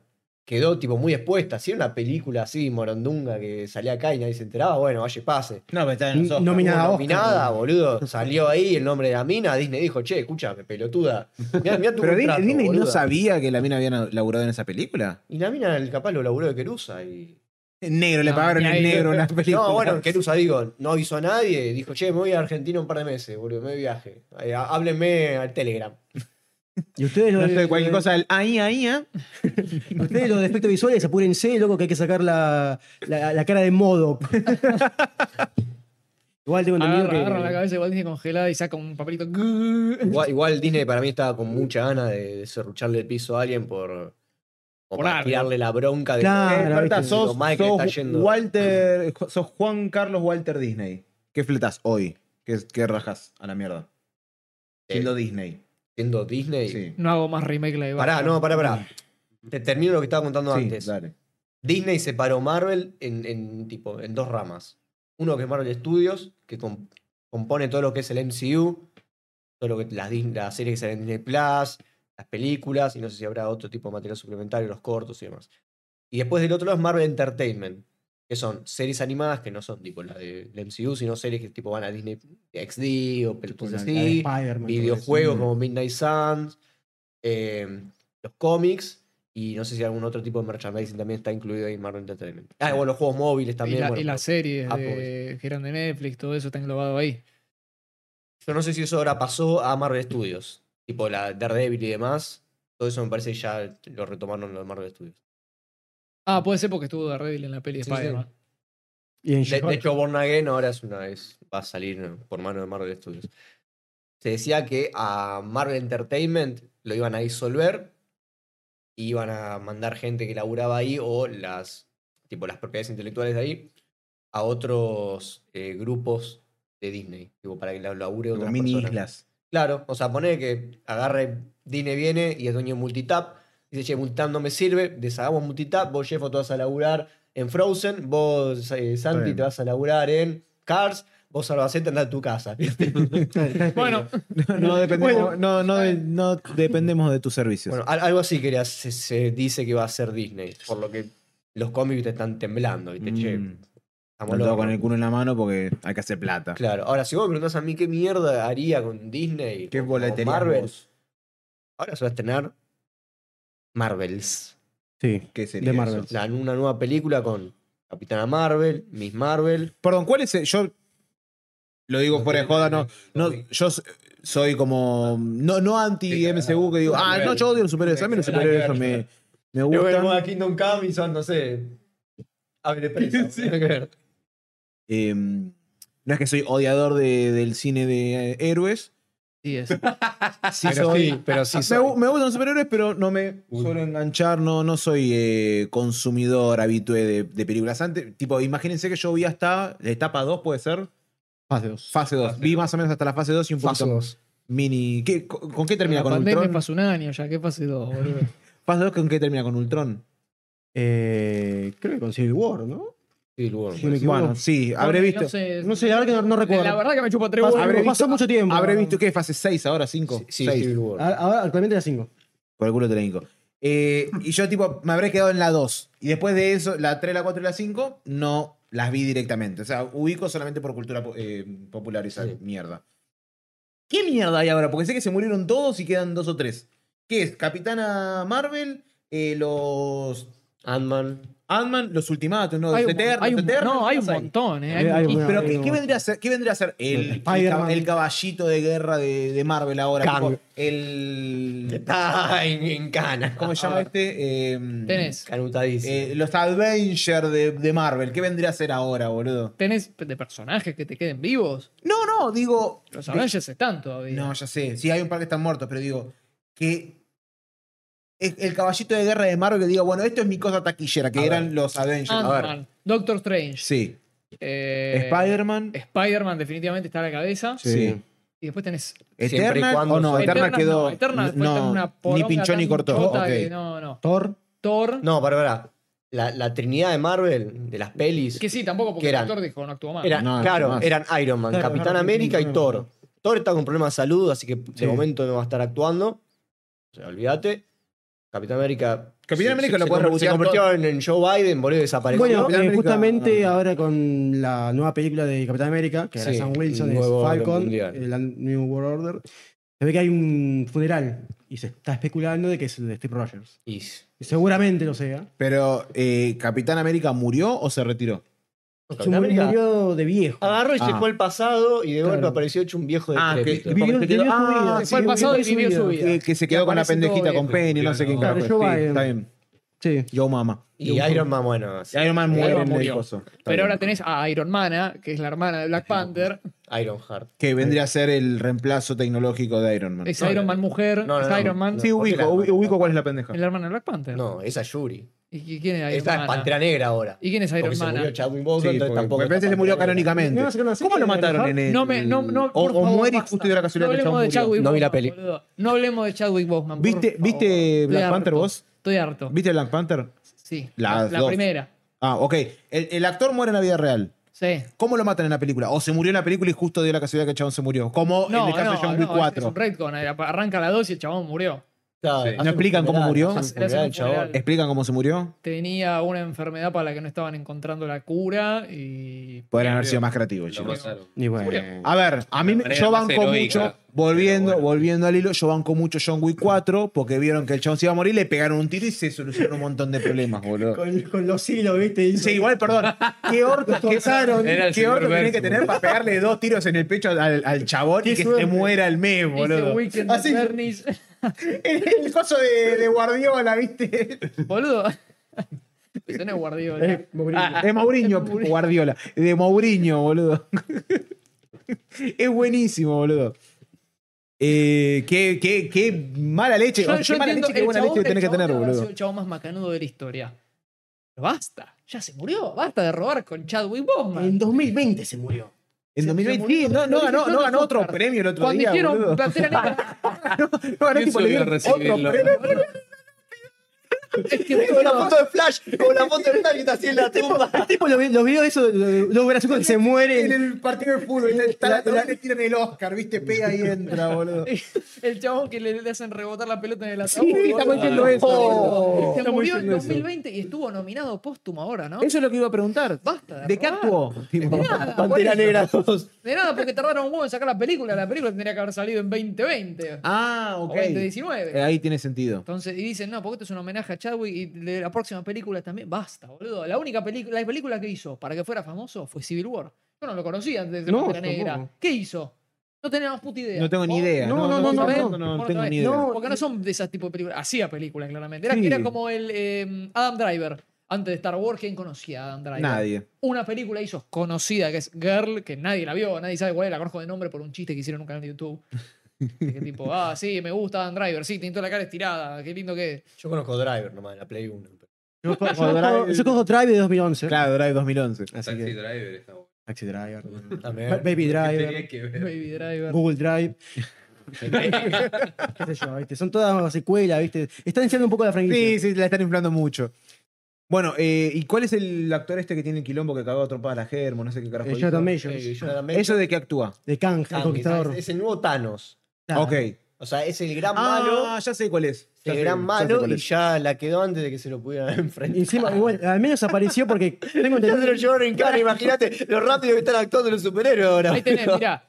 quedó tipo muy expuesta. Si era una película así, morondunga, que salía acá y nadie se enteraba, bueno, vaya y pase.
No, pero está en los
N-
ojos.
Nominada
Estuvo
a Oscar.
nominada, boludo. Salió ahí el nombre de la mina. Disney dijo, che, escúchame, pelotuda. Mirá, mirá tu
Pero Disney,
contrato,
Disney no
boluda".
sabía que la mina había laburado en esa película.
Y la mina el capaz lo laburó de Querusa y.
En negro, le
No,
pagaron
ni
en
ahí.
negro una película.
No, bueno, Querusa digo, no avisó a nadie, dijo, che, me voy a Argentina un par de meses, boludo, me voy de viaje. Eh, há- Háblenme al Telegram.
Y ustedes
No
los,
sé, cualquier
eh,
cosa del ahí, ahí, ¿eh?
ustedes los de efectos visuales, apúrense, loco, que hay que sacar la, la, la cara de modo. Igual tengo entendido
Agarra,
que.
agarra la cabeza igual tiene congelada y saca un papelito. Por
Igual, igual Disney para mí estaba con mucha gana de desarrucharle el piso a alguien por. o
Por
para
algo.
tirarle la bronca de.
Claro.
Eh,
Fleta,
viste,
digo,
sos,
Michael
sos
está yendo.
Walter, sos Juan Carlos Walter Disney. ¿Qué fletas hoy? ¿Qué, qué rajas a la mierda? Siendo Disney.
Siendo Disney.
Sí.
No hago más remake la de
Pará,
Batman.
no, pará, pará. Te termino lo que estaba contando
sí,
antes.
dale.
Disney separó Marvel en, en, tipo, en dos ramas. Uno que es Marvel Studios, que com- compone todo lo que es el MCU, todo lo que las, Dis- las series que salen en Disney Plus, las películas, y no sé si habrá otro tipo de material suplementario, los cortos y demás. Y después del otro lado es Marvel Entertainment, que son series animadas que no son tipo las de- del MCU, sino series que tipo van a Disney XD o películas
La de
así
Spider-Man.
videojuegos como Midnight Suns, eh, los cómics y no sé si algún otro tipo de merchandising también está incluido ahí en Marvel Entertainment. Ah, bueno, los juegos móviles también.
y, la,
bueno,
y las series de,
Apple.
que eran de Netflix, todo eso está englobado ahí.
Yo no sé si eso ahora pasó a Marvel Studios, tipo la Daredevil y demás. Todo eso me parece que ya lo retomaron los de Marvel Studios.
Ah, puede ser porque estuvo Daredevil en la peli de
Sí, sí.
Spider-Man.
Y en
De, de
She-Hulk.
hecho, Born Again ahora es una es- va a salir por mano de Marvel Studios. Se decía que a Marvel Entertainment lo iban a disolver y iban a mandar gente que laburaba ahí o las, tipo, las propiedades intelectuales de ahí a otros eh, grupos de Disney, tipo, para que la- labure
Como
otra
mini
persona.
islas.
Claro, o sea, poner que agarre Disney viene y es dueño de Multitap. Dice, che, Multitap no me sirve, deshagamos Multitap, vos, Jeffo, te vas a laburar en Frozen, vos, eh, Santi,
bien.
te vas a laburar en Cars, vos, Albacete, andá a tu casa.
Bueno,
No dependemos, no, no, de- no dependemos de tus servicios.
bueno, al- algo así que era- se, se dice que va a ser Disney, por lo que los cómics te están temblando, ¿viste? Che,
Mm.
estamos
No te va
locos.
con el culo en la mano porque hay que hacer plata.
Claro, ahora, si vos me preguntás a mí qué mierda haría con Disney,
¿Qué
o con
boleterías
Marvel,
vos?
ahora se va a estrenar Marvels.
Sí.
¿Qué sería
De Marvel.
eso?
la- una nueva película con Capitana Marvel, Miss Marvel.
Perdón, ¿cuál es? el- Yo lo digo fuera de joda, no, no, yo s- soy como no, no anti MCU que digo, ah, no, yo odio los superhéroes, a mí los superhéroes me, me gustan.
Kingdom Come y son, no sé. A ver, presa, tiene que ver.
Em, Eh, no es que soy odiador de- del cine de eh, héroes,
Sí, es.
Sí, pero sí, pero sí
Ah, me,
soy.
gu- me gustan los superhéroes, pero no me suelo enganchar, no, no soy eh, consumidor habitué de, de películas antes. Tipo, imagínense que yo vi hasta la etapa 2, puede ser.
Fase 2.
Fase 2. vi más o menos hasta la fase 2 y un
Fase
poquito
dos.
mini. ¿Qué- con, con qué termina
La
con
pandemia
Ultron?
pasó un año ya, ¿qué pasó dos, boludo?
Fase 2, ¿con qué termina con Ultron?
Eh, creo que con Civil War, ¿no?
Sí, luego.
Si no me equivoco.
Bueno, sí, habré visto.
No sé,
No sé, la verdad que no, no recuerdo.
la verdad que me chupa tres
Pasó-
huevos.
habré visto- pasó
ah,
mucho tiempo.
Habré visto, ¿qué? Fase 6 ahora, 5.
Sí, sí,
6.
Civil War.
A- Ahora, actualmente la 5.
Por el culo te la hinco. Eh, y yo, tipo, me habré quedado en la 2. Y después de eso, la 3, la 4 y la 5, no las vi directamente. O sea, ubico solamente por cultura po- eh, popular esa
Sí.
mierda. ¿Qué mierda hay ahora? Porque sé que se murieron todos y quedan dos o tres. ¿Qué es? Capitana Marvel, eh, los
Ant-Man.
Ant-Man, los Ultimatos, ¿no?
Hay
Los
un,
Eternos,
hay
los
un-
Eternos,
no, hay un
¿qué más
montón, ¿eh? Hay
Eh, hay
muchísimos.
una-
Pero, ¿qué, qué vendría a ser, qué vendría a ser el, el,
Spider-Man.
el caballito de guerra de, de Marvel ahora?
Kang.
Tipo, el.
Está en, en cana.
¿Cómo se llama este? Eh,
Tenés,
Canutadísimo.
eh, los Avengers de, de Marvel. ¿Qué vendría a ser ahora, boludo?
tenés de personajes que te queden vivos.
No, no, digo.
Los Avengers están todavía.
No, ya sé. Sí, hay un par que están muertos, pero digo. Que. es el caballito de guerra de Marvel que diga, bueno, esto es mi cosa taquillera, que
A ver.
eran los Avengers. A ver.
Ant-Man, Doctor Strange.
Sí.
eh,
Spider-Man.
Spider-Man definitivamente está a la cabeza.
Sí.
Y después tenés...
Siempre y
Eterna.
cuando
o no,
sea-
Eterna
Eternas
quedó.
No, Eternas fue tan
no,
una
ni
poronga
pinchó ni
tan
cortó.
chota
ok.
que no, no.
Thor.
Thor,
No, para, para. La, la trinidad de Marvel, de las pelis,
que sí, tampoco porque
que
el
eran-
actor dijo no actuó mal.
era,
No, no,
claro,
más.
eran Iron Man,
Claro,
Capitán
claro,
América y
claro.
Thor. Thor está con problemas de salud, así que de
Sí.
momento no va a estar actuando. O sea, olvídate. Capitán América.
Capitán
se-
América
se-
lo
se
puede
conv- Se
rebotear
convirtió en, en Joe Biden, boludo, desapareció.
Bueno,
Capitán
eh,
América- Ah,
justamente
no.
ahora con la nueva película de Capitán América, que era
Sí,
Sam Wilson,
el
es
nuevo orden
Falcon,
mundial.
el an- New World Order, se ve que hay un funeral y se está especulando de que es el de Steve Rogers.
Y-
Y seguramente lo sea.
Pero, eh, ¿Capitán América murió o se retiró?
Se
Capitán América
murió de viejo.
agarró y se
Ah.
fue al pasado y de
Claro.
golpe apareció hecho un viejo de
que,
Vivió-
porque se quedó-
vivió su
ah,
vida.
sí,
fue al pasado y vivió su vida.
eh, que, que se quedó con la
aparece
pendejita
todo
con
bien.
Penny, no sé quién
Claro,
carajo.
Joe
Sí,
Biden.
está bien.
Sí.
Yo, mamá.
Y Iron Man, bueno. sí.
Iron Man
Iron
muere
Man
en el
murió.
coso. Está
Pero
bien.
ahora tenés a Iron Mana, que es la hermana de Black Panther.
Iron Heart.
Que vendría a ser el reemplazo tecnológico de Iron Man.
Es Iron Man mujer,
No, no,
es
no.
Iron Man.
Sí, ubico,
Claro.
ubi- ubico cuál es la pendeja.
Es la hermana de Black Panther.
No, esa es Yuri.
¿Y y quién es Iron
Esta es
Mana?
Pantera Negra ahora.
¿Y quién es
Porque
Iron ah.
se
Mana?
murió Chadwick Boseman,
Sí,
entonces
porque-
tampoco.
porque parece que se murió canónicamente.
¿Me van a hacer una serie
¿Cómo lo
de
mataron
Iron
en el-
No me, no, no,
o,
por
o
favor,
muere
basta.
justo y de la
No
casualidad que el
hablemos
chabón
de
murió.
Chadwick
No vi la
Boseman,
peli.
boludo. No hablemos de Chadwick Boseman. por
¿Viste,
favor.
¿Viste
Estoy
Black
harto.
Panther vos?
Estoy harto.
¿Viste Black Panther?
Sí. La,
Las
la
dos.
primera.
Ah, ok. El, el actor muere en la vida real.
Sí.
¿Cómo lo matan en la película? O se murió en la película y justo dio la casualidad que el chabón se murió. Como
No,
en el caso
no,
de John
no,
Wick
es- es
4.
un retcon. Era- Arranca la 2 y el chabón murió.
Claro, hace
¿No
un
explican cómo
funeral,
murió?
hace un
Hace- hace
funeral,
un
chabón.
funeral.
¿Explican cómo se murió?
Tenía una enfermedad para la que no estaban encontrando la cura y...
Podrían haber sido más creativos,
Lo
chicos.
mataron.
Y bueno.
A ver, a mí
De
me-
manera
yo
más
banco
heroica,
mucho, volviendo,
pero bueno.
volviendo al hilo, yo banco mucho John Wick 4 porque vieron que el chabón se iba a morir, le pegaron un tiro y se solucionaron un montón de problemas, boludo.
Con, con los hilos, ¿viste? Y-
Sí, igual, perdón. ¿Qué horta qué,
Era
qué
el señor
orto tenés que
Verso.
tener para pegarle dos tiros en el pecho al, al chabón
Qué
y que se
suerte.
te muera el mes,
Ese
boludo? Ah,
weekend
Así,
de Bernice.
el coso de, de Guardiola, ¿viste?
Boludo. Pues Eso no es Guardiola.
Eh, Mourinho.
De Mourinho, Guardiola. De Mourinho, boludo. es buenísimo, boludo. Eh, qué, qué, qué mala leche.
Yo-
o sea,
yo
qué mala
entiendo,
leche, qué
el
buena
chabón-
leche tenés que
el chabón
tener,
habrá sido
boludo.
el chabón más macanudo de la historia. Pero basta. Ya se murió. Basta de robar con Chadwick Boseman.
En 2020 se murió.
En
se
2020,
murió,
sí, no, no
lo
ganó,
dije yo
no
en
ganó
los
otro
Oscars.
premio el otro
Cuando
día,
hicieron
boludo.
Pantera Negra,
No ganó, tipo,
¿Quién
le
subió a
dieron
recibirlo?
otro premio.
es que
Con la
este boludo,
foto de Flash, con la foto de Flash que está así en la tumba.
El Ah, tipo, los, vi- los videos de eso, los, los brazucos que se
En
mueren.
el partido de fútbol, está- está la- le tiran el Oscar, ¿viste? Pega y entra, boludo.
el chabón que le, le hacen rebotar la pelota en el ataúd.
Sí,
boludo.
estamos diciendo eso.
Oh, se
Estamos
murió en
diciendo eso.
2020 y estuvo nominado póstumo ahora, ¿no?
Eso es lo que iba a preguntar.
Basta de
¿De qué
robar.
actuó? Tipo,
nada,
Pantera Negra 2.
De nada, porque tardaron un huevo en sacar la película. La película tendría que haber salido en 2020
Ah,
o
ok.
2019.
Eh, Ahí tiene sentido.
Entonces, y dicen, no, porque esto es un homenaje a Chadwick y de la próxima película también. Basta, boludo. La única película, la película que hizo para que fuera famoso fue Civil War. Yo no lo conocía antes de
No,
Pantera Negra.
tampoco.
¿Qué hizo? No tenía más puta idea.
No tengo ni
Vos-
idea.
No, no,
vos
no,
sabés,
no,
vos
no
no
tengo
sabés.
ni idea.
No,
Porque no son de esas tipo de películas. Hacía películas, claramente. Era,
Sí.
era como el eh, Adam Driver. Antes de Star Wars, ¿quién conocía a Adam Driver?
Nadie.
Una película hizo conocida que es Girl, que nadie la vio, nadie sabe cuál es, la conozco de nombre por un chiste que hicieron en un canal de YouTube. Que tipo, ah, sí, me gusta Dan Driver, sí, tiene toda la cara estirada, qué lindo que es.
Yo conozco Driver nomás, de la Play 1.
Yo cojo- yo cojo Drive de 2011.
Claro, Drive 2011.
Así
Taxi
que,
Driver está bueno.
Taxi Driver. Este
También.
Baby Driver.
Tenía que ver.
Baby Driver.
Google Drive. qué sé yo, ¿viste? Son todas secuelas, ¿viste? Están enseñando un poco la
Sí,
franquicia.
sí, la están inflando mucho. Bueno, eh, ¿y cuál es el actor este que tiene el quilombo que cagó a trompadas a la Germo? No sé qué carajo.
Eh,
dijo?
Jonathan Majors,
¿Eso de qué actúa?
de Kang, el conquistador.
Es el nuevo Thanos.
Claro.
Ok.
O sea, es el gran
Ah,
malo.
ya sé cuál es. Ya
El
sé-
gran
ya sé
malo
cuál
y
es.
ya la quedó antes de que se lo pudieran
Y
enfrentar.
encima, igual, al menos apareció porque tengo
Ya se lo
entendido.
llevaron en cara, imagínate lo rápido que están actuando los superhéroes ahora.
Ahí tenés,
boludo.
mirá.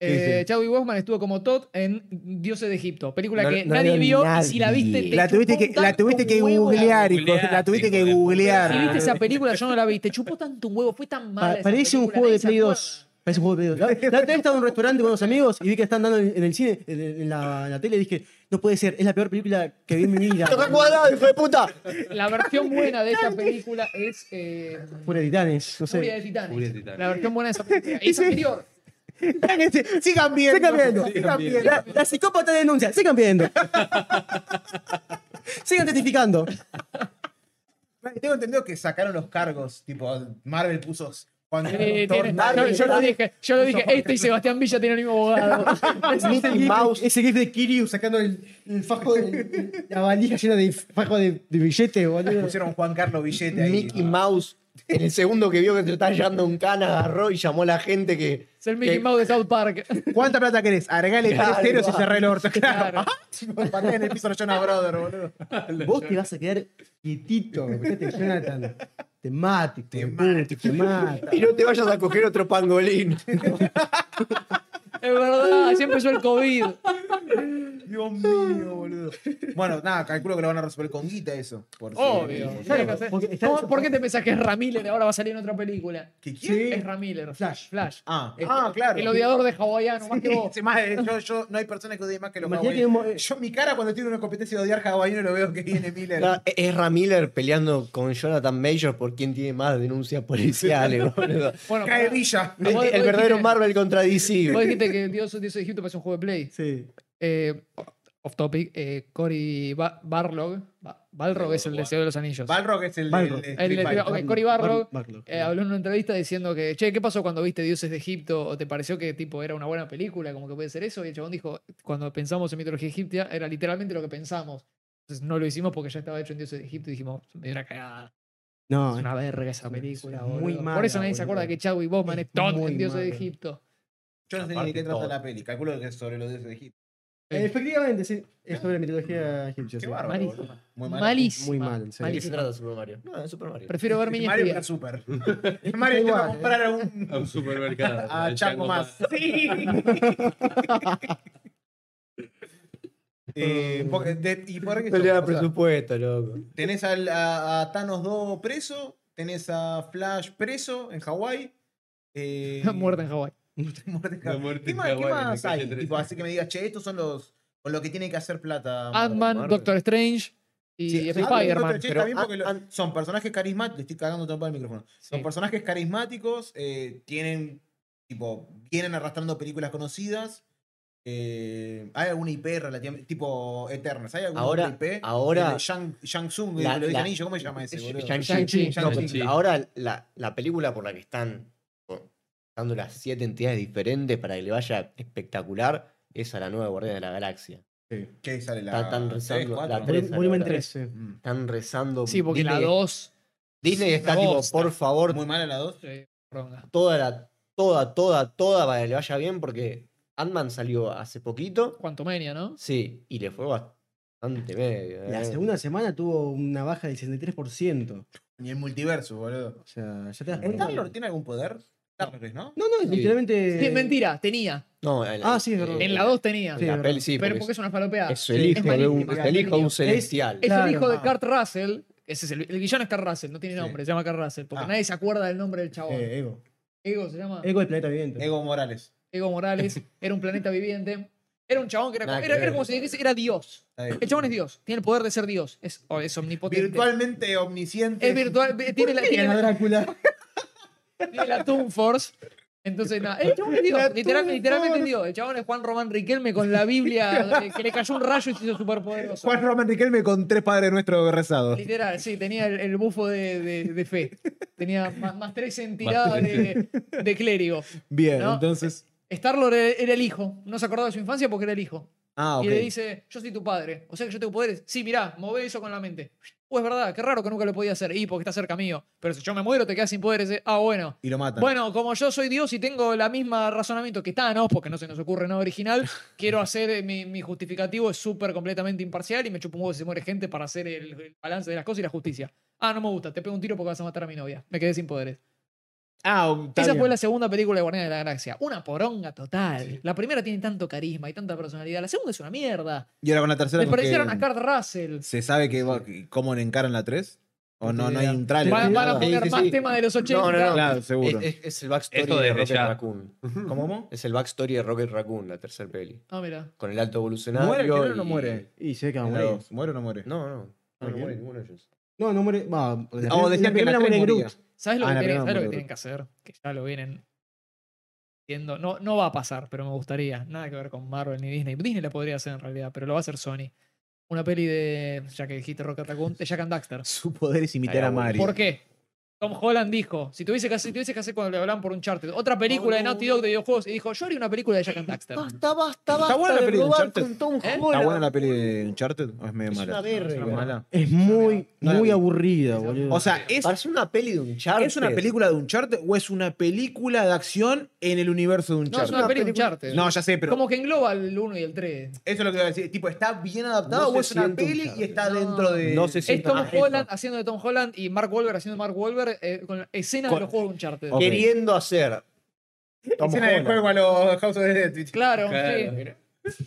Eh, Chadwick Boseman estuvo como Todd en Dioses de Egipto, película
No-
que
no
nadie vio
vio
y
nadie.
si la viste te
La
chupó
tuviste
un
que, la
tanto
tuviste que
huevo.
googlear, hijo.
Googleaste,
La tuviste que
hijo de puta.
Si
googlear.
viste esa película yo no la vi, te chupó tanto un huevo, fue tan
Pa-
mala. esa
parece un
película,
juego de
nadie se
Play
acuerda.
2. Parece un juego de Play 2. La la otra vez estaba en un restaurante con unos amigos y vi que están dando en en el cine, en, en la, en la tele, y dije, no puede ser, es la peor película que vi en mi vida.
Toca cuadrado, hijo de puta.
La versión buena de esta película es eh,
Furia de Titanes, no
Furia de
sé.
Titanes.
Furia de Titanes.
La versión buena de esa película. Es
Ese-
anterior.
Sigan viendo.
Sigan viendo.
Sigan viendo.
La, la psicópata denuncia, sigan viendo. sigan testificando.
Tengo entendido que sacaron los cargos. Tipo, Marvel puso. Cuando
Eh, tiene-
Tornado.
yo, yo lo dije, yo lo dije, este y Sebastián Villa tienen el mismo abogado.
Ese
Mickey
gif-
Mouse.
Ese gif de Kiryu sacando el, el fajo de la valija llena de fajo de, de billetes, boludo.
Pusieron Juan Carlos Billete ahí.
Mickey Mouse. En el segundo que vio que se lo estaba llevando un can, agarró y llamó a la gente que.
Es el Mickey
que-
Mouse de South Park.
¿Cuánta plata querés? Agregale
Claro,
tres ceros y
va.
cerré el orto.
Claro.
Claro. Patea en el piso de Jonas Brother, boludo.
Vos te vas a quedar quietito, fíjate, Jonathan. Te mate, te mate, te mata.
Y no te vayas a coger otro pangolín.
Es verdad, ya empezó el COVID.
Dios mío, boludo. Bueno, nada, calculo que lo van a resolver con guita eso. porque-
Obvio.
Claro, porque está-
¿Cómo- ¿Por qué te pensás que es Ramiller ahora va a salir en otra película?
¿Que quién?
Es Ramiller.
Flash.
Flash.
Ah,
Es-
ah, claro.
El odiador de hawaiano, más que vos.
Sí, más, eh, yo, yo- no hay persona que odie más que los
Imagínate
hawaianos.
que un mo-
Yo, mi cara cuando tiene una competencia de odiar hawaiano lo veo que viene Miller.
No, Ah, e-, es Ramiller peleando con Jonathan Major por quién tiene más denuncias policiales, boludo.
Bueno,
Cae
pará.
Villa.
El, el verdadero Marvel contra DC.
Vos dijiste que Dios, Dios de Egipto parece un juego de Play.
Sí.
Eh, off topic, eh, Cory Ba- Barlog. Ba- Balrog es el deseo de los anillos.
Balrog es el,
Balrog.
el- el
El de-
Street
ok,
Fighter.
Cory Barlog
Bar- Barlog.
eh, habló en una entrevista diciendo que, che, ¿qué pasó cuando viste Dioses de Egipto? ¿O te pareció que tipo era una buena película? Como que puede ser eso. Y el chabón dijo, cuando pensamos en mitología egipcia, era literalmente lo que pensamos. Entonces no lo hicimos porque ya estaba hecho en Dioses de Egipto y dijimos, me dio una cagada.
No,
Es una verga esa película,
muy
boludo".
mala,
Por eso nadie se
boludo.
acuerda que Chadwick Boseman es
Es
Todd
muy
en Dioses de
mala.
Egipto.
Yo no sé ni de qué trata la peli. Calculo que es sobre los dioses de Egipto.
Eh, Efectivamente, sí. Es sobre la mitología egipcia.
Qué
sí.
bárbaro.
malísimo.
boludo. Muy malo.
Malísimo.
Muy mal,
¿De
en serio.
qué se
malísimo.
trata Super Mario? No, es Super Mario.
Prefiero ver mi
Mario está super. Mario te va a
igual,
comprar a un,
A un supermercado.
a
al
Chango Ah, más. Sí. Eh, porque de- y por qué
No le da
o sea,
presupuesto, loco.
Tenés al- a, a Thanos 2 preso, tenés a Flash preso en Hawái. eh,
Muerte en Hawái.
muerte en
La
Hawái.
muerte
¿Qué
en
más, qué
Hawái, en la
más
calle
hay?
13.
Tipo, así que me digas, che, estos son los con lo que tienen que hacer plata.
Ant-Man,
Marvel.
Doctor Strange y
Sí, Ant-Man,
Spider-Man.
Doctor Strange
Pero
también porque lo-
Ant-
son personajes carismáticos. Le estoy cagando todo el micrófono. Son
Sí.
personajes carismáticos, eh, tienen, tipo, vienen arrastrando películas conocidas. eh, hay alguna IP relativamente, tipo Eternals, hay alguna
Ahora-
IP.
ahora-
El de Shang, Shang Tsung,
La-
el de los
la-
anillos, ¿cómo se llama ese, boludo?
Shang-Chi.
Shang-Chi.
No, pero
Shang-Chi.
Ahora la, la película por la que están dando las siete entidades diferentes para que le vaya espectacular es a la nueva Guardia de la Galaxia.
¿Qué sale la
Están- están
tres,
rezando
cuatro?
la tres.
Volumen- Volumen 13.
Mm.
Están rezando.
Sí, porque la
Disney-
2.
Disney está
la
tipo,
bosta.
por favor,
Muy mala la 2.
eh,
toda la, toda, toda, toda para que le vaya bien, porque Ant-Man salió hace poquito.
Cuanto menia, ¿no?
Sí, y le fue bastante medio.
La
eh.
segunda semana tuvo una baja del 63%.
Ni el multiverso, boludo.
O sea, ya te das cuenta.
¿Star-Lord tiene algún poder? Star-Lord, ¿no?
No, no, es
Sí.
literalmente.
Sí, mentira, tenía.
No, en
Ah, sí, es verdad.
En la 2 tenía.
En
Sí,
la
es
peli sí,
pero
porque
porque es una falopea.
es
Es,
el
Sí,
hijo de un,
malísimo,
es el hijo de un
es-
celestial.
el
claro.
hijo de
Ah.
Kurt Russell. Ese es el, el villano es Kurt Russell, no tiene
Sí.
nombre, se llama Kurt Russell. Porque
Ah.
nadie se acuerda del nombre del chabón.
Eh, Ego.
Ego se llama.
Ego del planeta viviente.
Ego Morales.
Ego Morales. Era un planeta viviente. Era un chabón que era,
Nada
era,
que
era
ver.
como si dijese, era Dios.
Ahí.
El chabón es Dios. Tiene el poder de ser Dios. Es, o es omnipotente.
Virtualmente omnisciente.
Es virtual. Tiene la,
¿Qué
tiene
era
la-
Drácula?
tiene la Toon Force. Entonces, nada, el chabón es Dios, literal- literalmente Dios. El chabón es Juan Román Riquelme con la Biblia eh, que le cayó un rayo y se hizo superpoderoso.
Juan Román Riquelme con tres padres nuestros rezados.
Literal, sí, tenía el, el bufo de, de- de fe. Tenía más, más tres en tirada de, de clérigo.
Bien,
No. eh,
entonces.
Starlord era, era el hijo. No se acordaba de su infancia porque era el hijo.
Ah, ok.
Y le dice, yo soy tu padre. O sea que yo tengo poderes. Sí, mirá, move eso con la mente. Pues es verdad, qué raro que nunca lo podía hacer. Y porque está cerca mío. Pero si yo me muero, te quedas sin poderes. eh. Ah, bueno.
Y lo matan.
Bueno, como yo soy Dios y tengo la misma razonamiento que Thanos, porque no se nos ocurre nada original, quiero hacer eh, mi, mi justificativo es súper completamente imparcial y me chupo un huevo si se muere gente para hacer el, el balance de las cosas y la justicia. Ah, no me gusta, te pego un tiro porque vas a matar a mi novia. Me quedé sin poderes.
ah, está
Esa
bien.
fue la segunda película de Guardianes de la Galaxia. Una poronga total. La primera tiene tanto carisma y tanta personalidad. La segunda es una mierda.
Y ahora con la tercera. con
Desperdiciaron
que-
a Kurt Russell.
¿Se sabe que va- que- cómo encaran la 3? ¿O no, no hay un trailer?
Van, van a
Sí,
poner
sí,
más
sí.
temas de los 80.
No, no, no.
Claro, seguro.
Eh,
Es, es- es el backstory
Esto
de
desde
Rocket
ya.
Raccoon.
¿Cómo?
Es el backstory de Rocket Raccoon, la tercera peli.
Ah, mira.
Con el alto evolucionario.
¿Muere el primero o
y-
no muere?
Y se ve que va a
En la
eh.
morir.
dos. ¿Muere o no muere?
No, no. No, no
Ok.
muere ninguno de ellos.
No, no muere. Va, la prim-
Ah, o decían que en la
primera muere
tres
Groot.
moría.
¿Sabes lo,
Ah,
que,
la
tienen,
primera
¿sabes lo que
muy
tienen que hacer? Que ya lo vienen haciendo. No, no va a pasar, pero me gustaría. Nada que ver con Marvel ni Disney. Disney la podría hacer en realidad, pero lo va a hacer Sony. Una peli de, ya que dijiste Rocket Raccoon, de Jack and Daxter.
Su poder es imitar
Estaría
a
bueno.
Mario.
¿Por qué? Tom Holland dijo, si tuviese que hacer, tuviese que hacer cuando le hablan por un charter, otra película de Naughty Dog de videojuegos, y dijo, yo haría una película de Jack and Daxter.
Basta, basta,
¿Está
basta.
buena la
de
peli de
robar
Uncharted?
con Tom
¿Eh?
¿Está
Holland.
buena la peli de Uncharted o es medio
Es
mala?
una verga.
¿Es mala?
Es muy,
No la
muy
vi.
aburrida, boludo.
O sea, ¿es,
Parece una peli de un char.
¿es una película de Uncharted o es una película de acción en el universo de
No, es
Uncharted?
una peli de un charter.
No, ya sé, pero
Como que engloba el 1 y el 3.
eso es lo que iba a decir. Tipo, ¿está bien adaptada
No
o
se
es una
siente
peli y
Uncharted.
está
No.
dentro de...?
No se
Es
siente
Tom
Ah, eso.
Holland haciendo de Tom Holland y Mark Wahlberg haciendo de Mark Wahlberg eh, con escenas de
Con-
los juegos de un charter.
Ok.
Queriendo hacer. Tom
Escena del
Holland.
juego a los House of the Dead.
Claro,
Claro,
sí.
mira.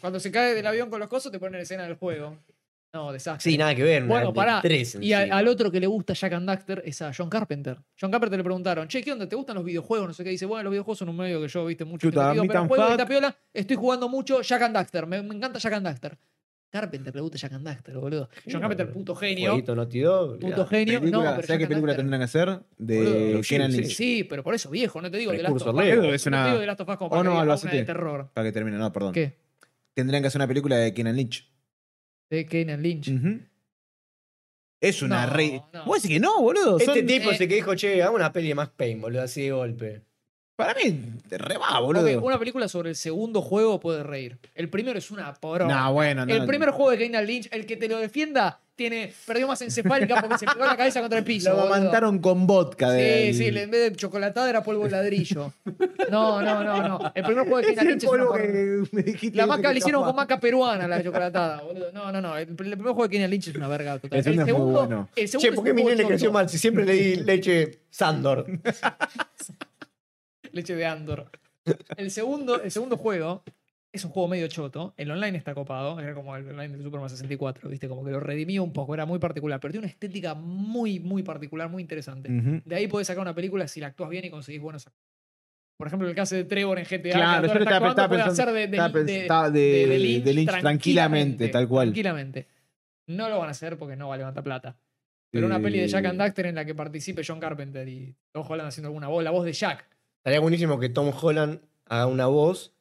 Cuando se cae del avión con los cosos, te ponen escena del juego. No, desastre.
Sí, nada que ver.
Bueno,
nada,
pará.
de Tres
Y a-
encima.
al otro que le gusta Jack and Daxter es a John Carpenter. John Carpenter le preguntaron, che, ¿qué onda? ¿Te gustan los videojuegos? No sé qué. Dice, bueno, los videojuegos son un medio que yo, viste, mucho. gente
Chuta,
pidió,
meet
pero
and
juego y
fuck.
está piola. Estoy jugando mucho Jack and Daxter. Me, me encanta Jack and Daxter. Carpenter le gusta Jack and Daxter, boludo. John Carpenter, puto genio.
Jueguito Naughty Dog,
Puto
olvidá.
genio. No, pero
Película, ¿Sabes qué
Jack and
película
Daxter-
tendrían que hacer?
Boludo,
De
los
Kenan
Sims,
Lynch.
Sí, pero por eso, viejo, no te digo que Last
Precursor
of Us.
Leo.
Es
No
una-
te digo de Last of Us como
Oh,
para
no,
que digas,
lo
"Ah,
hacete".
una de terror.
Para que termine, no, perdón.
¿Qué?
Tendrían que hacer una película de Kenan Lynch.
De Kenan Lynch.
Ujú. Es una
No,
rey.
no.
Vos decís que no, boludo.
Este
Son-
tipo
eh.
se que dijo, che, hagamos una peli de más pain, boludo, así de golpe.
Para mí, te re va, boludo.
Ok, una película sobre el segundo juego puede reír. El primero es una poronga.
No, bueno, no.
el primer juego de Kenan Lynch, el que te lo defienda, tiene perdió más encefálica porque se pegó la cabeza contra el piso.
Lo
boludo.
amantaron con vodka.
Sí,
del-
sí, en vez de chocolatada era polvo de ladrillo. No, no, no, no. El primer juego de Kenan Lynch es una poronga.
me dijiste.
La
vos
maca
que
le hicieron
estaba-
con maca peruana la chocolatada, boludo. No, no, no. El, el primer juego de Kenan Lynch es una verga total.
El segundo es muy bueno.
el segundo
Che,
es
¿por qué
un
mi
juego
nene
choto.
creció mal? Si siempre le di leche Sandor.
Leche de Andor. El segundo, el segundo juego es un juego medio choto. El online está copado. Era como el online del Superman 64, ¿viste? Como que lo redimió un poco. Era muy particular. Pero tiene una estética muy, muy particular, muy interesante.
Ujú.
De ahí podés sacar una película si la actúas bien y conseguís buenos actores. Por ejemplo, el caso de Trevor en GTA. que
Claro,
ahora
yo
está
estaba-
actuando,
estaba
puede
pensando-
hacer de- de-
estaba
de-
pensando de-
de-
de Lynch tranquilamente, tal cual.
Tranquilamente. No lo van a hacer porque no va a levantar plata. Pero una peli de Jack and Daxter en la que participe John Carpenter y Tom Holland haciendo alguna voz, la voz de Jack.
Estaría buenísimo que Tom Holland haga una voz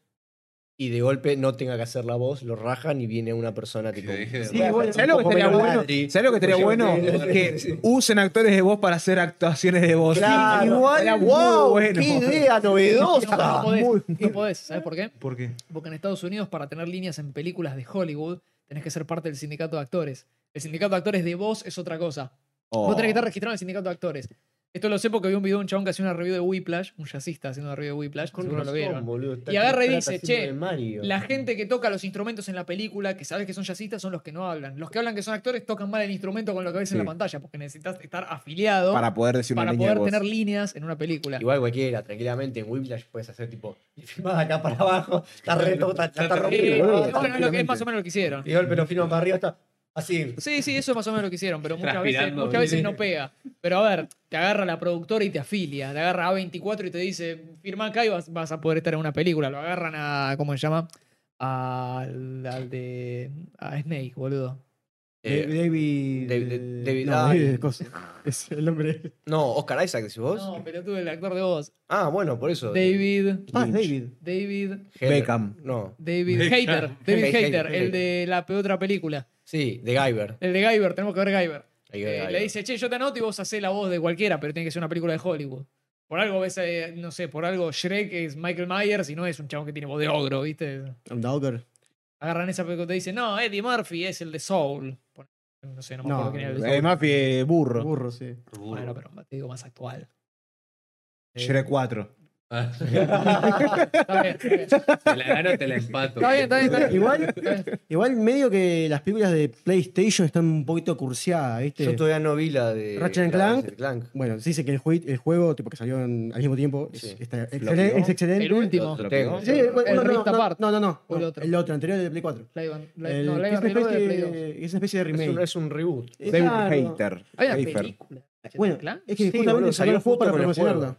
y de golpe no tenga que hacer la voz, lo rajan y viene una persona tipo.
deje de-
Sí,
Sí,
bueno,
bueno, ¿Sabes lo que
un poco
estaría
menos
bueno?
ladri.
¿Sabes lo que estaría
Pues yo-
bueno?
Sí.
Que usen actores de voz para hacer actuaciones de voz.
Claro,
Sí, estaría
igual,
muy
wow,
bueno.
qué idea
No, no
novedosa.
podés, no podés, ¿sabes por qué?
¿Por qué?
Porque en Estados Unidos, para tener líneas en películas de Hollywood, tenés que ser parte del sindicato de actores. El sindicato de actores de voz es otra cosa. Vos tenés que estar registrado en el sindicato de actores. Esto lo sé porque vi un video de un chabón que hacía una review de Whiplash, un jazzista haciendo una review de Whiplash,
Con
seguro lo
razón,
vieron.
boludo, está
Y agarra y
con
dice,
plata
che,
haciendo de Mario.
La gente que toca los instrumentos en la película, que sabes que son jazzistas, son los que no hablan. Los que hablan que son actores tocan mal el instrumento con lo que ves en
Sí.
la pantalla, porque necesitas estar afiliado para,
Para poder decir una línea de
poder
voz.
tener líneas en una película.
Igual cualquiera, tranquilamente en Whiplash puedes hacer tipo, filmás de acá para abajo, está re está, está,
Está
Sí,
rompido,
bueno,
boludo,
es
está-
lo que- es más o menos lo que hicieron.
Y de golpe lo firma para arriba, está así.
Sí, sí, eso es más o menos lo que hicieron, pero muchas veces,
Transpirando,
muchas veces
sí.
no pega. Pero a ver, te agarra la productora y te afilia, te agarra A24 y te dice, firma acá y vas, vas a poder estar en una película. Lo agarran a, ¿cómo se llama? Al, al de... A Snake, boludo.
Eh,
David.
David-
eh,
David-
no,
ay.
David cosa. Es el nombre.
no, Oscar Isaac, decís vos.
No, pero tú, el actor de voz.
Ah, bueno, por eso.
David.
Ah, es David.
David.
Heller.
Beckham.
No.
David Hater. David
David
Hater,
Hayter.
el de la pe- otra película.
Sí, de Guyver.
El de Guyver, tenemos que ver Guyver.
Hay que ver
Eh,
Guyver.
le dice, che, yo te anoto y vos hacés la voz de cualquiera, pero tiene que ser una película de Hollywood. Por algo ves, eh, no sé, por algo Shrek es Michael Myers y no es un chabón que tiene voz de ogro, ¿viste?
Dogger.
Agarran esa película y te dicen, no, Eddie Murphy es el de Soul. Pon- No sé, no me
No,
acuerdo quién era el de Soul.
Eh, Mafi, eh, burro.
Burro, sí.
Bueno, pero te digo más actual.
Shrek 4.
Ah,
Está bien, está bien. Está
te la gano, te la empato.
bien, está bien, está bien.
Igual,
Está bien.
igual medio que las películas de PlayStation están un poquito cursiadas, ¿viste?
Yo todavía no vi la de.
Ratchet and
la de
Clank.
Ratchet Clank.
Bueno, se dice que el, jue- el juego, tipo que salió en- al mismo tiempo, es,
Sí.
está excelen-
Flopeó.
es excelente.
El último.
Lo tengo.
Sí, bueno,
El
no, no,
Rift
no,
Apart.
no, no, no,
O el
no,
otro.
el otro, anterior de Play 4.
Live and- Live-
El-
no, Live
que es,
and
una
Reload de Play
especie,
2.
que es una especie de
Es
remake.
un, es un reboot.
David
Claro.
Hater.
Hay una
Hater.
película.
Bueno,
Clan?
es que
Sí,
justamente
boludo,
salió el
salió
juego para
justo con el
promocionarla.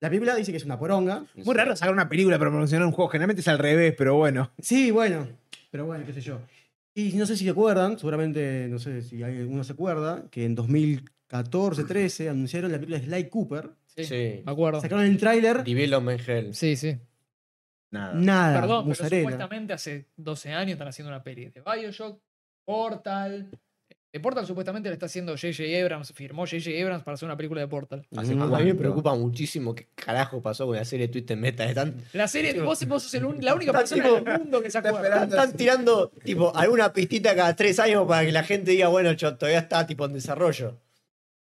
La película dice que es una poronga.
Muy raro sacar una película para promocionar un juego. Generalmente es al revés, pero bueno.
Sí, bueno. Pero bueno, qué sé yo. Y no sé si se acuerdan, seguramente, no sé si alguno se acuerda, que en 2014, 13 anunciaron la película de Sly Cooper.
Sí.
Sí.
Me acuerdo.
Sacaron el tráiler,
Development Hell.
Sí, sí.
Nada.
nada,
Perdón, pero
Ah, mozzarella.
supuestamente hace 12 años están haciendo una peli de Bioshock, Portal. De Portal supuestamente la está haciendo J.J. Abrams, firmó J.J. Abrams para hacer una película de Portal.
Hace
Mm.
poco. A mí me preocupa muchísimo qué carajo pasó con la serie de Twisted Meta. Están,
La serie, vos, vos sos el un- la única
Está
persona
tipo-
del mundo que se acuerda.
están- están tirando tipo alguna pistita cada tres años para que la gente diga, bueno, yo todavía está tipo en desarrollo.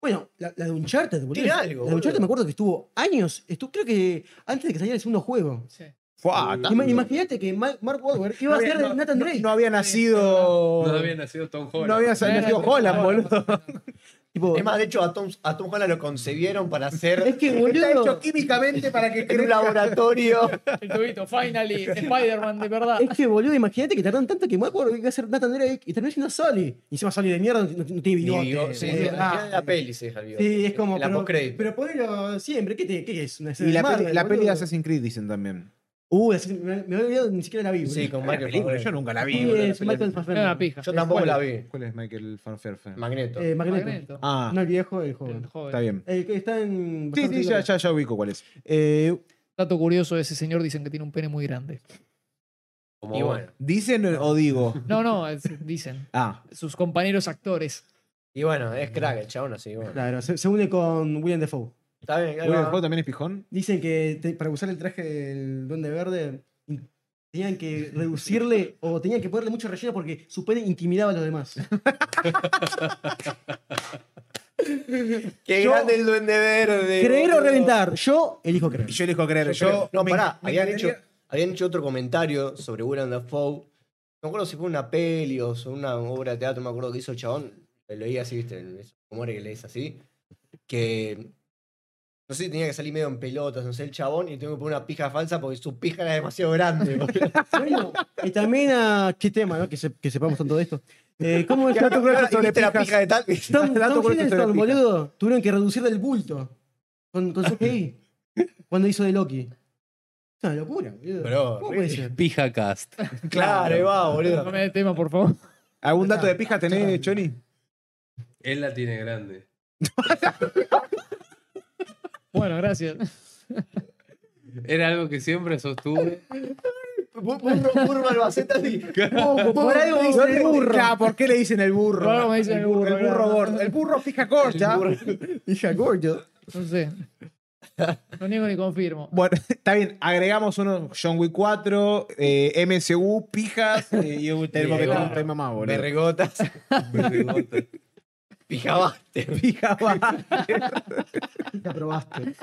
Bueno, la, la de Uncharted, boludo.
Tiene algo,
La de
boludo.
Uncharted me acuerdo que estuvo años, estuvo, creo que antes de que saliera el segundo juego.
Sí.
Fua,
Ima- Imagínate que Ma- Mark Wahlberg iba
No
a
había-
ser de Nathan
no-
Drake.
No había nacido.
No había nacido Tom Holland.
No había
No,
nacido
no, no,
Holland,
no, no, no,
boludo.
no, no.
Tipo,
Es más, de hecho, a Tom, a Tom Holland lo concebieron para
es
hacer
que
Está hecho
boludo,
químicamente para que
en un
crezca.
laboratorio.
El tubito, finally, Spider-Man, de verdad.
es que boludo, imagínate que tardaron tanto que Mark Wahlberg iba a ser Nathan Drake y terminó siendo Sully. Y encima Sully de mierda no, no- no tiene bigote.
Y digo, sí,
eh,
sí,
ah.
en la peli se deja el bigote.
Sí, es como.
En La
pero,
postcrédito.
pero ponelo siempre. ¿Qué, te- qué es? Una escena
Y la
de
peli,
Marvel,
la peli de
boludo.
Assassin's Creed dicen también.
Uh, así- me, me había olvidado, ni siquiera la
Sí,
vi. boludo. Eh,
con Michael
Película,
Fassbender.
yo nunca la vi.
Sí,
boludo.
es Michael Fassbender.
Es una pija.
Yo tampoco
¿Cuál?
la vi.
¿Cuál es Michael Fanferfe?
Magneto.
Eh, Magneto.
Magneto.
Ah,
No el viejo, el joven. Eh,
El joven.
está bien.
El que está en.
Sí, sí, ya, ya, ya ubico cuál es.
Eh,
Dato curioso de ese señor, dicen que tiene un pene muy grande.
Como
Y
bueno.
¿Dicen o digo?
No, no, es- dicen.
Ah,
Sus compañeros actores.
Y bueno, es crack el chabón así. Bueno.
claro, se, se une con William Defoe.
Está bien, ahí
¿William
va.
Dafoe también es pijón?
Dicen que te- para usar el traje del Duende Verde in- tenían que reducirle o tenían que ponerle mucho relleno porque su pene intimidaba a los demás.
Qué
Yo-
grande el duende verde.
Creer o
boludo.
reventar. Yo elijo creer.
Y yo elijo creer.
Yo creo- no,
me-
pará,
me
habían, hecho,
encantaría-
habían hecho otro comentario sobre Willem Dafoe. No me acuerdo si fue una peli o sobre una obra de teatro, no me acuerdo que hizo el chabón. Lo leí así, viste, en esos rumores que lees así. Que no sé, tenía que salir medio en pelotas, no sé, el chabón, y tengo que poner una pija falsa porque su pija era demasiado grande. boludo.
Bueno, y también a qué tema, ¿no? Que, se- que sepamos tanto de esto. Eh, ¿Cómo es
Y ahora-
Tom,
y ahora
sobre
viste la
pijas.
pija de tal.
Tom
Dato curioso
Hiddleston,
sobre pijas.
boludo? Tuvieron que reducir el bulto con, con CGI cuando hizo de Loki. Es una locura, boludo.
Bro,
¿Cómo puede ser?
Pija Cast.
Claro, ahí va, boludo.
Dame de tema, por favor.
¿Algún dato de pija tenés, Choni?
Él la tiene grande.
Bueno, gracias.
Era algo que siempre sostuve.
Bu- Burro, burro albacete así.
Por algo dice el burro.
Ya, ¿por qué le dicen el burro?
Por algo me dicen el burro,
El burro
claro.
gordo. El burro pija corta.
Hija gordo.
No sé. No niego ni confirmo.
Bueno, está bien. Agregamos uno John Wick 4, eh, MSU, pijas eh, y un tenemos que
Claro.
tener un tema más, boludo.
Berrigotas. Berrigotas. Pijabaste.
Pija va.
La probaste.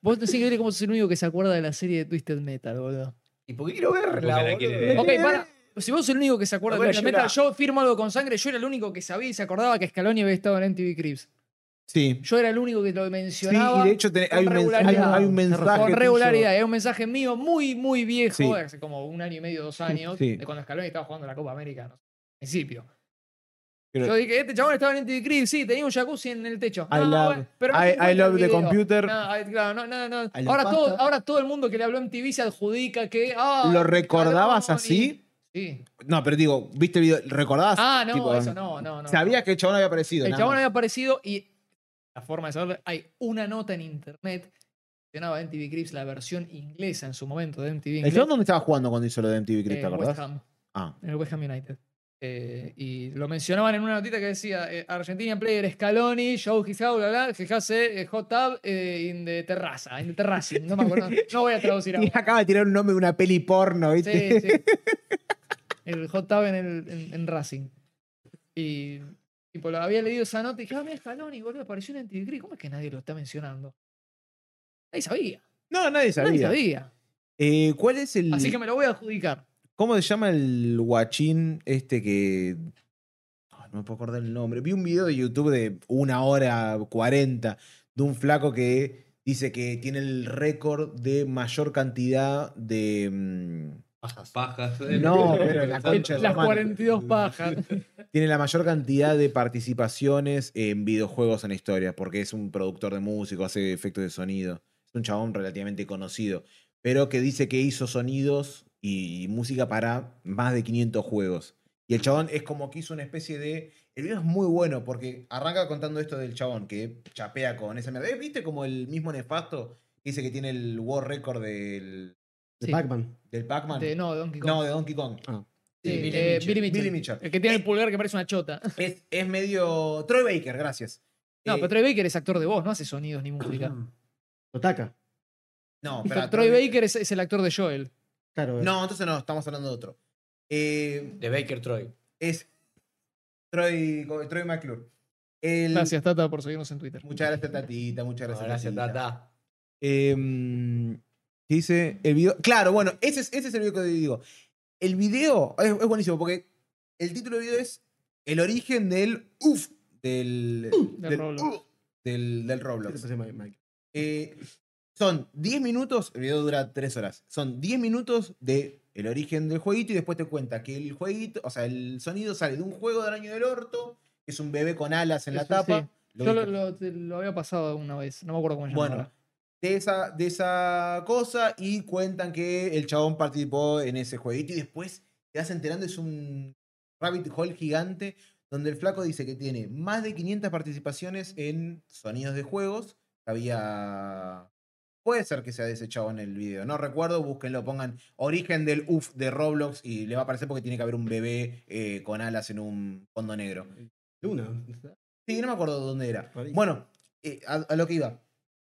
Vos te increíble cómo sos el único que se acuerda de la serie de Twisted Metal, boludo.
¿Y por qué quiero
Porque
verla?
la
boludo?
quiere ver.
Ok, para. Si vos sos el único que se acuerda de
Bueno,
Twisted
yo
Metal,
era-
yo firmo algo con sangre. Yo era el único que sabía y se acordaba que Scaloni había estado en MTV Cribs.
Sí.
Yo era el único que lo
Sí,
mencionaba.
y de hecho tenés-
con
hay, un men- hay,
regularidad.
un- hay un mensaje.
Con
tuyo.
regularidad, es un mensaje mío muy, muy viejo,
Sí.
de hace como un año y medio, dos años,
Sí.
de cuando Scaloni estaba jugando la Copa América, no sé, al principio.
Pero-
Yo dije, este chabón estaba en el Crib, sí, tenía un jacuzzi en el techo.
I love-
bueno, no
I-
se encuentra
I love
el
the
video.
computer.
No, I- claro, no, no, no.
I love
Ahora, todo,
pasta.
ahora todo el mundo que le habló en TV se adjudica que. ah,
¿Lo recordabas
Scaloni.
así?
Sí.
No, pero digo, ¿viste el video? ¿Recordás?
Ah, no,
Tipo,
eso no, no, no.
Sabías que el chabón había aparecido.
El
nada
chabón
más.
había aparecido y la forma de saberlo, hay una nota en internet que mencionaba MTV Crips, la versión inglesa en su momento de MTV
¿El
inglés,
chabón dónde estaba jugando cuando hizo lo de MTV Crypt,
eh,
te
West
acordás?
Ham,
Ah.
en el West Ham United. Eh, y lo mencionaban en una notita que decía eh, Argentina player Scaloni, show his house, bla, bla, fijase eh, hot tub eh, in the terraza, in the terracing, no me acuerdo, no voy a traducir
Y
ahora.
acaba de tirar un nombre de una peli porno, ¿viste?
Sí, sí. El hot tub en, el, en, en Racing. Y tipo, lo había leído esa nota y dije, ah, mira, Scaloni, boludo, apareció en Antigris. ¿Cómo es que nadie lo está mencionando? Nadie sabía.
No,
Nadie
nadie sabía.
sabía.
Eh, ¿Cuál es el.
Así que me lo voy a adjudicar.
¿Cómo se llama el guachín este que.? Ah, no me puedo acordar el nombre. Vi un video de YouTube de una hora cuarenta de un flaco que dice que tiene el récord de mayor cantidad de. mm,
Pajas. Pajas.
No, pero la concha de
Las
tu madre.
42 pajas.
Tiene la mayor cantidad de participaciones en videojuegos en la historia, porque es un productor de músico, hace efectos de sonido. Es un chabón relativamente conocido, pero que dice que hizo sonidos y, música para más de 500 juegos. Y el chabón es como que hizo una especie de... El video es muy bueno porque arranca contando esto del chabón que chapea con esa mierda. Eh, ¿Viste como el mismo nefasto que dice que tiene el world record del,
De
Sí.
Pac-Man.
del Pac-Man?
De- no, Donkey Kong.
No, de Donkey Kong.
Ah.
Sí,
Sí, Billy
eh,
Mitchell.
Billy Mitchell.
Billy Mitchell.
El que tiene el pulgar que parece una chota.
Es, es medio... Troy Baker, gracias.
No,
Eh,
pero Troy Baker es actor de voz, no hace sonidos ni música.
Otaka.
No,
Pero
espera,
Troy Baker pues. es, es el actor de Joel.
Claro.
No, entonces no, estamos hablando de otro. Eh,
De Baker Troy.
es Troy, Troy McClure. El-
Gracias, Tata, por seguirnos en Twitter.
Muchas gracias, Tatita. Muchas gracias,
Gracias,
Tatita.
Tata.
Em, ¿qué dice el video. Claro, bueno, ese es, ese es el video que te digo. El video es, es buenísimo porque el título del video es El origen del UF del,
Uh, del Roblox.
uf, del, del Roblox.
Entonces, Mike- Mike.
Eh, son 10 minutos, el video dura 3 horas. Son 10 minutos de el origen del jueguito y después te cuenta que el jueguito, o sea, el sonido sale de un juego del año del orto, que es un bebé con alas en la
Eso sí.
tapa. Lo
Yo lo,
viste.
lo- te- lo había pasado una vez, no me acuerdo cómo se llamaba.
Bueno, de esa, de esa cosa y cuentan que el chabón participó en ese jueguito y después te vas enterando, es un rabbit hole gigante donde el flaco dice que tiene más de 500 participaciones en sonidos de juegos. Había... Puede ser que sea de ese chabón el video, no recuerdo, búsquenlo, pongan origen del UF de Roblox y le va a aparecer porque tiene que haber un bebé eh, con alas en un fondo negro.
Luna.
Sí, no me acuerdo dónde era.
Rarísimo.
Bueno, eh, a, a lo que iba.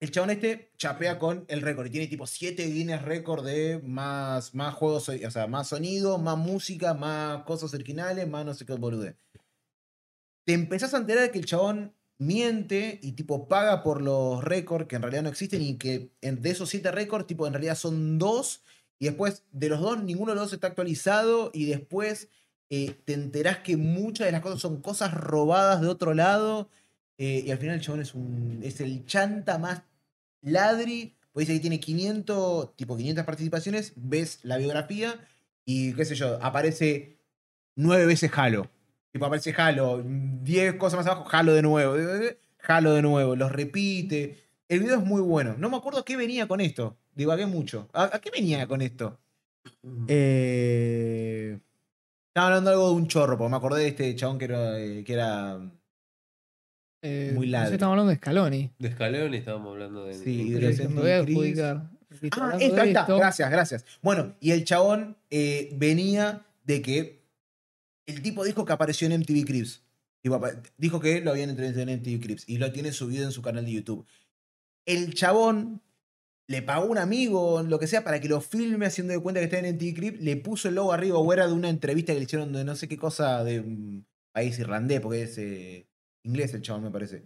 El chabón este chapea con el récord y tiene tipo 7 Guinness récord de más, más juegos, o sea, más sonido, más música, más cosas originales, más no sé qué bolude. Te empezás a enterar de que el chabón miente y tipo paga por los récords que en realidad no existen y que en- de esos 7 récords, tipo en realidad son 2 y después de los dos ninguno de los dos está actualizado y después eh, te enterás que muchas de las cosas son cosas robadas de otro lado. eh, y al final el chabón es, un, es el chanta más ladri. Pues dice que tiene 500, tipo 500 participaciones. Ves la biografía y qué sé yo, aparece nueve veces Halo. Tipo, aparece Halo, 10 cosas más abajo, Halo de nuevo, Halo de nuevo, los repite. El video es muy bueno. No me acuerdo a qué venía con esto. Divagué mucho. ¿A, a qué venía con esto? Eh... Estaba hablando algo de un chorro, porque me acordé de este chabón que era. eh, Que era
Eh,
muy
no sé,
ladri.
Estamos hablando de Scaloni.
De escalón y estábamos hablando de.
Sí,
de-
de-
Entonces, me voy a
Chris.
adjudicar. Listo,
Ah,
hablando
esto,
de
ahí está.
esto,
Gracias, gracias. Bueno, y el chabón eh, venía de que el tipo dijo que apareció en MTV Cribs. Tipo, apa- Dijo que lo habían entrevistado en MTV Cribs y lo tiene subido en su canal de YouTube. El chabón le pagó a un amigo, lo que sea, para que lo filme haciendo de cuenta que está en MTV Cribs. Le puso el logo arriba o era de una entrevista que le hicieron de no sé qué cosa de mm, un país irlandés, porque es eh, inglés el chabón, me parece.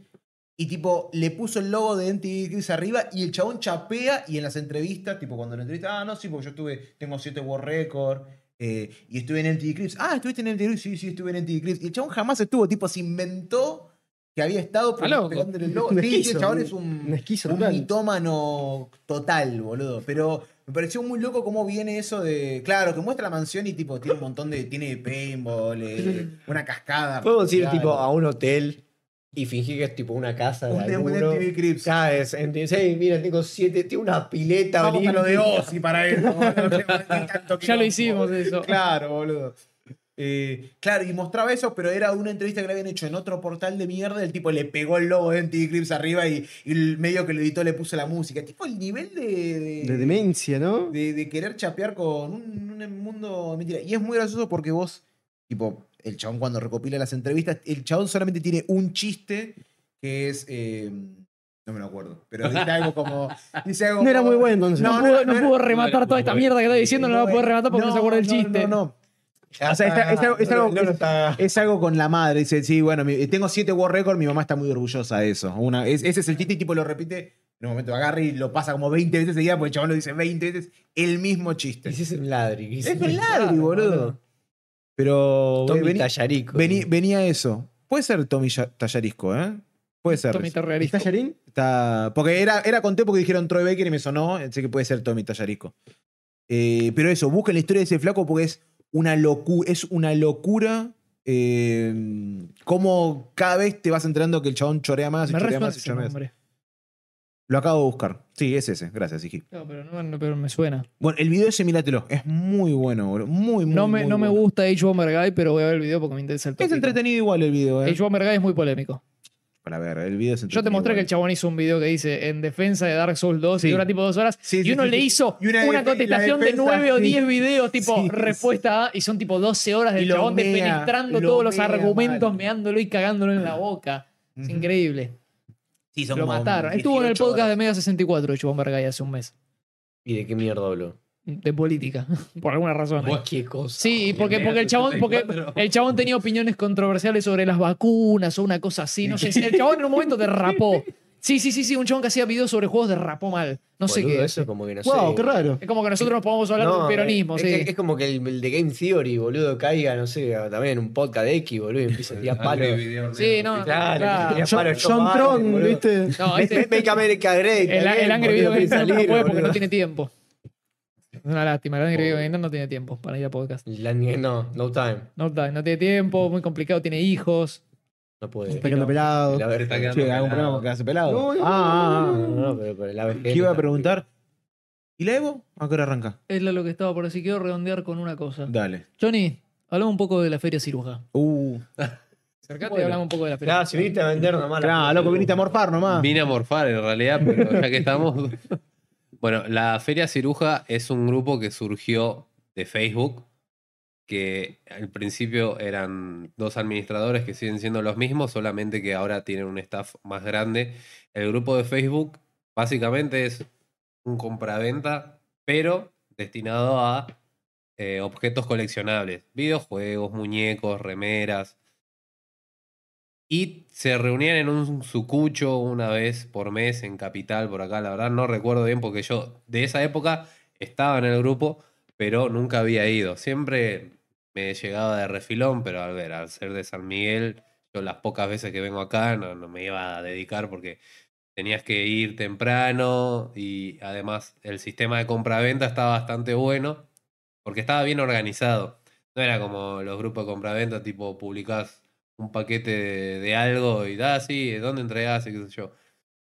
Y tipo, le puso el logo de MTV Cribs arriba y el chabón chapea y en las entrevistas, tipo cuando lo entrevista, ah, no, sí, porque yo estuve, tengo 7 World Record eh, y estuve en MTV Cribs. Ah, estuviste en MTV Cribs, sí, sí, estuve en MTV Cribs. Y el chabón jamás estuvo, tipo, se inventó que había estado
Está loco.
pegándole el logo.
Un
Sí, sí, el
esquizo,
chabón es
Un
un,
esquizo
un
total.
mitómano total, boludo. Pero me pareció muy loco cómo viene eso de, claro, que muestra la mansión y tipo, tiene un montón de, tiene paintball, eh, una cascada.
Podemos ir
artificial.
tipo a un hotel y fingí que es tipo una casa de
Un de- un
alguno.
MTV Cribs.
Ah, es MTV. Sí, mira, tengo siete, tengo una pileta.
Vamos a lo de
olímpica.
Ozzy para él.
Ya lo hicimos eso.
Claro, boludo. Eh, claro, y mostraba eso, pero era una entrevista que le habían hecho en otro portal de mierda. El tipo le pegó el logo de MTV Cribs arriba y, y el medio que lo editó le puso la música. Tipo, el nivel de. de-
De demencia, ¿no?
de, de querer chapear con un, un mundo de mentira. Y es muy gracioso porque vos, tipo, el chabón cuando recopila las entrevistas, el chabón solamente tiene un chiste que es. eh, no me lo acuerdo, pero dice algo como. Dice algo
No era
como-
muy bueno entonces.
No,
No,
pudo,
no, no
no
era-
pudo
no
rematar
era
toda
muy
esta
bueno. eh,
mierda que está diciendo, no la puede rematar porque no, se acuerda del chiste.
No, no. O sea, está- es algo- es algo-
No, no está-
Es algo con la madre. Dice, sí, bueno, mi- tengo siete World Record, mi mamá está muy orgullosa de eso. Una, es- ese es el chiste y tipo lo repite. En un momento agarra y lo pasa como 20 veces seguida porque el chabón lo dice 20 veces. El mismo chiste.
Ese es un ladri.
Es un ladri, boludo. Pero
Tommy
vení-
Tallarico.
vení- venía eso. Puede ser Tommy Ya- Tallarisco, ¿eh? Puede ser.
Tommy
¿Está
Terrorista.
Yarin?
Está- porque era, era con T porque dijeron Troy Baker y me sonó, así que puede ser Tommy Tallarisco. Eh, pero eso, busquen la historia de ese flaco porque es una, locu es una locura. eh, cómo cada vez te vas enterando que el chabón chorea más y
Me
chorea
resuena
más y
ese
chorea más.
nombre.
Lo acabo de buscar. Sí, es ese. Gracias, Iji.
No, pero, no, no, pero me suena.
Bueno, el video ese, míratelo. Es muy bueno, boludo. Muy, muy
No me,
muy
no me
bueno.
gusta Age Bomber Guy, pero voy a ver el video porque me interesa el
Es
tópico.
entretenido igual el video, ¿eh?
Age Bomber Guy es muy polémico.
Para ver, el video es
Yo te mostré que el chabón hizo un video que dice en defensa de Dark Souls 2 y
Sí.
dura tipo dos horas.
Sí,
y
sí,
uno
sí,
le
sí.
hizo
Y una
una,
defe-
contestación
la defensa,
de 9 o
sí.
10 videos, tipo
Sí,
respuesta A, y son tipo 12 horas del
Y lo
chabón
mea,
defenestrando
lo
todos los
mea
argumentos,
mal. Ah.
meándolo y cagándolo en la boca. Es
Ujú.
increíble.
Sí, son
Lo
como
mataron. Estuvo en el
18
podcast de
horas.
Mega 64 Age Bomber Guy hace un mes.
¿Y de qué mierda habló?
De política, por alguna razón.
¿Qué cosa?
Sí, porque,
Bien,
porque el chabón, porque
64.
el chabón tenía opiniones controversiales sobre las vacunas o una cosa así. No sé. El chabón en un momento derrapó. Sí, sí, sí, sí. Un chabón que hacía videos sobre juegos derrapó mal. No sé
Boludo,
qué.
Eso es como que no
¡Wow!
sé.
¡Qué raro!
Es como que nosotros nos podemos hablar del
No, eh,
peronismo,
es,
sí.
es- es como que el, el de Game Theory, boludo, caiga, no sé, a- también un podcast de X, boludo, y empieza a tirar palo.
Sí, no,
Claro,
claro.
empieza a tirar palo. yo
John
Biden,
Tron,
boludo.
¿viste?
No,
Make-
este-
Make make America Great.
el, el Angry Video que
salir,
no lo puede porque
boludo.
no tiene tiempo. Es una lástima. El Angry Video que no tiene tiempo para ir a podcast.
La ni- no, no time.
No, no tiene tiempo, muy complicado, tiene hijos.
No puede.
Pegando pelado.
La verga.
Está
Sí,
quedando
hago un
pelado.
programa con Quedarse Pelado.
No, no,
ah, ah,
No,
ah.
no, pero, pero la verga.
¿Qué iba a preguntar? ¿Y la Evo? ¿A qué hora arranca?
Es lo que estaba por decir. Quiero redondear con una cosa.
Dale.
Johnny, hablamos un poco de la feria ciruja.
Uh.
Acercate y hablamos un poco de la feria.
Claro, Ah, si viniste a vender nomás. la-
Claro, loco, viniste a morfar nomás.
Vine a morfar en realidad, pero ya que estamos. Bueno, la Feria Ciruja es un grupo que surgió de Facebook, que al principio eran dos administradores que siguen siendo los mismos, solamente que ahora tienen un staff más grande. El grupo de Facebook básicamente es un compraventa, pero destinado a eh, objetos coleccionables, videojuegos, muñecos, remeras. Y se reunían en un sucucho una vez por mes en Capital, por acá, la verdad no recuerdo bien porque yo de esa época estaba en el grupo, pero nunca había ido. Siempre me llegaba de refilón, pero al ver, al ser de San Miguel, yo las pocas veces que vengo acá no, no me iba a dedicar porque tenías que ir temprano y además el sistema de compraventa estaba bastante bueno porque estaba bien organizado. No era como los grupos de compraventa, tipo publicás un paquete de, de algo y da, sí, ¿dónde entregás? Y qué sé yo.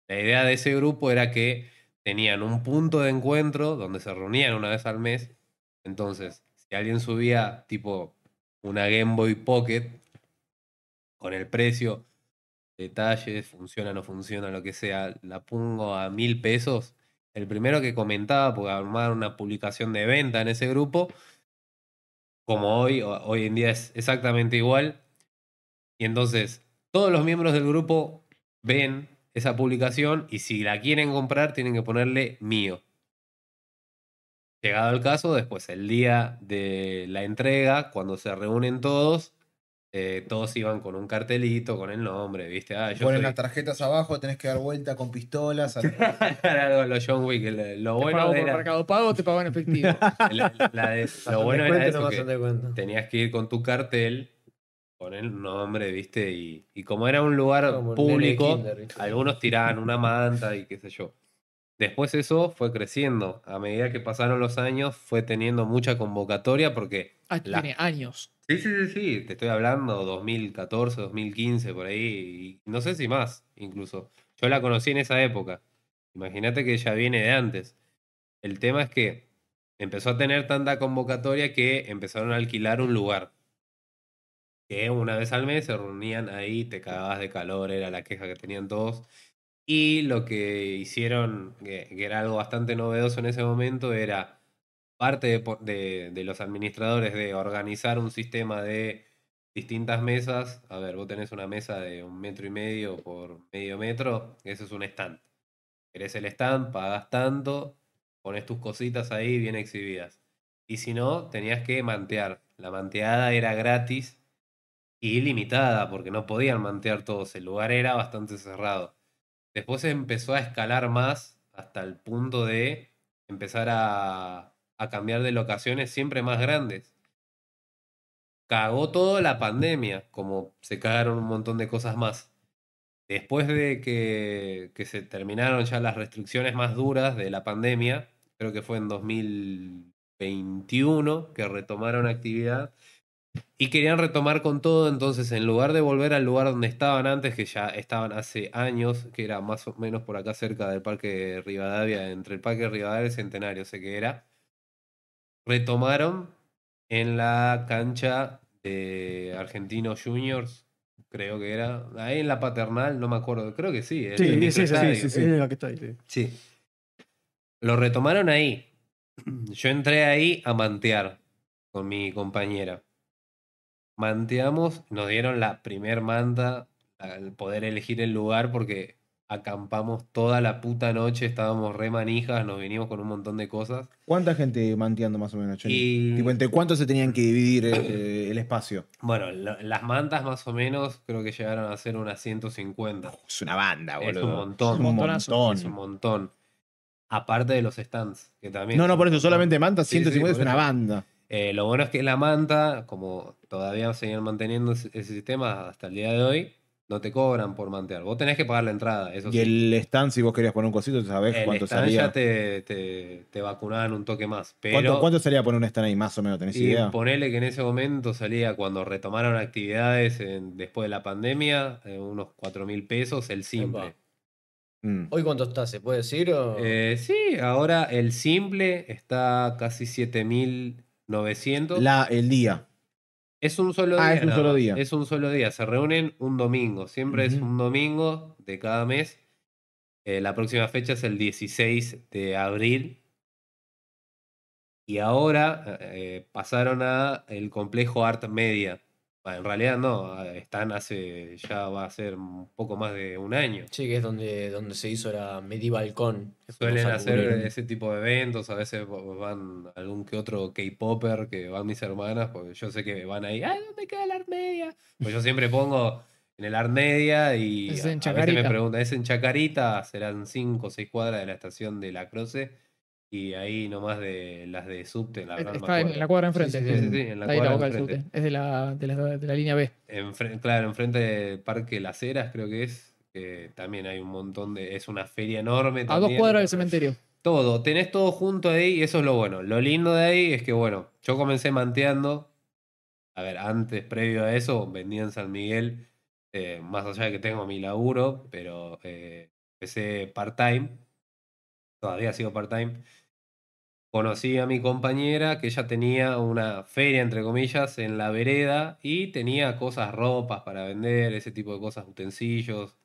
La idea de ese grupo era que tenían un punto de encuentro donde se reunían una vez al mes. Entonces, si alguien subía tipo una Game Boy Pocket con el precio, detalles, funciona, no funciona, lo que sea, la pongo a mil pesos. El primero que comentaba, porque armaron una publicación de venta en ese grupo, como hoy, o- hoy en día es exactamente igual. Y entonces, todos los miembros del grupo ven esa publicación y si la quieren comprar, tienen que ponerle mío. Llegado el caso, después el día de la entrega, cuando se reúnen todos, eh, todos iban con un cartelito, con el nombre, ¿viste? Ah, yo
Ponen
soy-
las tarjetas abajo, tenés que dar vuelta con pistolas.
Era algo de los John Wick. Lo, lo
¿Te
bueno
pago por
era,
mercado pago o te pago en efectivo? Ah,
la- la de- lo
Lo
bueno era eso que
bastante cuento.
tenías que ir con tu cartel, con el nombre, viste, y, y como era un lugar
Como un nene de
público,
kinder, ¿viste?
algunos tiraban una manta y qué sé yo. Después eso fue creciendo. A medida que pasaron los años, fue teniendo mucha convocatoria porque...
Ah, esto
la-
tiene años.
Sí, sí, sí, sí, te estoy hablando 2014, 2015, por ahí, y no sé si más, incluso. Yo la conocí en esa época. Imagínate que ya viene de antes. El tema es que empezó a tener tanta convocatoria que empezaron a alquilar un lugar. Que una vez al mes se reunían ahí, te cagabas de calor, era la queja que tenían todos. Y lo que hicieron, que, que era algo bastante novedoso en ese momento, era parte de, po- de- de los administradores de organizar un sistema de distintas mesas. A ver, vos tenés una mesa de un metro y medio por medio metro, eso es un stand. Querés el stand, pagás tanto, pones tus cositas ahí bien exhibidas. Y si no, tenías que mantear. La manteada era gratis y limitada, porque no podían mantear todos. El lugar era bastante cerrado. Después empezó a escalar más hasta el punto de empezar a, a cambiar de locaciones siempre más grandes. Cagó toda la pandemia, como se cagaron un montón de cosas más. Después de que, que se terminaron ya las restricciones más duras de la pandemia, creo que fue en 2021 que retomaron actividad y querían retomar con todo, entonces en lugar de volver al lugar donde estaban antes, que ya estaban hace años, que era más o menos por acá cerca del Parque Rivadavia, entre el Parque Rivadavia y el Centenario, sé que era, retomaron en la cancha de Argentinos Juniors, creo que era, ahí en la paternal, no me acuerdo, creo que sí. el
Sí,
microestadio.
sí, sí, sí, sí, sí. Es la que está ahí, sí.
Sí. Lo retomaron ahí. Yo entré ahí a mantear con mi compañera. Manteamos, nos dieron la primer manta, al poder elegir el lugar porque acampamos toda la puta noche, estábamos re manijas, nos vinimos con un montón de cosas.
¿Cuánta gente manteando más o menos, Johnny?
Y
Tipo, ¿entre cuántos se tenían que dividir eh, el espacio?
bueno, lo- las mantas más o menos creo que llegaron a ser unas 150.
Es una banda,
Es un
boludo.
montón.
Es un
Montonazo.
montón.
Es un montón. Aparte de los stands, que también...
No, no, por
son un
eso
montón.
solamente manta,
Sí, sí,
150
por
es una
eso.
banda.
Eh, lo bueno es que la manta, como todavía siguen manteniendo ese ese sistema hasta el día de hoy, no te cobran por mantear. Vos tenés que pagar la entrada, eso
Y
sí.
el stand, si vos querías poner un cosito, sabés
El
cuánto
stand
salía.
ya te, te, te vacunaban un toque más.
¿Cuánto,
Pero
¿Cuánto salía poner un stand ahí, más o menos? ¿Tenés
y
idea?
ponele que en ese momento salía, cuando retomaron actividades en- después de la pandemia, eh, unos 4 mil pesos el simple.
Epa.
Mm.
¿Hoy cuánto está? ¿Se puede decir? O...
Eh, sí, ahora el simple está casi 7.900.
La, el día.
Es un solo día.
Ah, es un
nada
solo
más.
día.
Es un solo día. Se reúnen un domingo. Siempre es
Ujú.
un domingo de cada mes. Eh, la próxima fecha es el 16 de abril. Y ahora eh, pasaron a el complejo Art Media. Bah, en realidad no, ah, están hace, ya va a ser un poco más de un año.
Sí, que es donde, donde se hizo la Medieval Con. que fuimos
Suelen
a
hacer eh,
cubrir.
ese tipo de eventos, a veces van algún que otro K-Popper que van mis hermanas, porque yo sé que van ahí, ay, ¿dónde queda el Art Media? Pues yo siempre pongo en el Art Media y
Es
a-
en
a veces me
Chacarita.
preguntan, ¿es en Chacarita? Serán 5 o 6 cuadras de la estación de La Croce y ahí nomás de las de subte, la verdad no me
Está en
acuerdo.
la cuadra enfrente.
Sí, sí, sí, sí, en la
Está ahí la
cuadra
boca del
enfrente.
subte. Es de la, de, la, de la línea B.
Enfren- claro, enfrente del Parque Las Heras creo que es, que también hay un montón de... Es una feria enorme.
A dos
también.
cuadras del cementerio.
Todo, tenés todo junto ahí y eso es lo bueno. Lo lindo de ahí es que, bueno, yo comencé manteando. A ver, antes, previo a eso, vendía en San Miguel, eh, más allá de que tengo mi laburo, pero eh, empecé part-time. Todavía sigo part-time. Conocí a mi compañera que ella tenía una feria, entre comillas, en la vereda y tenía cosas, ropas para vender, ese tipo de cosas, utensilios.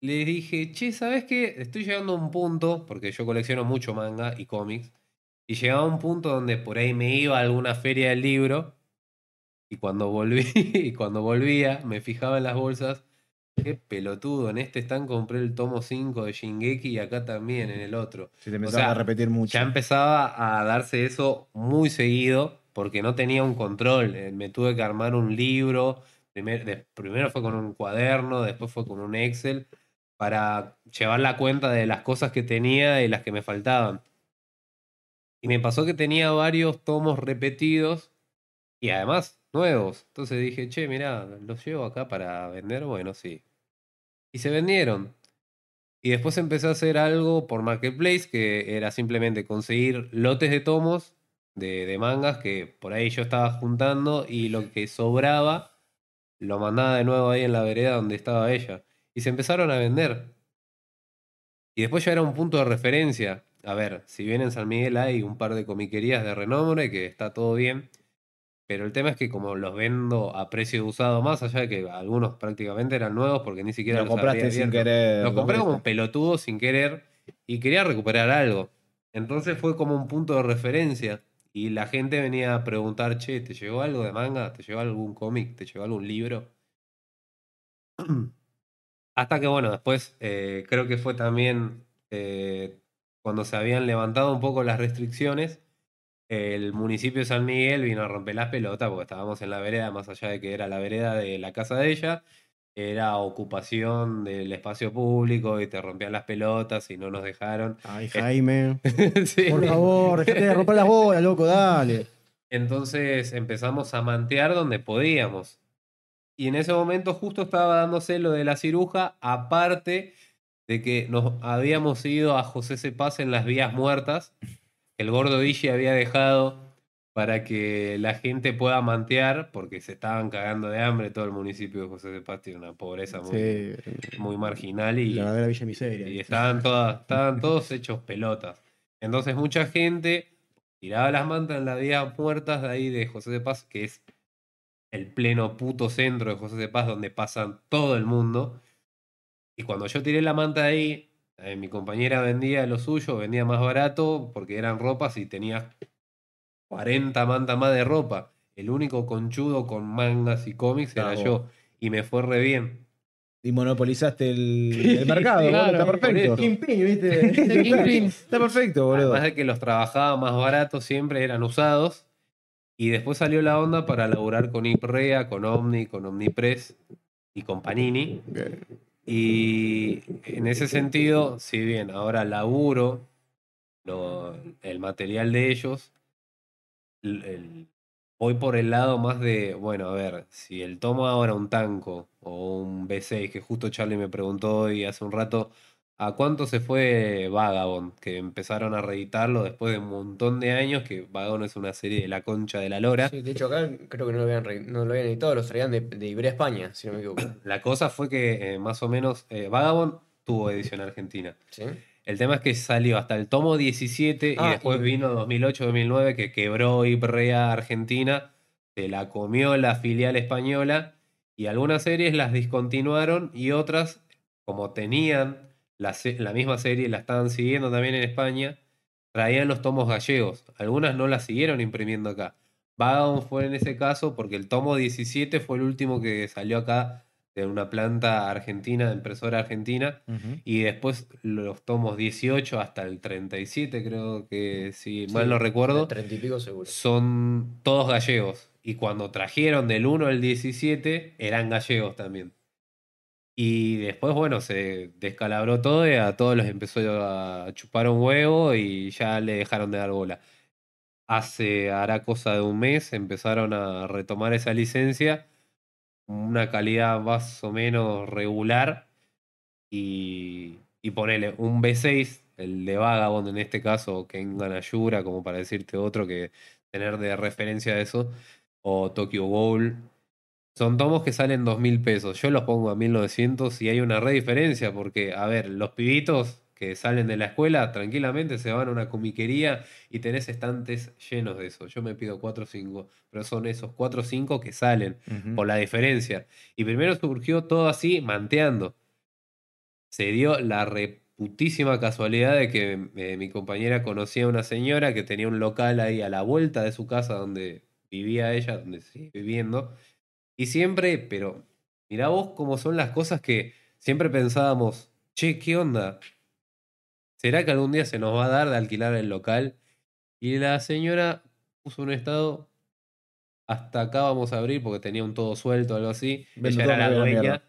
Le dije, che, ¿sabes qué? Estoy llegando a un punto, porque yo colecciono mucho manga y cómics, y llegaba a un punto donde por ahí me iba a alguna feria del libro, y cuando volví, y cuando volvía, me fijaba en las bolsas, qué pelotudo, en este stand compré el tomo 5 de Shingeki y acá también en el otro.
Se te empezaba
sea,
a repetir mucho.
Ya empezaba a darse eso muy seguido, porque no tenía un control, eh, me tuve que armar un libro, primer- de- primero fue con un cuaderno, después fue con un Excel para llevar la cuenta de las cosas que tenía y las que me faltaban. Y me pasó que tenía varios tomos repetidos y además nuevos. Entonces dije, che, mirá, los llevo acá para vender. Bueno, sí. Y se vendieron. Y Y después empecé a hacer algo por Marketplace que era simplemente conseguir lotes de tomos de, de mangas que por ahí yo estaba juntando y lo que sobraba lo mandaba de nuevo ahí en la vereda donde estaba ella. Y se empezaron a vender. Y después ya era un punto de referencia. A ver, si bien en San Miguel hay un par de comiquerías de renombre, que está todo bien, pero el tema es que como los vendo a precio de usado más, allá de que algunos prácticamente eran nuevos porque ni siquiera
Lo
los
compraste
habría
sin
abierto.
querer.
Lo compré como un
compraste.
pelotudo sin querer y quería recuperar algo. Entonces fue como un punto de referencia. Y la gente venía a preguntar, che, ¿te llegó algo de manga? ¿Te llegó algún cómic? ¿Te llegó algún libro? Hasta que bueno, después eh, creo que fue también eh, cuando se habían levantado un poco las restricciones, el municipio de San Miguel vino a romper las pelotas porque estábamos en la vereda, más allá de que era la vereda de la casa de ella, era ocupación del espacio público y te rompían las pelotas y no nos dejaron.
Ay, Jaime.
Sí.
Por favor, dejate de romper las bolas, loco, dale.
Entonces empezamos a mantear donde podíamos. Y en ese momento justo estaba dándose lo de la ciruja, aparte de que nos habíamos ido a José Cepaz en las vías muertas, que el gordo Digi había dejado para que la gente pueda mantear, porque se estaban cagando de hambre, todo el municipio de José Cepaz tiene una pobreza muy,
Sí,
muy marginal y,
la verdadera Villa
y
Miseria.
estaban, todas, estaban todos hechos pelotas. Entonces mucha gente tiraba las mantas en las vías muertas de ahí de José de Paz, que es el pleno puto centro de José de Paz, donde pasan todo el mundo. Y cuando yo tiré la manta de ahí, eh, mi compañera vendía lo suyo, vendía más barato, porque eran ropas y tenía 40 mantas más de ropa. El único conchudo con mangas y cómics era
Bravo.
yo. Y me fue re bien.
Y monopolizaste el, el mercado,
Claro,
boludo, Está
por
perfecto.
eso.
Empeño, ¿viste?
El Kingpin.
Está perfecto, boludo.
Además de que los trabajaba más baratos, siempre eran usados. Y después salió la onda para laburar con Iprea, con Omni, con Omnipress y con Panini. Y en ese sentido, si bien ahora laburo lo- el material de ellos, l- el- voy por el lado más de, bueno, a ver, si el tomo ahora un tanco o un B6, que justo Charlie me preguntó hoy hace un rato, ¿A cuánto se fue Vagabond? Que empezaron a reeditarlo después de un montón de años, que Vagabond es una serie de la concha de la lora.
Sí, de hecho, acá creo que no lo habían, re- no lo habían editado, los traían de, de Iberia a España, si no me equivoco.
La cosa fue que eh, más o menos eh, Vagabond tuvo edición argentina.
¿Sí?
El tema es que salió hasta el tomo 17 y
Ah,
después
y-
vino 2008-2009 que quebró Ibrea Argentina, se la comió la filial española y algunas series las discontinuaron y otras, como tenían la, se- la misma serie, la estaban siguiendo también en España, traían los tomos gallegos. Algunas no las siguieron imprimiendo acá. Vagabond fue en ese caso porque el tomo 17 fue el último que salió acá de una planta argentina, de impresora argentina. Y después los tomos 18 hasta el 37, creo que si mal no recuerdo,
Treinta y pico seguro.
son todos gallegos. Y cuando trajeron del 1 al 17, eran gallegos también. Y después, bueno, se descalabró todo y a todos los empezó a chupar un huevo y ya le dejaron de dar bola. Hace, hará cosa de un mes, empezaron a retomar esa licencia, una calidad más o menos regular. Y, y ponele un B6, el de Vagabond en este caso, que Kengan Ayura, como para decirte otro que tener de referencia eso, o Tokyo Bowl. Son tomos que salen 2.000 pesos. Yo los pongo a 1.900 y hay una re diferencia porque, a ver, los pibitos que salen de la escuela tranquilamente se van a una comiquería y tenés estantes llenos de eso. Yo me pido 4 o 5, pero son esos 4 o 5 que salen por la diferencia. Y primero surgió todo así, manteando. Se dio la reputísima casualidad de que eh, mi compañera conocía a una señora que tenía un local ahí a la vuelta de su casa donde vivía ella, donde sigue viviendo. Y siempre, pero mirá vos cómo son las cosas que siempre pensábamos, che, ¿qué onda? ¿Será que algún día se nos va a dar de alquilar el local? Y la señora puso un estado hasta acá vamos a abrir porque tenía un todo suelto o algo así.
Vendo
Ella
todo,
era
me voy a la
la dueña.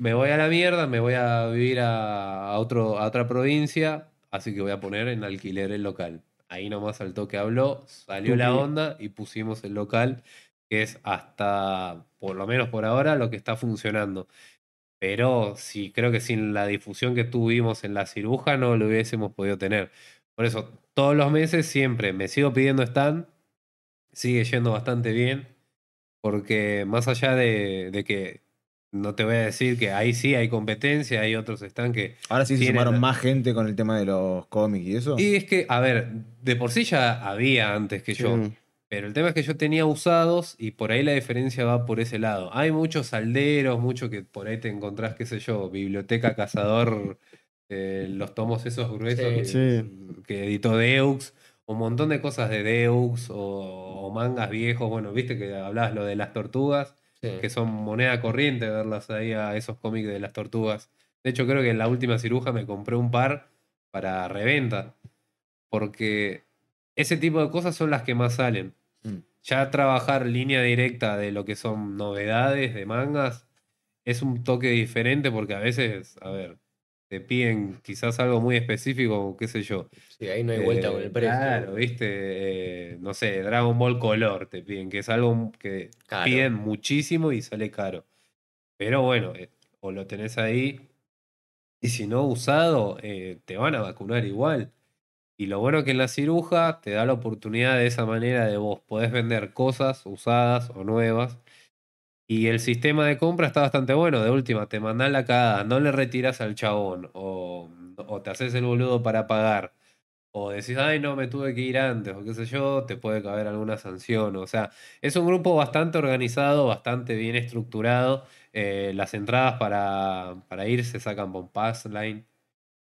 Me voy a la mierda, me voy a vivir a, a otro, a otra provincia, así que voy a poner en alquiler el local. Ahí nomás al toque habló, salió la onda y pusimos el local, que es hasta, por lo menos por ahora, lo que está funcionando. Pero sí, creo que sin la difusión que tuvimos en la ciruja no lo hubiésemos podido tener. Por eso, todos los meses siempre me sigo pidiendo stand. Sigue yendo bastante bien. Porque más allá de, de que no te voy a decir que ahí sí hay competencia, hay otros stand que
Ahora sí se
Tiene-
sumaron más gente con el tema de los cómics y eso.
y es que, a ver, de por sí ya había antes que yo. Pero el tema es que yo tenía usados y por ahí la diferencia va por ese lado. Hay muchos salderos, mucho que por ahí te encontrás, qué sé yo, biblioteca cazador, eh, los tomos esos gruesos que, que editó Deux, un montón de cosas de Deux o, o mangas viejos. Bueno, viste que hablabas lo de las tortugas, que son moneda corriente verlas ahí a esos cómics de las tortugas. De hecho, creo que en la última ciruja me compré un par para reventa. Porque ese tipo de cosas son las que más salen.
Mm.
Ya trabajar línea directa de lo que son novedades de mangas es un toque diferente porque a veces, a ver, te piden quizás algo muy específico, qué sé yo.
Sí, ahí no hay vuelta con el
Eh,
precio.
Claro, viste, eh, no sé, Dragon Ball Color te piden, que es algo que
Caro.
piden muchísimo y sale caro. Pero bueno, eh, o lo tenés ahí y si no usado, eh, te van a vacunar igual. Y lo bueno que en la ciruja te da la oportunidad de esa manera de vos podés vender cosas usadas o nuevas. Y el sistema de compra está bastante bueno. De última, te mandan la cagada, no le retiras al chabón o, o te haces el boludo para pagar. O decís, ay, no, me tuve que ir antes, o qué sé yo, te puede caber alguna sanción. O sea, es un grupo bastante organizado, bastante bien estructurado. Eh, las entradas para, para ir se sacan por Passline.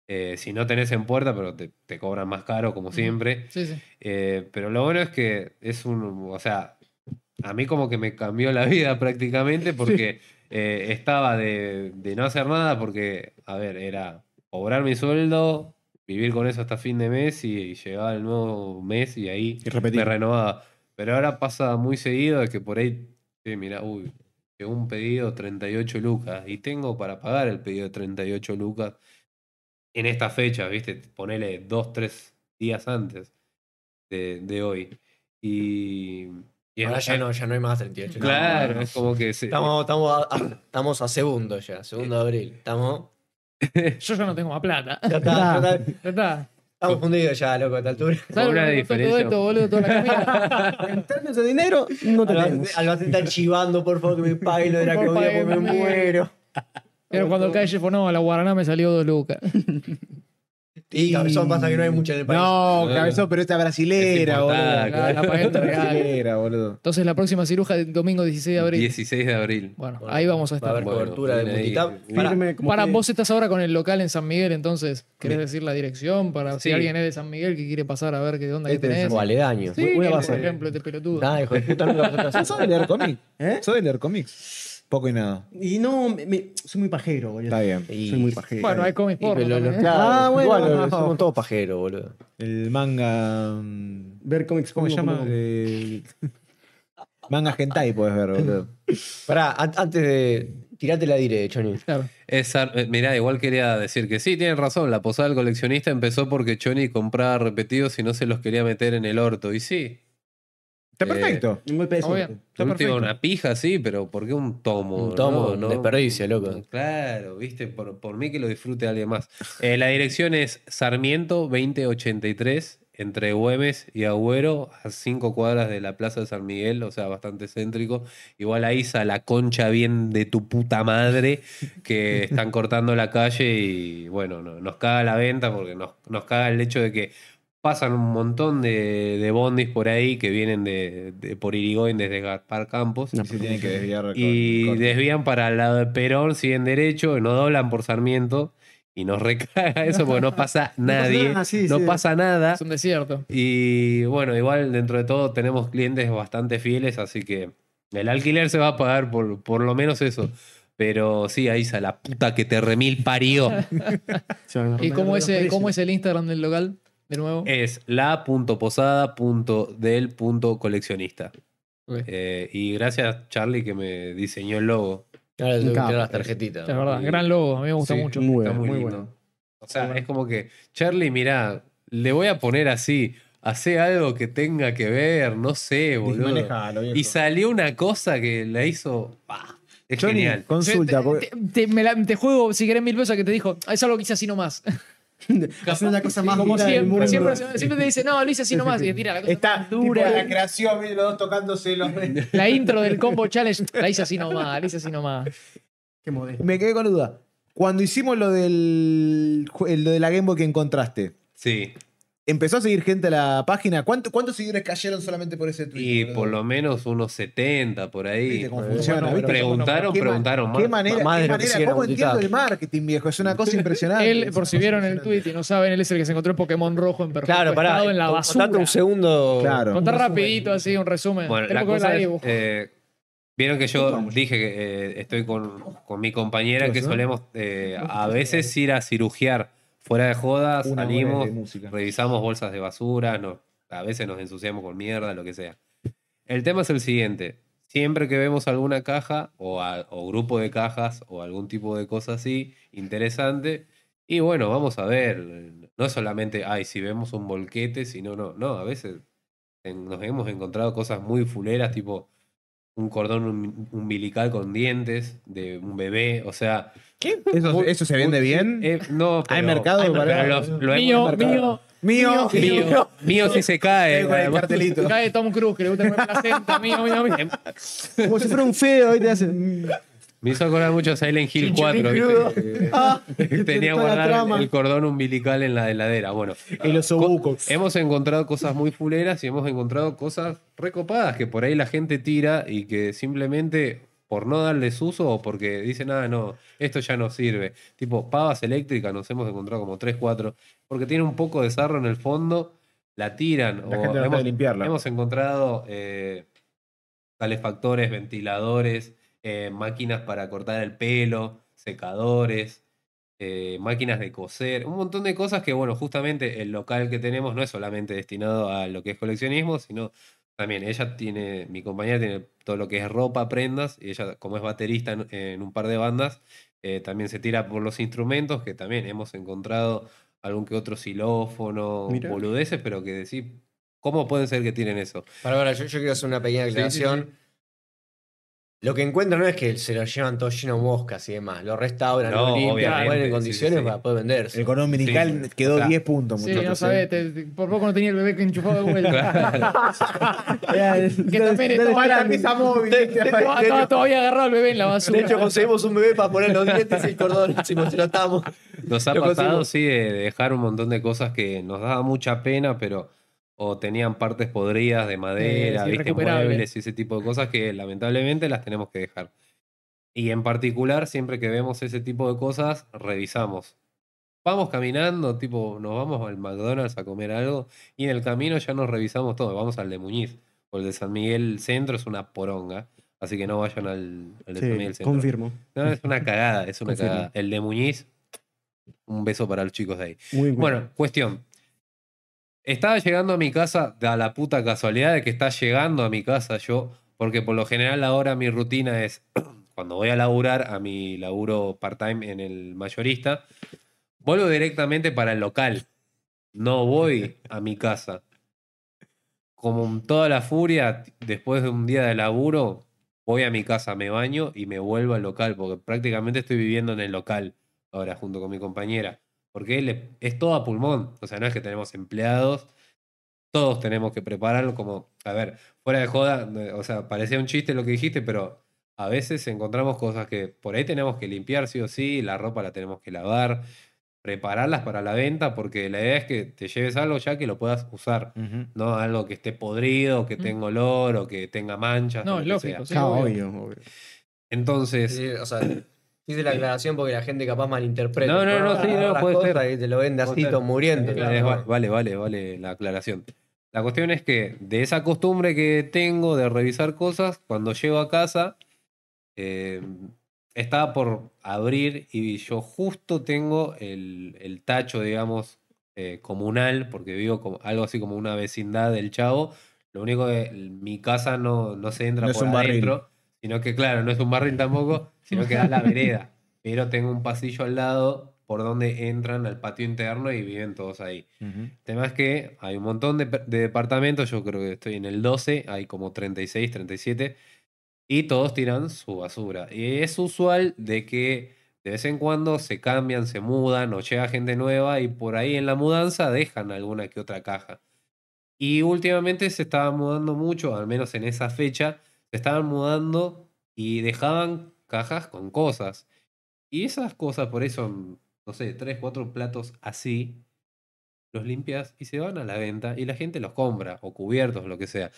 Eh, si no tenés en puerta, pero te, te cobran más caro, como
Ujú.
siempre.
Sí, sí.
Eh, pero lo bueno es que es un, o sea, a mí como que me cambió la vida prácticamente porque eh, estaba de, de no hacer nada porque, a ver, era cobrar mi sueldo, vivir con eso hasta fin de mes y, y llegaba el nuevo mes y ahí
Y repetir.
me renovaba. Pero ahora pasa muy seguido de que por ahí, sí, mira, uy, llegó un pedido 38 lucas y tengo para pagar el pedido de 38 lucas en esta fecha, ¿viste? Ponele dos, tres días antes de, de hoy. Y, y
Ahora
es-
ya no, ya no hay más 38.
Claro, es como que se-
Estamos, estamos, a, a- estamos a segundo ya, segundo de abril. Estamos.
Yo ya no tengo más plata.
Ya está, ya está.
Ya está.
Estamos fundidos ya, loco, a esta altura.
¿Sabes lo
Una
que me costó todo
diferencia.
esto, boludo? Toda la comida.
En términos de dinero, no
Ah,
tenemos.
Albacete Albacete está chivando, por favor, que me pague lo de la
Por favor,
comida, porque me
págame.
muero.
Pero cuando el calle fue, no, la guaraná me salió dos lucas.
Y cabezón pasa que no hay mucha en el país.
No,
Bueno.
cabezón, pero esta
Es
brasilera,
importada,
boludo.
La, la pagué en regalo.
Brasilera, boludo.
Entonces la próxima ciruja del domingo 16 de abril.
16 de abril.
Bueno,
Bueno,
ahí vamos a
Va a haber
estar.
Bueno,
cobertura de
viene ahí.
multitap. Pará,
Firme como
Para
que-
vos estás ahora con el local en San Miguel, entonces, ¿querés decir la dirección? Para si
Sí.
alguien es de San Miguel que quiere pasar a ver qué onda que
Este es
tenés.
O aledaño.
Sí,
voy a
que, por
pasar.
ejemplo, este pelotudo.
Nah, hijo de puta, nunca pasó otra
¿Sos
cosa.
de leer cómics?
¿Eh?
¿Sos de leer cómics? Poco y nada.
Y no, me- me- soy muy pajero, boludo.
Está bien.
Y-
Soy muy pajero.
Bueno, hay comics
y pero
porno.
lo-
también, ¿eh?
claro,
Ah, bueno,
igual,
no.
somos todos pajeros, boludo.
El manga. mm,
ver cómics
¿Cómo se
porno
llama?
como-
Eh, manga hentai podés ver, boludo.
Pará, an- antes de. Tirate la dire, Johnny.
Claro.
Es ar- eh, mirá, igual quería decir que sí, tienen razón. La posada del coleccionista empezó porque Johnny compraba repetidos y no se los quería meter en el orto. Y sí,
Está
Eh,
perfecto.
Un golpe de
Está bien.
suerte.
de
Está
última
perfecto.
una pija, sí, pero ¿por qué un tomo?
Un tomo,
No,
un
no.
desperdicio, loco.
Claro, viste, por, por mí que lo disfrute alguien más. Eh, la dirección es Sarmiento 2083, entre Güemes y Agüero, a cinco cuadras de la Plaza de San Miguel, o sea, bastante céntrico. Igual ahí a la concha bien de tu puta madre, que están cortando la calle y bueno, no- nos caga la venta porque nos, nos caga el hecho de que pasan un montón de, de bondis por ahí que vienen de, de- por Irigoyen desde Gaspar Campos.
Y se tiene que desviar. con-
Y
con-
desvían para el lado de Perón, siguen derecho, no doblan por Sarmiento y nos recaga eso porque no pasa nadie, no
nada,
pasa,
sí, sí.
nada.
Es un desierto.
Y bueno, igual dentro de todo tenemos clientes bastante fieles, así que el alquiler se va a pagar por, por lo menos eso. Pero sí, Aisa, la puta que te remil parió.
¿Y cómo es, el- cómo es el Instagram del local? De nuevo.
Es la.posada.del.coleccionista.
Ok.
Eh, y gracias, Charlie, que me diseñó el logo.
Ahora tengo que
capo.
tirar las tarjetitas.
es verdad,
y-
gran logo, a mí me gusta
Sí.
mucho.
Muy
Está
bueno.
muy,
Muy
lindo.
bueno.
O sea, es como que, Charlie, mirá, le voy a poner así, hace algo que tenga que ver, no sé, boludo.
Manejalo, viejo.
Y salió una cosa que la hizo. pa, Es
Johnny,
genial.
consulta.
Te-
porque-
te, te- me la- te juego, si querés, mil pesos que te dijo, "Ah, eso lo quise así nomás.
Hacer la cosa más
Como
dura del mundo.
siempre, siempre, siempre te dice, no, lo hice así nomás. Y tira la cosa
Está
más
tipo,
dura.
la creación, ¿viste? los dos tocándose los.
La intro del combo challenge la hice así nomás, la hice así nomás.
Qué modesto.
Me quedé con duda. Cuando hicimos lo del ju- lo de la Game Boy que encontraste,
Sí.
¿empezó a seguir gente a la página? ¿Cuánto- ¿Cuántos seguidores cayeron solamente por ese tweet?
Y
boludo?
por lo menos unos 70 por ahí.
Viste cómo funciona,
Bueno,
¿viste?
preguntaron,
Qué man-
preguntaron más.
Qué manera,
Más de
qué
lo que
manera,
hicieron,
cómo entiendo
quitado.
el marketing, viejo. Es una cosa impresionante.
Él, por si vieron el tweet y no saben, él es el que se encontró el Pokémon rojo en perfecto
Claro, pará.
estado en la basura.
Contate un segundo.
Claro.
Contar rapidito así un resumen.
Bueno,
Tenemos que
la
ver
cosa es,
Dibu.
eh, Vieron que yo dije que eh, estoy con, con mi compañera que solemos eh, a veces ir a cirugiar fuera de joda,
Una buena
salimos,
de música.
revisamos bolsas de basura, no- a veces nos ensuciamos con mierda, lo que sea. El tema es el siguiente. Siempre que vemos alguna caja o, a- o grupo de cajas o algún tipo de cosa así interesante, y bueno, vamos a ver, no es solamente, ay, si vemos un volquete, sino no, no, a veces en- nos hemos encontrado cosas muy fuleras, tipo un cordón um- umbilical con dientes de un bebé, o sea...
¿Eso, eso se vende bien?
eh, no, pero,
Hay mercado
pero
para-
los- lo
Mío,
hemos-
mío,
mío,
mío, mío sí se cae.
Con el
además.
cartelito.
cae Tom Cruise, que le gusta comer placenta, mío, mío, mío.
Como si fuera un feo, te hace.
Me hizo acordar mucho a Silent Hill 4. ¿viste?
Ah,
Que Tenía
toda la
guardado
trama.
el cordón umbilical en la heladera. Bueno,
Y los obucos.
Hemos encontrado cosas muy fuleras y hemos encontrado cosas recopadas que por ahí la gente tira y que simplemente por no darles uso o porque dicen, ah, no, esto ya no sirve. Tipo, pavas eléctricas nos hemos encontrado como 3, 4, porque tiene un poco de sarro en el fondo, la tiran.
La
o
gente no
hemos,
puede limpiarla.
hemos encontrado eh, calefactores, ventiladores, eh, máquinas para cortar el pelo, secadores eh, máquinas de coser, un montón de cosas que, bueno, justamente el local que tenemos no es solamente destinado a lo que es coleccionismo, sino también ella tiene, mi compañera tiene todo lo que es ropa, prendas, y ella como es baterista en, en un par de bandas, eh, también se tira por los instrumentos, que también hemos encontrado algún que otro xilófono,
Mirá.
boludeces, pero que decir, ¿cómo pueden ser que tienen eso?
Para, para, yo, yo quiero hacer una pequeña aclaración. Lo que encuentro no es que se lo llevan todo lleno de moscas y demás. Lo restauran,
No,
lo limpian,
obviamente,
lo ponen en
sí,
condiciones
sí, sí.
para poder venderse.
El cordón umbilical
Sí.
quedó
O sea,
10 puntos,
Sí,
muchachos.
no
¿eh?
sabés, te- te- por poco no tenía el bebé que enchufado de vuelta.
Era-
Que también
era-
estaba-
Para misa móvil. ¿viste?
Estaba- estaba todavía agarrado el bebé en la basura.
De hecho, conseguimos un bebé para poner los dientes y el cordón, si nos tratamos.
Nos ha
Lo
pasado,
conseguimos.
sí, de de dejar un montón de cosas que nos daba mucha pena, pero o tenían partes podridas de madera,
sí,
viste,
irrecuperable.
muebles y ese tipo de cosas que lamentablemente las tenemos que dejar. Y en particular, siempre que vemos ese tipo de cosas, revisamos. Vamos caminando, tipo, nos vamos al McDonald's a comer algo y en el camino ya nos revisamos todo. Vamos al de Muñiz, o el de San Miguel Centro es una poronga, así que no vayan al, al de San Miguel
Sí,
Centro.
confirmo.
No, es una cagada, es una
Confirmo.
cagada. El de Muñiz, un beso para los chicos de ahí.
Muy bueno.
Bueno, cuestión. Estaba llegando a mi casa, da la puta casualidad de que está llegando a mi casa yo, porque por lo general ahora mi rutina es, cuando voy a laburar a mi laburo part-time en el mayorista, vuelvo directamente para el local. No voy a mi casa. Como en toda la furia, después de un día de laburo, voy a mi casa, me baño y me vuelvo al local, porque prácticamente estoy viviendo en el local ahora junto con mi compañera porque él es, es todo a pulmón. O sea, no es que tenemos empleados, todos tenemos que prepararlo como, a ver, fuera de joda, eh, o sea, parecía un chiste lo que dijiste, pero a veces encontramos cosas que por ahí tenemos que limpiar sí o sí, la ropa la tenemos que lavar, prepararlas para la venta, porque la idea es que te lleves algo ya que lo puedas usar,
Ujú.
no algo que esté podrido, que
Mm.
tenga olor o que tenga manchas.
No,
o
es
lo que sea.
lógico. Sí,
Ah,
obvio.
obvio, obvio.
Entonces,
Sí, o sea, hice la aclaración porque la gente capaz malinterpreta.
No, no, no, sí, no,
Las
puede
cosas
ser.
Y te lo vende así,
Puede ser.
todo muriendo.
Eh, va- Vale, vale, vale la aclaración. La cuestión es que de esa costumbre que tengo de revisar cosas, cuando llego a casa, eh, estaba por abrir y yo justo tengo el, el tacho, digamos, eh, comunal, porque vivo como, algo así como una vecindad del Chavo. Lo único que mi casa no, no se entra
No es
por
un barril.
adentro, sino que, claro, no es un barril tampoco, sino que da la vereda. Pero tengo un pasillo al lado por donde entran al patio interno y viven todos ahí. El tema es que hay un montón de, de departamentos, yo creo que estoy en el 12, hay como 36, 37, y todos tiran su basura. Y es usual de que de vez en cuando se cambian, se mudan o llega gente nueva y por ahí en la mudanza dejan alguna que otra caja. Y últimamente se estaba mudando mucho, al menos en esa fecha, se estaban mudando y dejaban cajas con cosas. Y esas cosas, por eso, no sé, tres, cuatro platos así, los limpias y se van a la venta y la gente los compra, o cubiertos, lo que sea.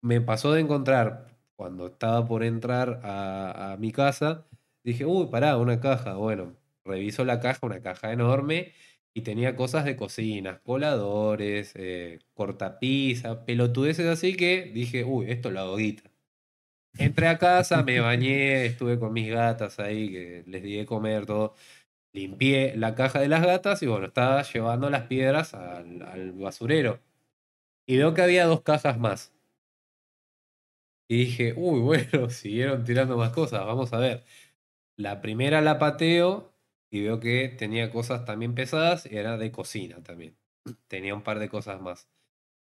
Me pasó de encontrar, cuando estaba por entrar a, a mi casa, dije, uy, pará, una caja. Bueno, reviso la caja, una caja enorme, y tenía cosas de cocina, coladores, eh, cortapisa, pelotudeces así que dije, uy, esto lo hago guita. Entré a casa, me bañé, estuve con mis gatas ahí, que les di de comer, todo. Limpié la caja de las gatas y bueno, estaba llevando las piedras al, al basurero. Y veo que había dos cajas más. Y dije, uy, bueno, siguieron tirando más cosas, vamos a ver. La primera la pateo y veo que tenía cosas también pesadas y era de cocina también. Tenía un par de cosas más.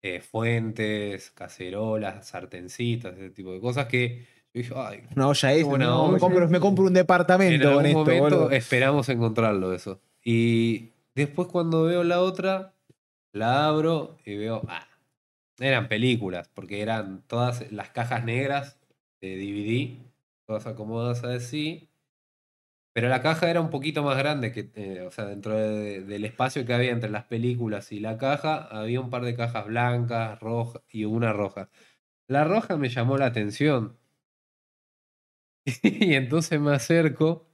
eh, fuentes, cacerolas, sartencitas, ese tipo de cosas que yo dije, ay,
Una olla esa.
Una
no,
olla.
me, compro, me compro un
en
departamento
algún
con esto,
momento
boludo.
esperamos encontrarlo eso. Y después cuando veo la otra, la abro y veo, ah, eran películas, porque eran todas las cajas negras de DVD, todas acomodadas así. Pero la caja era un poquito más grande, que, eh, o sea, dentro de- del espacio que había entre las películas y la caja, había un par de cajas blancas, rojas y una roja. La roja me llamó la atención. Y entonces me acerco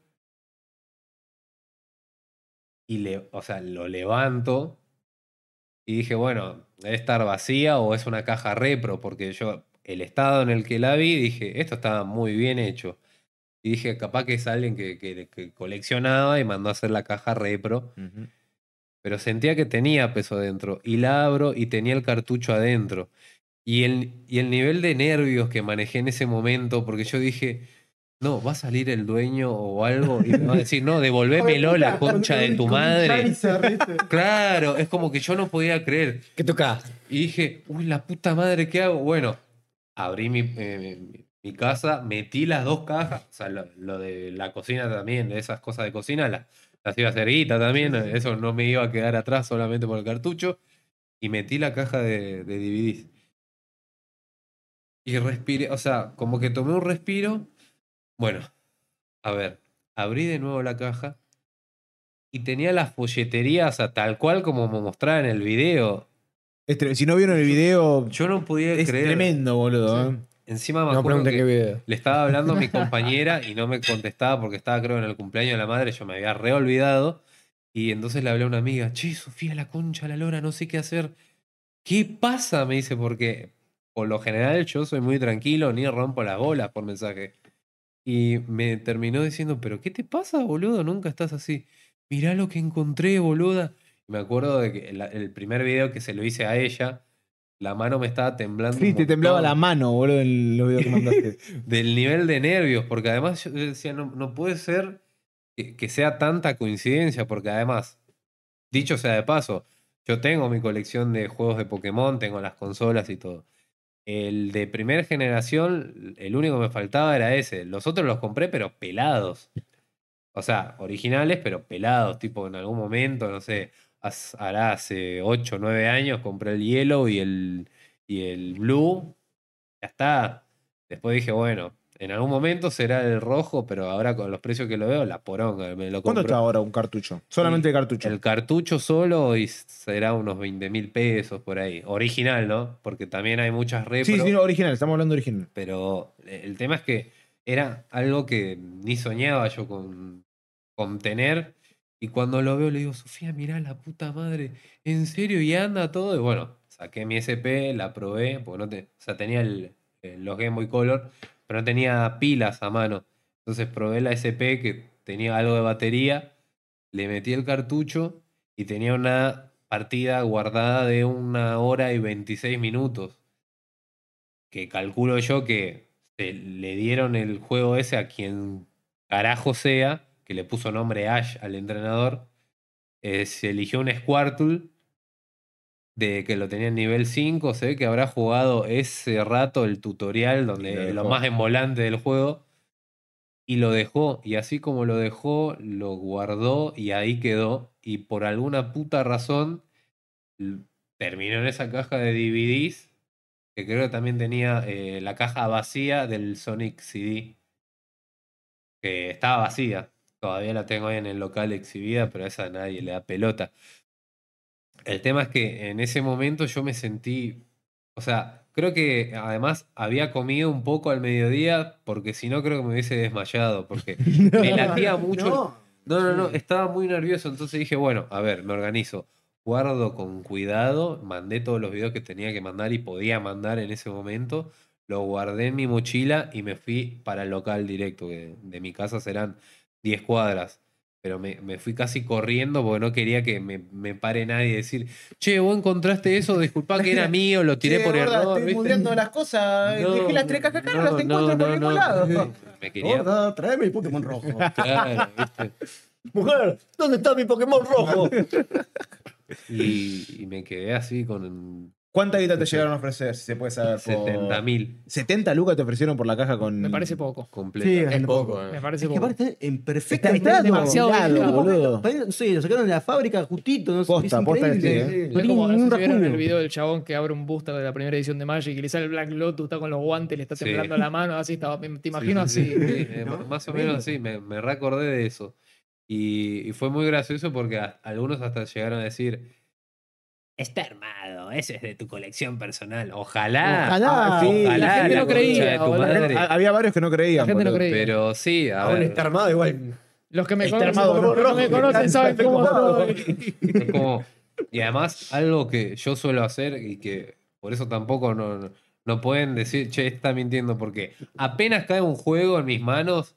y le, o sea, lo levanto y dije, bueno, debe estar vacía o es una caja repro, porque yo, el estado en el que la vi, dije, esto está muy bien hecho. Y dije, capaz que es alguien que, que- que coleccionaba y mandó a hacer la caja repro,
Ujú.
pero sentía que tenía peso adentro y la abro y tenía el cartucho adentro. Y el, y el nivel de nervios que manejé en ese momento, porque yo dije, no, va a salir el dueño o algo y me va a decir, no, devolvémelo la concha de tu madre. Claro, es como que yo no podía creer.
¿Qué toca?
Y dije, uy, la puta madre, ¿qué hago? Bueno, abrí mi, eh, mi- mi casa, metí las dos cajas, o sea, lo, lo de la cocina también, de esas cosas de cocina, las, las iba a hacer guita también, eso no me iba a quedar atrás solamente por el cartucho, y metí la caja de, de DVDs. Y respiré, o sea, como que tomé un respiro. Bueno, a ver, abrí de nuevo la caja y tenía las folleterías, o sea, tal cual como me mostraba en el video.
Es tre- Este, si no vieron el video,
Yo no podía
es
creer.
tremendo, boludo. ¿eh?
Encima me
No
acuerdo
pregunten
que
qué video.
le estaba hablando a mi compañera y no me contestaba porque estaba creo en el cumpleaños de la madre, yo me había reolvidado. Y entonces le hablé a una amiga, che, Sofía, la concha, la lora, no sé qué hacer. ¿Qué pasa? Me dice, porque por lo general yo soy muy tranquilo, ni rompo las bolas por mensaje. Y me terminó diciendo, pero ¿qué te pasa, boludo? Nunca estás así. Mirá lo que encontré, boluda. Y me acuerdo de que la- el primer video que se lo hice a ella, la mano me estaba temblando. un
Sí, te temblaba
montón
la mano, boludo, en los videos que mandaste.
del nivel de nervios, porque además yo decía, no, no puede ser que, que sea tanta coincidencia, porque además, dicho sea de paso, yo tengo mi colección de juegos de Pokémon, tengo las consolas y todo. El de primera generación, el único que me faltaba era ese. Los otros los compré, pero pelados. O sea, originales, pero pelados. Tipo, en algún momento, no sé, haz- hará hace 8 o 9 años, compré el Yellow y el, y el Blue. Ya está. Después dije, bueno, en algún momento será el rojo, pero ahora con los precios que lo veo, la poronga. Me lo
¿Cuánto
compró.
está ahora un cartucho? Solamente
Y
el cartucho.
El cartucho solo y será unos 20 mil pesos por ahí. Original, ¿no? Porque también hay muchas repro.
sí, sí, no, original, estamos hablando original.
Pero eh, el tema es que era algo que ni soñaba yo con, con tener. Y cuando lo veo le digo, Sofía, mirá la puta madre, ¿en serio? Y anda todo. Y bueno, saqué mi SP, la probé, porque no te, o sea, tenía el- eh, los Game Boy Color, pero no tenía pilas a mano. Entonces probé la SP que tenía algo de batería, le metí el cartucho y tenía una partida guardada de una hora y 26 minutos que calculo yo que se le dieron el juego ese a quien carajo sea, que le puso nombre Ash al entrenador, eh, se eligió un Squirtle de que lo tenía en nivel 5, se ve que habrá jugado ese rato el tutorial
Y lo
donde
dejó.
lo más envolante del juego y lo dejó y así como lo dejó lo guardó y ahí quedó y por alguna puta razón l- terminó en esa caja de DVDs que creo que también tenía eh, la caja vacía del Sonic CD que estaba vacía todavía la tengo ahí en el local exhibida pero a esa nadie le da pelota el tema es que en ese momento yo me sentí, o sea, creo que además había comido un poco al mediodía porque si no creo que me hubiese desmayado porque me latía mucho. el- No, no, no, estaba muy nervioso, entonces dije, bueno, a ver, me organizo. Guardo con cuidado, mandé todos los videos que tenía que mandar y podía mandar en ese momento, lo guardé en mi mochila y me fui para el local directo, que de mi casa serán 10 cuadras. Pero me, me fui casi corriendo porque no quería que me, me pare nadie y decir, che, vos encontraste eso, disculpa que era mío, lo tiré
Che,
por
gorda,
error,
Estoy
¿viste?".
mundeando las cosas.
No,
Dejé las tres cajas acá y no las
no,
encuentro
no,
por
no.
ningún lado.
Me quería.
Gorda, tráeme el Pokémon rojo.
Claro, ¿viste?
Mujer, ¿dónde está mi Pokémon rojo?
Y, y me quedé así con
¿Cuánta guita te llegaron a ofrecer? Si se puede
Ah,
saber. por-
70.000
70 lucas te ofrecieron por la caja con.
Me parece poco.
completo.
es
poco,
Me
eh.
parece
Es que
poco.
aparte, en perfecto
Está, está
estado.
demasiado
doblado,
bien.
boludo.
No sé, lo sacaron de la fábrica justito. No sé,
Posta,
es
posta que sí,
increíble.
¿eh?
Es como, no sé
Un
si vieron el
rasguño.
video del chabón que abre un booster de la primera edición de Magic y le sale el Black Lotus, está con los guantes, le está
Sí.
temblando la mano, así estaba, me- te imagino
Sí,
así.
sí, sí, eh,
¿no?
Más o menos así, me, me recordé de eso. Y, y fue muy gracioso porque a- algunos hasta llegaron a decir... Está armado, ese es de tu colección personal. Ojalá.
Ojalá.
Ah, sí.
ojalá,
La gente
la
no
concha
creía,
de tu
boludo.
madre.
Ha- Había varios que no creían.
La gente no
boludo.
creía.
Pero sí, a
Aún
ver,
está armado igual.
Los que me
Está
conocen,
armado,
los que
rojo,
me conocen
está-
saben
está
cómo
ocupado.
soy.
Es como- y además, algo que yo suelo hacer y que por eso tampoco no, no- no pueden decir, che, está mintiendo, porque apenas cae un juego en mis manos,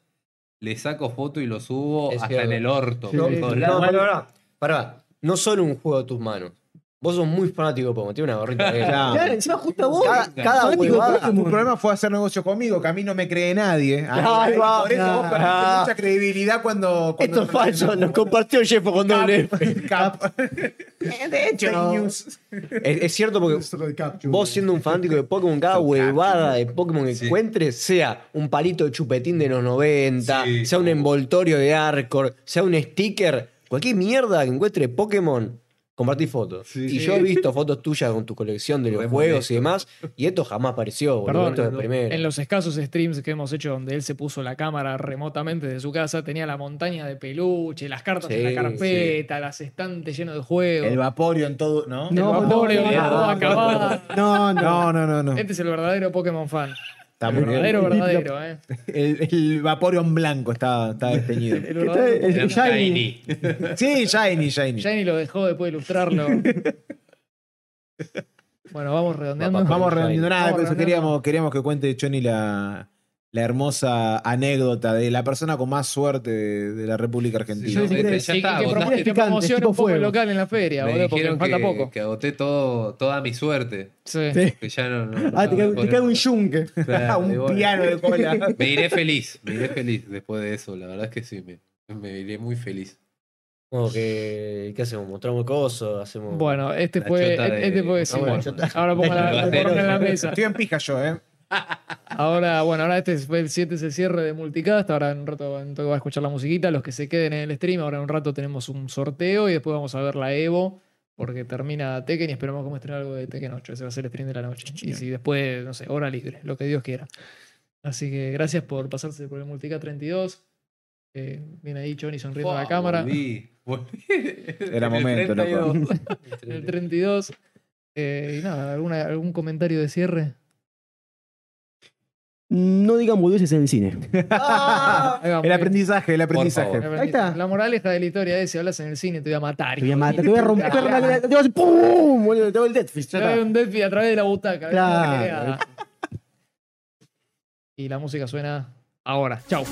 le saco foto y lo subo
Es
hasta
cierto.
en el orto.
Sí,
por
sí,
todos
sí.
No,
lados.
pará, pará. Pará. No solo un juego de tus manos. Vos sos muy fanático de Pokémon. Tiene una gorrita. de-
Claro.
Claro, encima justo a vos.
Cada- cada
fanático de
huevada.
Pokémon.
Tu problema fue hacer negocio conmigo, que a mí no me cree nadie. A-
Ahí va.
por eso vos perdiste
Ah.
mucha credibilidad cuando. cuando
Esto es falso, lo compartió Jeffo con doble. F.
De hecho, news.
Es, es cierto porque vos siendo un fanático de Pokémon, cada huevada de Pokémon que encuentres, sea un palito de chupetín de los 90,
Sí.
sea un envoltorio de Arcor, sea un sticker, cualquier mierda que encuentre Pokémon, compartí fotos. Y yo he visto fotos tuyas con tu colección de los
Re
juegos
molesto.
y demás, y esto jamás apareció, boludo,
Perdón,
esto es el primero.
En los escasos streams que hemos hecho donde él se puso la cámara remotamente de su casa, tenía la montaña de peluche, las cartas en
Sí,
la carpeta, las estantes llenos de juegos.
El vaporio en todo, ¿no?
El
No,
Vaporeon,
no,
la
no,
ropa
no,
acabada.
No, no.
No, no, no, no.
Este es el verdadero Pokémon fan.
Está
El
muy bien.
verdadero, verdadero, eh.
El, el vaporio en blanco está, está desteñido.
El
¿Qué tal?
verdadero
El- el
Era
Shiny.
tiny.
Sí, shiny, shiny.
Shiny lo dejó después de ilustrarlo. bueno, vamos redondeando.
Vamos redondeando nada,
Vamos
por eso
redondeando.
queríamos, queríamos que cuente Johnny la, la hermosa anécdota de la persona con más suerte de, de la República Argentina.
Sí,
sí,
viste,
sí,
ya
Y- y que,
está, agotaste.
promocione- que
Picante,
promocione
tipo
un poco el
fuego.
local en la feria,
Me
boludo, porque
dijeron
falta
que,
poco.
que agoté todo, toda mi suerte.
Sí.
Sí.
Que ya no, no-
Ah, te
no
cae- te
me
cae un
acuerdo.
yunque.
Claro, y
un
bueno.
piano de cola.
Me iré feliz, me iré feliz después de eso. La verdad es que sí, me, me iré muy feliz.
Como que, ¿qué hacemos? ¿Mostramos cosas? ¿Hacemos
Bueno, este
La
fue.
chota de-
Este fue. sí,
Ah, bueno,
bueno.
chota.
Ahora pongo la,
Del
la
bastero.
pongo en la mesa.
Estoy en pija yo, ¿eh?
Ahora, bueno, ahora este fue el 7 es el cierre de Multicast. Ahora en un rato en un toque va a escuchar la musiquita. Los que se queden en el stream, ahora en un rato tenemos un sorteo y después vamos a ver la Evo. Porque termina Tekken y esperamos cómo estrenar algo de Tekken 8. Ese va a ser el stream de la noche. Y si después, no sé, hora libre, lo que Dios quiera. Así que gracias por pasarse por el Multicast 32. Eh, viene ahí Johnny sonriendo a la
Fua,
cámara.
volví, volví.
Era
En el
momento, loco.
32.
En el 32. Eh, y nada, ¿alguna, ¿algún comentario de cierre?
No digan boludeces en el cine.
Hagamos,
El
eh.
aprendizaje, el aprendizaje.
favor.
Ahí está.
La moraleja de la historia es: si hablas en el cine, te voy a matar.
Te voy a matar, te voy a romper la. la- Te voy a hacer ¡Pum! boludo, Te voy a el Deathfish. ya
Te doy
está.
un deathbeat a través de la butaca.
Claro.
Peleada. Y la música suena ahora. Chau.